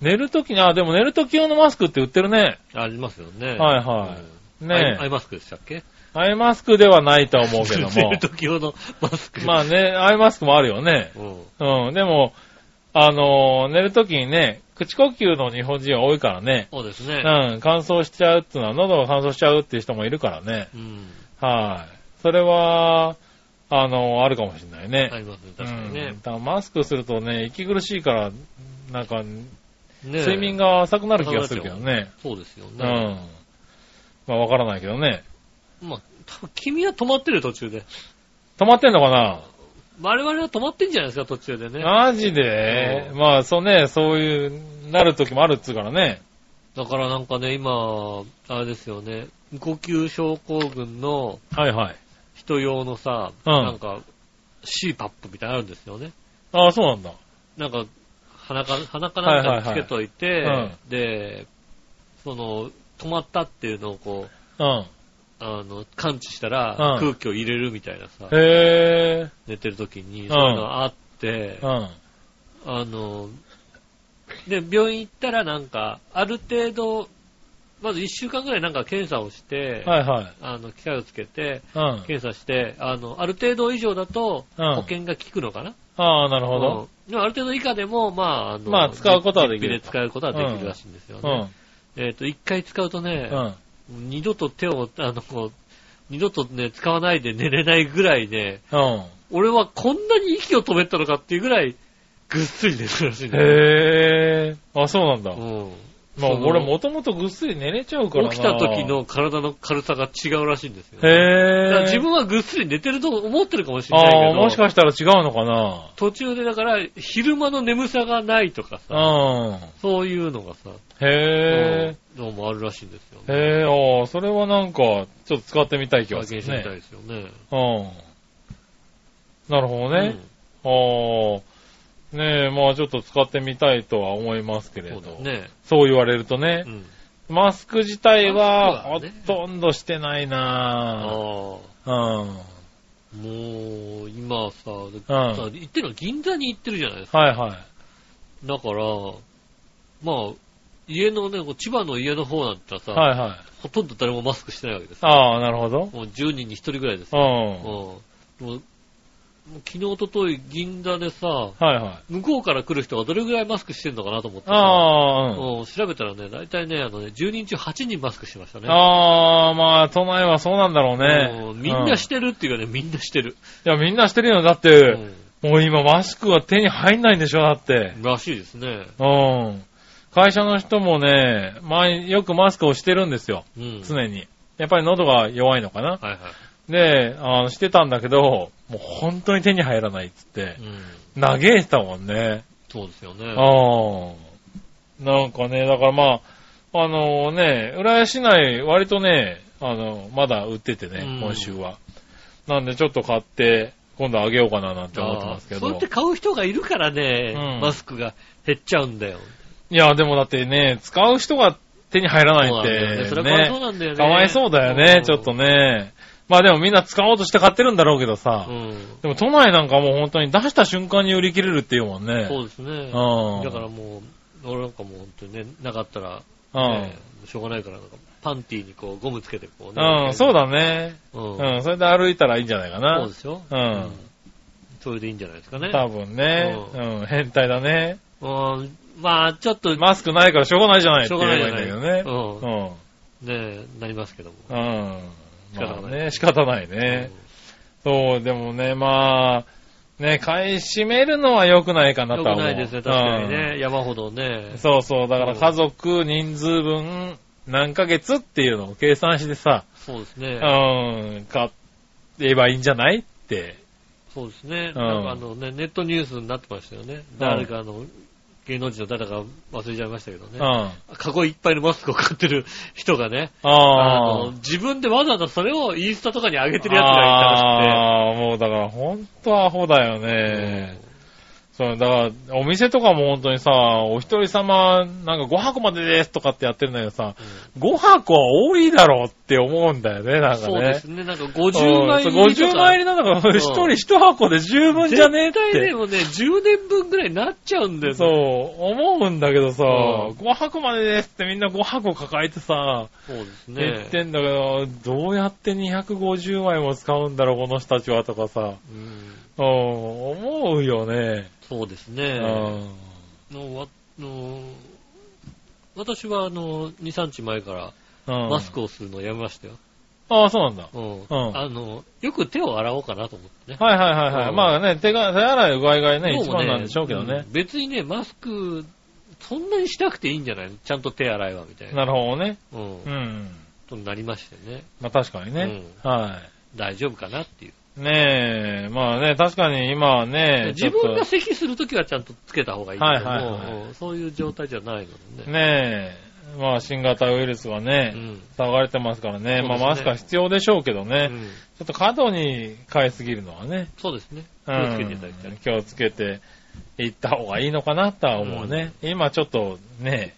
Speaker 3: 寝るときに、あでも寝るとき用のマスクって売ってるね。
Speaker 2: ー、ありますよね。
Speaker 3: はいはい
Speaker 2: うんアイアイ
Speaker 3: ねえ。
Speaker 2: マスクでしたっけ
Speaker 3: アイマスクではないとは思うけ ど
Speaker 2: 寝
Speaker 3: も
Speaker 2: る。とき用のマスク。
Speaker 3: まあね、アイマスクもあるよね。
Speaker 2: うん。
Speaker 3: うん、でも、あのー寝るときにね、口呼吸の日本人は多いからね。
Speaker 2: そうです
Speaker 3: う
Speaker 2: ね。
Speaker 3: ん、乾燥しちゃうっていうのは、喉が乾燥しちゃうっていう人もいるからね。
Speaker 2: うん。
Speaker 3: はい。それは、あの、あるかもしれないね。
Speaker 2: ありますね、確かに
Speaker 3: う
Speaker 2: ね
Speaker 3: ん。だらマスクするとね、息苦しいから、なんか、
Speaker 2: ね
Speaker 3: 睡眠が浅くなる気がするけどね。
Speaker 2: そうですよ
Speaker 3: うん。
Speaker 2: ね。
Speaker 3: まあ、わからないけどね。
Speaker 2: まあ、多分君は止まってるよ途中で。
Speaker 3: 止まってんのかな
Speaker 2: 我々は止まってんじゃないですか、途中でね。
Speaker 3: マジで
Speaker 2: うん
Speaker 3: まあ、そうね、そういう、なる時もあるっつうからね。
Speaker 2: だからなんかね、今、あれですよね、無呼吸症候群の
Speaker 3: はいはい。
Speaker 2: 人用のさ、
Speaker 3: うん
Speaker 2: なんか、CPAP みたいなのあるんですよね。
Speaker 3: ああ、そうなんだ。
Speaker 2: なんか、鼻か、鼻かなんかにつけといて、
Speaker 3: いはいはい
Speaker 2: で、その、止まったっていうのをこう、
Speaker 3: うん。
Speaker 2: あの、感知したら、
Speaker 3: うん
Speaker 2: 空気を入れるみたいなさ、
Speaker 3: へえ。
Speaker 2: 寝てる時に、
Speaker 3: ん
Speaker 2: そういうのがあって、
Speaker 3: うん。
Speaker 2: あの、で、病院行ったらなんか、ある程度、まず1週間ぐらいなんか検査をして、
Speaker 3: はいはい。
Speaker 2: あの、機械をつけて、
Speaker 3: うん。
Speaker 2: 検査して、あの、ある程度以上だと、
Speaker 3: うん
Speaker 2: 保険が効くのかな、
Speaker 3: ああ、なるほど。
Speaker 2: うんでもある程度以下でも、まあ、あの、
Speaker 3: まあ使うことはできる
Speaker 2: 実費で使うことはできるらしいんですよ
Speaker 3: う
Speaker 2: ね。
Speaker 3: ん。
Speaker 2: えっ、と、一回使うとね、
Speaker 3: うん。
Speaker 2: 二度と手を、あの、こう、二度とね、使わないで寝れないぐらいね、
Speaker 3: うん。
Speaker 2: 俺はこんなに息を止めたのかっていうぐらい、ぐっすり寝るらしいんだよ。
Speaker 3: へえ。あ、そうなんだ。
Speaker 2: うん。
Speaker 3: まあ、
Speaker 2: その
Speaker 3: 俺もともとぐっすり寝れちゃうからな。
Speaker 2: 起きた時。の体の軽さが違うらしいんですよ。
Speaker 3: へ
Speaker 2: だ
Speaker 3: え
Speaker 2: から。自分はぐっすり寝てると思ってるかもしれないけど
Speaker 3: ああ、、もしかしたら違うのかな。
Speaker 2: 途中でだから、昼間の眠さがないとかさ、
Speaker 3: うん。
Speaker 2: そういうのがさ、
Speaker 3: へ
Speaker 2: う
Speaker 3: え。
Speaker 2: んのもあるらしいんですよ、ね。
Speaker 3: へえ、ああ、それはなんか、ちょっと使ってみたい気が
Speaker 2: 体
Speaker 3: す
Speaker 2: 験
Speaker 3: る
Speaker 2: してみたい
Speaker 3: ね。
Speaker 2: ですよね。
Speaker 3: うん。なるほどね。ああ。ねえ、まあちょっと使ってみたいとは思いますけ
Speaker 2: う
Speaker 3: れ
Speaker 2: んそ
Speaker 3: ど
Speaker 2: う。だね。
Speaker 3: そう言われるとね
Speaker 2: う。ん。
Speaker 3: マスク自体は、
Speaker 2: マ
Speaker 3: ほ
Speaker 2: スクはね
Speaker 3: とんどしてない
Speaker 2: ああ、
Speaker 3: な
Speaker 2: も
Speaker 3: ぁ。うん。
Speaker 2: う、今さ、
Speaker 3: うん
Speaker 2: さ行ってるのは銀座に行ってるじゃないですか。
Speaker 3: はいはい。
Speaker 2: だから、まあ、家のね、こう千葉の家の方なんてさ、
Speaker 3: はいはい。
Speaker 2: ほとんど誰もマスクしてないわけですよ。
Speaker 3: ああ、なるほど。
Speaker 2: もう10人に1人ぐらいです
Speaker 3: う
Speaker 2: よ。うん
Speaker 3: ん。
Speaker 2: もうもう昨日、おととい、銀座でさ、
Speaker 3: はいはい。
Speaker 2: 向こうから来る人がどれぐらいマスクしてんのかなと思ってさ
Speaker 3: ああ、うん。
Speaker 2: うん調べたらね、大体ね、あのね、10人中8人マスクしてましたね。
Speaker 3: ああ、まあ、都内はそうなんだろう
Speaker 2: う
Speaker 3: ね。
Speaker 2: んみんな
Speaker 3: し、
Speaker 2: してるっていうかね、みんなしてる。
Speaker 3: いや、みんなしてるよ。だっ
Speaker 2: う
Speaker 3: て、
Speaker 2: ん
Speaker 3: もう今マスクは手に入んないんでしょ、だって。
Speaker 2: らしいですね。
Speaker 3: うん。会社の人もね、前、よくマスクをしてるんですよ。
Speaker 2: うん。
Speaker 3: 常に。やっぱり喉が弱いのかな。
Speaker 2: はいはい。
Speaker 3: で、あの、してたんだけど、もう本当に手に入らないっつって
Speaker 2: う、ん。
Speaker 3: 嘆いてたもんね。
Speaker 2: そうですよね。
Speaker 3: うん。なんかね、だからまあ、あのね、浦安市内、割とね、あの、まだ売っててね
Speaker 2: うん、
Speaker 3: 今週は。なんでちょっと買って、今度あげようかななんて思ってますけ
Speaker 2: そうや
Speaker 3: ど
Speaker 2: って。買う人がいるからね、
Speaker 3: うん
Speaker 2: マスクが減っちゃうんだよ。
Speaker 3: いや、でもだってね、使う人が手に入らない
Speaker 2: そうなんだよね。
Speaker 3: っ
Speaker 2: そ
Speaker 3: て、
Speaker 2: れは
Speaker 3: ね
Speaker 2: そうなんだよね。
Speaker 3: かわいそうだよね、ちょっと
Speaker 2: ね。
Speaker 3: ね。まあでもみんな使おうとして買ってるんだろうけどさ
Speaker 2: う。ん。
Speaker 3: でも都内なんかもう本当に出した瞬間に売り切れるっていうもんね。
Speaker 2: そうですね。
Speaker 3: うん
Speaker 2: だからもう、俺なんかもう本当にね、なかったら、
Speaker 3: うん
Speaker 2: ねしょうがないから、なんかパンティーにこうゴムつけてこう
Speaker 3: うん、そう。だね。
Speaker 2: うん。
Speaker 3: うん、それで歩いたらいいんじゃないかな。
Speaker 2: そうですよ。
Speaker 3: うん
Speaker 2: それでいいんじゃないですかね。
Speaker 3: 多分ね。
Speaker 2: う
Speaker 3: うん、変態だね。
Speaker 2: うん。まあ、ちょっと、
Speaker 3: マスクないからしょうがないじゃないっ
Speaker 2: してょう
Speaker 3: 言
Speaker 2: がないじゃ
Speaker 3: えばいいん
Speaker 2: な
Speaker 3: だ
Speaker 2: い。
Speaker 3: けどね。
Speaker 2: うん
Speaker 3: う。ん。
Speaker 2: ねえ、なりますけども。
Speaker 3: うん。
Speaker 2: 仕方ない
Speaker 3: まあね、仕方ないね。そう、でもね、まあ、ね、買い占めるのは良くないか
Speaker 2: う。
Speaker 3: なんと
Speaker 2: よく
Speaker 3: は思う。
Speaker 2: ないですね、確かにね。山ほどね
Speaker 3: うん。。そうそう、だから家族人数分何ヶ月っていうのを計算してさ、
Speaker 2: そうですね。
Speaker 3: うん、買えばいいんじゃないって。
Speaker 2: そうですね。
Speaker 3: うん
Speaker 2: なんかあのね、ネットニュースになってましたよね。誰かあの、芸能人の誰か忘れちゃいましたけど
Speaker 3: う
Speaker 2: ね
Speaker 3: ん。。あ
Speaker 2: カゴいっぱいのマスクを買ってる人がね、あ
Speaker 3: あ
Speaker 2: の、。自分でわざわざそれをインスタとかに上げてるやつがいたらし
Speaker 3: ああ、もうだから本当アホだよ
Speaker 2: くて。
Speaker 3: ね。そう、だからお店とかも本当にさ、お一人様なんか5箱までですとかってやってるんだけどさ、5箱は多いだろうって思うんだよね、なんかね。
Speaker 2: そうですね、なんか50枚入りと
Speaker 3: 50枚入り
Speaker 2: か。
Speaker 3: 50枚入りなんだから、
Speaker 2: ん
Speaker 3: 1人1箱で十分じゃねえっ
Speaker 2: 絶対で
Speaker 3: て。
Speaker 2: もね、10年分ぐらいになっちゃうんだよね
Speaker 3: そう、思うんだけどさ、
Speaker 2: うん
Speaker 3: 5箱までですってみんな5箱抱えてさ、
Speaker 2: そうです
Speaker 3: 言
Speaker 2: ね
Speaker 3: っ。てんだけど、どうやって250枚も使うんだろう、この人たちはとかさ、
Speaker 2: うん
Speaker 3: うん、思うよね。
Speaker 2: そうです
Speaker 3: う
Speaker 2: ね。
Speaker 3: ん。
Speaker 2: のわの私はあの、2、3日前から
Speaker 3: うん
Speaker 2: マスクをするのをやめましたよ。
Speaker 3: ああ、そうなんだ。
Speaker 2: うん。
Speaker 3: ん
Speaker 2: あの、よく手を洗おうかなと思ってね。
Speaker 3: はいはいはいは
Speaker 2: う
Speaker 3: い。
Speaker 2: ん
Speaker 3: まあね、手が、手洗いうがいがね、
Speaker 2: どう
Speaker 3: 一
Speaker 2: もね
Speaker 3: 番なんでしょうけどね
Speaker 2: う。ん別にね、マスク、そんなにしなくていいんじゃないのちゃんと手洗いは、みたいな。
Speaker 3: なるほどね。
Speaker 2: うん
Speaker 3: う。ん。
Speaker 2: となりましてね。
Speaker 3: まあ確かにね。はい。
Speaker 2: 大丈夫かなっていう。
Speaker 3: ねえ、まあね、確かに今はね、
Speaker 2: 自分が
Speaker 3: ち
Speaker 2: 咳するときはちゃんとつけた方がいいけども、
Speaker 3: はいはいはい
Speaker 2: うんそういう状態じゃないの
Speaker 3: ょっ
Speaker 2: で
Speaker 3: と
Speaker 2: ね。
Speaker 3: ねえ、まあ新型ウイルスがね、
Speaker 2: うん
Speaker 3: 騒がれてますからね、
Speaker 2: そうですね
Speaker 3: まあマスクは必要でしょうけどね、
Speaker 2: うん
Speaker 3: ちょっと過度に買いすぎるのはね、
Speaker 2: そうですね。気
Speaker 3: う
Speaker 2: をつけ
Speaker 3: ん
Speaker 2: ていただきたい。
Speaker 3: 気をつけていった方がいいのかなとは思うね。今ちょっとね、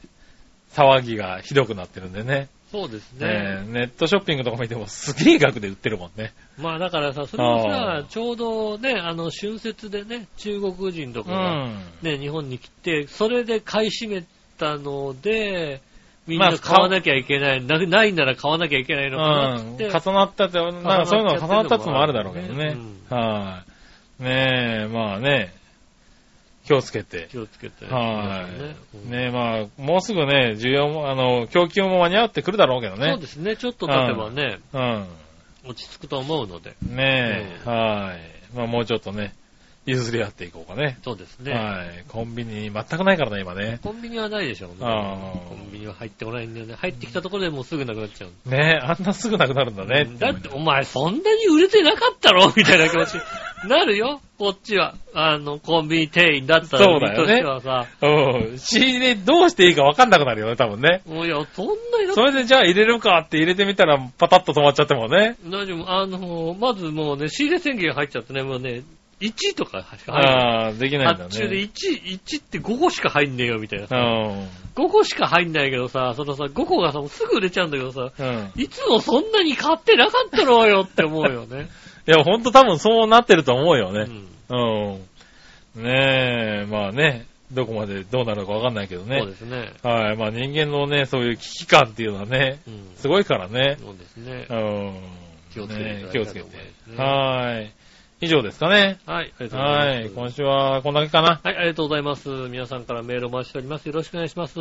Speaker 3: 騒ぎがひどくなってるんでね
Speaker 2: そうです
Speaker 3: ね
Speaker 2: ね。
Speaker 3: えネットショッピングとか見てもすげえ額で売ってるもんね。
Speaker 2: まあだからさ、それも
Speaker 3: あ
Speaker 2: さ
Speaker 3: ー、
Speaker 2: ちょうどね、あの、春節でね、中国人と
Speaker 3: う
Speaker 2: かが、
Speaker 3: ん。
Speaker 2: ね、日本に来て、それで買い占めたので、みん
Speaker 3: ま
Speaker 2: な
Speaker 3: あ
Speaker 2: 買わなきゃいけない、なないなら買わなきゃいけないのかな
Speaker 3: うん、
Speaker 2: って。
Speaker 3: 重なったって、なんかそういうのが重なったってのもあるだろうけどね。
Speaker 2: う
Speaker 3: はい、ねえ、まあね、気をつけて。
Speaker 2: 気をつけて。
Speaker 3: はい。
Speaker 2: ね
Speaker 3: ねえ、まあ、もうすぐね、需要も、あの、供給も間に合ってくるだろうけど
Speaker 2: うんそう
Speaker 3: ね。
Speaker 2: ですね、ちょっと経てばね、
Speaker 3: う
Speaker 2: 落ち着くと思うので。
Speaker 3: ん。ねえ、
Speaker 2: う
Speaker 3: はい。まあ、もうちょっとね、譲り合っていこうかね。
Speaker 2: そうですね。
Speaker 3: はい。コンビニ全くないからね、今ね。
Speaker 2: コンビニはないでしょうね。
Speaker 3: あー
Speaker 2: コンビニは入ってこないんだよね。入ってきたところでもうすぐなくなっちゃう。
Speaker 3: ねえ、あんなすぐなくなるんだね。
Speaker 2: だって、お前そんなに売れてなかったろ みたいな気持ちになるよ。こっちは。あの、コンビニ店員だった
Speaker 3: そうだ
Speaker 2: ら、
Speaker 3: よ
Speaker 2: とし
Speaker 3: ね
Speaker 2: てはさ。
Speaker 3: うん。仕入れどうしていいか分かんなくなるよね、多分ね。
Speaker 2: もういや、そんなにだって
Speaker 3: それでじゃあ入れるかって入れてみたらパタッと止まっちゃってもね。
Speaker 2: 大丈夫。あの、まずもうね、仕入れ宣言入っちゃってね、もうね、1位とかしか入んない。
Speaker 3: ああ、できないんだね。
Speaker 2: 発注で1位、1って5個しか入んねえよ、みたいな
Speaker 3: う
Speaker 2: さ。
Speaker 3: ん。
Speaker 2: 5個しか入んないけどさ、そのさ、5個がさ、もうすぐ売れちゃうんだけどさ、
Speaker 3: うん。
Speaker 2: いつもそんなに買ってなかったろうよって思うよ ね。
Speaker 3: いや、ほんと多分そうなってると思うよ
Speaker 2: う
Speaker 3: ね。
Speaker 2: ん。
Speaker 3: うん。ねえ、まあね、どこまでどうなるかわかんないけど
Speaker 2: そう
Speaker 3: ね。
Speaker 2: ですね。
Speaker 3: はい、まあ人間のね、そういう危機感っていうのはね、
Speaker 2: うん。
Speaker 3: すごいからね。
Speaker 2: そうですね
Speaker 3: う。ん。
Speaker 2: 気をつけていた
Speaker 3: ね
Speaker 2: だき
Speaker 3: 気
Speaker 2: たい
Speaker 3: を
Speaker 2: と思
Speaker 3: つけ
Speaker 2: いますね
Speaker 3: て。はい。以上ですかね。
Speaker 2: はい、ありがとうござ
Speaker 3: はいい、
Speaker 2: ま
Speaker 3: 今
Speaker 2: す。
Speaker 3: 週はこんだけかな。
Speaker 2: はい、ありがとうございます。皆さんからメールをお待ちしております。よろしくお願いします。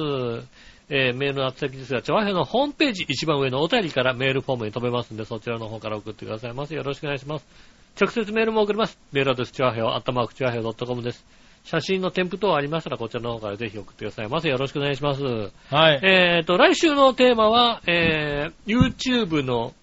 Speaker 2: えー、メールの宛先ですが、チョアヘのホームページ一番上のお便りからメールフォームに飛べますんで、そちらの方から送ってくださいませ。よろしくお願いします。直接メールも送ります。メールアドレス、チョアヘオ、アットマークチョアヘオ .com です。写真の添付等ありましたら、こちらの方からぜひ送ってくださいませ。よろしくお願いします。
Speaker 3: はい。
Speaker 2: えっ、と、来週のテーマは、えー、YouTube の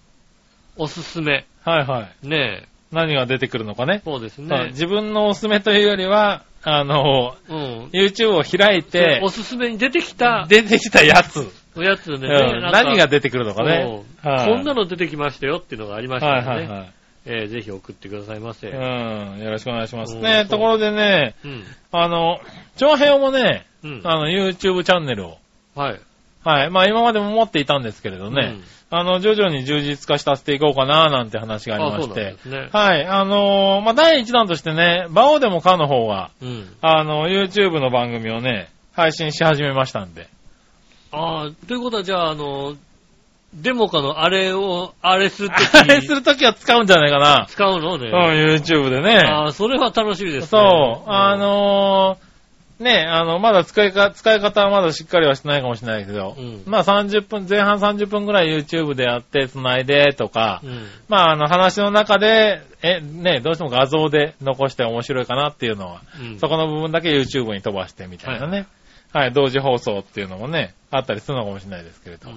Speaker 2: おすすめ。
Speaker 3: はいはい。
Speaker 2: ねえ。
Speaker 3: 何が出てくるのかね。
Speaker 2: そうです
Speaker 3: そう
Speaker 2: ね。
Speaker 3: 自分のおすすめというよりは、あの、
Speaker 2: うん。
Speaker 3: YouTube を開いて
Speaker 2: お、すすめに出てきた
Speaker 3: 出てきたやつ。
Speaker 2: やつでね、
Speaker 3: うん
Speaker 2: なんか
Speaker 3: 何が出てくるのかね。
Speaker 2: そう
Speaker 3: はい
Speaker 2: こんなの出てきましたよっていうのがありました
Speaker 3: は
Speaker 2: の
Speaker 3: い
Speaker 2: で、
Speaker 3: はいはい。
Speaker 2: えーぜひ送ってくださいませ。
Speaker 3: うん、よろしくお願いします
Speaker 2: うんそ
Speaker 3: ね
Speaker 2: う。
Speaker 3: ところでね、
Speaker 2: うん。
Speaker 3: あの、長編もね、
Speaker 2: うん。
Speaker 3: あの、YouTube チャンネルを、
Speaker 2: はい。
Speaker 3: はい。まあ今までも持っていたんですけれどね、あの、徐々に充実化させていこうかな、なんて話
Speaker 2: う
Speaker 3: が
Speaker 2: ん。
Speaker 3: ありま
Speaker 2: そう
Speaker 3: し
Speaker 2: なんで
Speaker 3: て。
Speaker 2: すね。
Speaker 3: はい。あのーまあ第1弾としてね、バオでもかの方は、
Speaker 2: うん。
Speaker 3: あの、YouTube の番組をね、配信し始めましたんで。
Speaker 2: ああ、ということはじゃあ、あの、デモカのあれを、あれすると
Speaker 3: あれするときは使うんじゃないかな。
Speaker 2: 使うの
Speaker 3: う
Speaker 2: ね。
Speaker 3: ん、YouTube でね。
Speaker 2: ああ、それは楽しみですね。
Speaker 3: そう。あのーね、あの、まだ使いか、使い方はまだしっかりはしてないかもしれないけど、
Speaker 2: うん
Speaker 3: まあ30分、前半30分ぐらい YouTube でやって、繋いでとか、
Speaker 2: うん、うん。
Speaker 3: まああの話の中で、え、ね、どうしても画像で残して面白いかなっていうのは、
Speaker 2: うん。
Speaker 3: そこの部分だけ YouTube に飛ばしてみたいなね。はい、同時放送っていうのもね、あったりするのかもしれないですけれど。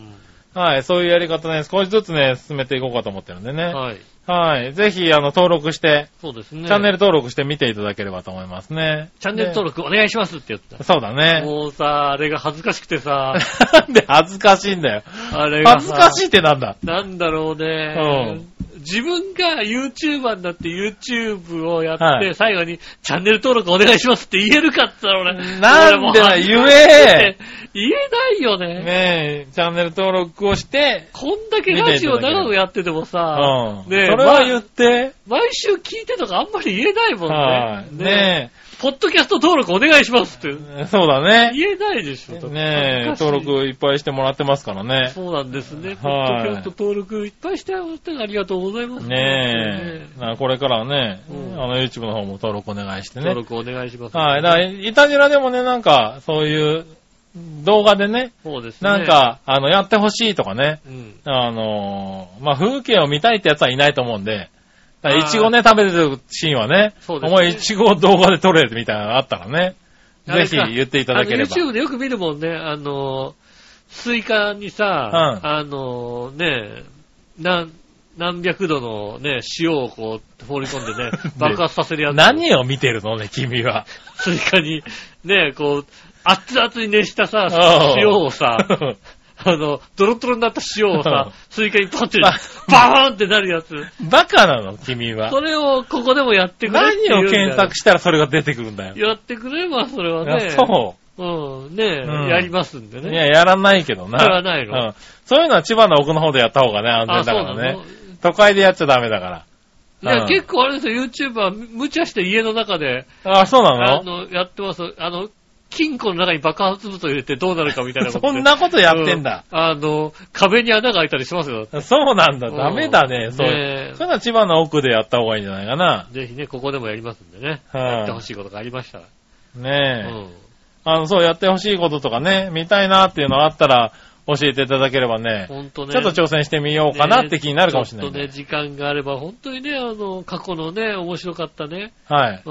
Speaker 3: はい、そういうやり方ね、少しずつね、進めていこうかと思ってるんで
Speaker 2: う
Speaker 3: ね。
Speaker 2: ん
Speaker 3: はい、
Speaker 2: はい。
Speaker 3: ぜひ、あの、登録して、
Speaker 2: そうですね。
Speaker 3: チャンネル。登録して見ていただければと思いますね。
Speaker 2: チャンネル登録お願いしますってやつだ
Speaker 3: 録。そうだね。
Speaker 2: もうさ、あれが恥ずかしくて さ、
Speaker 3: なんで恥ずかしいんだよ。
Speaker 2: あれが
Speaker 3: 恥ずかしい
Speaker 2: い。
Speaker 3: ってなんだ。
Speaker 2: なんだろうね。自分が YouTuber になって YouTube をやって、
Speaker 3: はい
Speaker 2: 最後にチャンネル登録お願いしますって言えるかって言ったら俺、
Speaker 3: なんで
Speaker 2: 俺もう恥ず
Speaker 3: だ
Speaker 2: かしくて
Speaker 3: 言え
Speaker 2: 言えないよね。
Speaker 3: ねえ、チャンネル登録をして、
Speaker 2: こんだけラジオ長くやってても
Speaker 3: う
Speaker 2: さ、
Speaker 3: ん。
Speaker 2: ねえ
Speaker 3: それ
Speaker 2: ま
Speaker 3: は言って、
Speaker 2: 毎週聞いてとかあんまり言えないもん
Speaker 3: は
Speaker 2: ね。
Speaker 3: い。ね
Speaker 2: えポッドキャスト登録お願いしますって。
Speaker 3: え、そうだね。
Speaker 2: 言えないでしょ。
Speaker 3: ねえ、
Speaker 2: 恥ずかし
Speaker 3: 登
Speaker 2: い
Speaker 3: 録いっぱいしてもらってますからね。
Speaker 2: そうなんですね。ポッド
Speaker 3: はい
Speaker 2: キャスト登録いっぱいしてもらってありがとうございます。
Speaker 3: ねえ、だからこれからはね、
Speaker 2: うん
Speaker 3: あの YouTube の方も登録お願いしてね
Speaker 2: 登。録お願いします。
Speaker 3: はい。だから、いたじらでもね、なんか、そういう動画でね、
Speaker 2: そうですね。
Speaker 3: なん、か、あの、やってほしいとかね、
Speaker 2: うん。
Speaker 3: あのーまあ、風景を見たいってやつはいないと思うんで、だから
Speaker 2: あー
Speaker 3: いちごね、食べてるシーンはね、
Speaker 2: そうで
Speaker 3: お
Speaker 2: すね
Speaker 3: 前いちごを動画で撮れるみたいなのがあったらね、
Speaker 2: あれ
Speaker 3: ぜ
Speaker 2: か
Speaker 3: ひ言っていただければ
Speaker 2: あ。の YouTube でよく見るもんね、あの、スイカにさ、
Speaker 3: うん
Speaker 2: あの、ねえ、なん、何百度のね、塩をこう放り込んでね、爆発させるやつ。
Speaker 3: 何を見てるのね、君は。
Speaker 2: スイカに、ねえ、こう、熱々に熱したさ
Speaker 3: あ、ー
Speaker 2: 塩を さ、あの、ドロドロになった塩を
Speaker 3: う
Speaker 2: さ
Speaker 3: ん、
Speaker 2: スイカにパンって、バ
Speaker 3: あ
Speaker 2: ーンってなる やつ。
Speaker 3: バカなの、君は
Speaker 2: そ。れをここでもやってくれって
Speaker 3: 何
Speaker 2: 言うんだ
Speaker 3: を
Speaker 2: よ
Speaker 3: 検索したらそれが出てくるんだよ。
Speaker 2: やってくれば、それは
Speaker 3: あ
Speaker 2: ね。。
Speaker 3: そう
Speaker 2: うん、ねえ、
Speaker 3: うん
Speaker 2: やりますんで
Speaker 3: う。い
Speaker 2: ね。
Speaker 3: や、やらないけどな。
Speaker 2: やらないの
Speaker 3: うん。そういうのは千葉の奥の方でやった方がね、安全だからね。都会でやっちゃダメだから。
Speaker 2: いや、
Speaker 3: うん
Speaker 2: 結構あれですよ、YouTube は無茶して家の中で、
Speaker 3: あ、そう
Speaker 2: あ
Speaker 3: なの
Speaker 2: の、やってます。あの、金庫の中に爆発物を入れてどうなるかみたいなこと
Speaker 3: そ
Speaker 2: で。
Speaker 3: んなことやってんだ。
Speaker 2: う。あの、壁に穴が開いたりしますよ。
Speaker 3: そうなんだ。
Speaker 2: うん
Speaker 3: ダメだね。そう。そう
Speaker 2: ね
Speaker 3: いうのは千葉の奥でやった方がいいんじゃないかな。
Speaker 2: ぜひね、ここでもやりますんでね。
Speaker 3: はい
Speaker 2: やってほしいことがありましたら。う
Speaker 3: ねえ。
Speaker 2: ん。
Speaker 3: あの、そう、やってほしいこととかね、見たいなっていうのがあったら、教えていただければね、
Speaker 2: ほんとね。
Speaker 3: ちょっと挑戦してみようかなって気になるかもしれない
Speaker 2: ちょっとね、
Speaker 3: ね。
Speaker 2: 時間があれば、本当にね、あの、過去のね、面白かったね、
Speaker 3: はい。
Speaker 2: う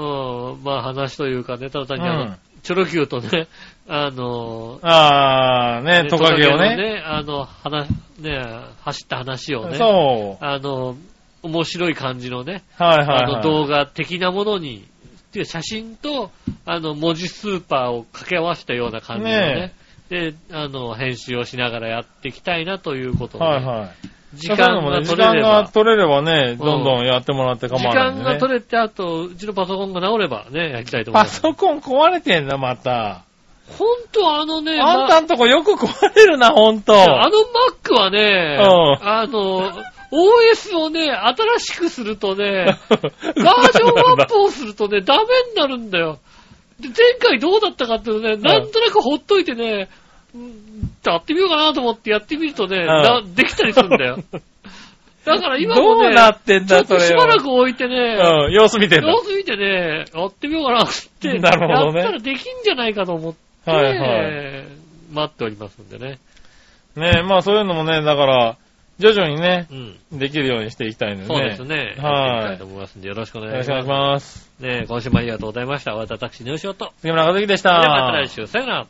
Speaker 2: ん、まあ話というかね、ただ単にあの、
Speaker 3: うん
Speaker 2: チョロ Q とね、あの、
Speaker 3: あー、ね、トカゲを
Speaker 2: トカ
Speaker 3: ね。
Speaker 2: あの、話、ね、走った話をね、
Speaker 3: そう。
Speaker 2: あの、面白い感じのね、
Speaker 3: はいは
Speaker 2: あ
Speaker 3: い
Speaker 2: の
Speaker 3: はい。
Speaker 2: 動画的なものに、っていう写真と、あの、文字スーパーを掛け合わせたような感じのね
Speaker 3: ね、
Speaker 2: で、あの、編集をしながらやっていきたいなということをね、
Speaker 3: はいはい。
Speaker 2: 時間
Speaker 3: そういうのも
Speaker 2: が
Speaker 3: ね
Speaker 2: 取れれば
Speaker 3: 時間が、取れればね、
Speaker 2: ん
Speaker 3: どんどんやってもらって構
Speaker 2: 時
Speaker 3: わないんで、
Speaker 2: 間
Speaker 3: ね。
Speaker 2: が取れて、あと、うちのパソコンが直ればね、やりたいと思いま
Speaker 3: パ
Speaker 2: す。
Speaker 3: ソコン壊れてんだ、また。
Speaker 2: ほんとあのね、
Speaker 3: あん
Speaker 2: ま
Speaker 3: たんとこよく壊れるな、ほんと。
Speaker 2: あの Mac はね、
Speaker 3: うん
Speaker 2: あの、OS をね、新しくすると ね、バージョンアップをするとね、ダメになるんだよ。で、前回どうだったかっていうとね、なんとなくほっといてね、うんやってみようかなと思ってやってみるとね、
Speaker 3: ん
Speaker 2: なできたりするんだ よ。だから今
Speaker 3: ど
Speaker 2: もね、
Speaker 3: うなってん
Speaker 2: ちょっ
Speaker 3: だ、そ
Speaker 2: と
Speaker 3: れ
Speaker 2: しばら
Speaker 3: は。
Speaker 2: く置いてね、
Speaker 3: うん、様子見てんだ
Speaker 2: 様。子見てね、やってみようかなって、
Speaker 3: なるほどね
Speaker 2: やったらできんじゃないかと思って、
Speaker 3: はいはい。
Speaker 2: 待っておりますんでね。
Speaker 3: ねまあそういうのもね、だから、徐々にね、
Speaker 2: うん。
Speaker 3: できるようにしていきたいのでね。
Speaker 2: そうですね。
Speaker 3: はい
Speaker 2: やっていきたいと思いますんで、よろしくお
Speaker 3: よ
Speaker 2: 願
Speaker 3: ろ
Speaker 2: い
Speaker 3: し
Speaker 2: し
Speaker 3: くお願い
Speaker 2: ま
Speaker 3: し
Speaker 2: す。
Speaker 3: ます。
Speaker 2: ねえ今週もありがとうございました。私、入賞と。
Speaker 3: 杉村和樹でした。
Speaker 2: ではまた来週、さよなら。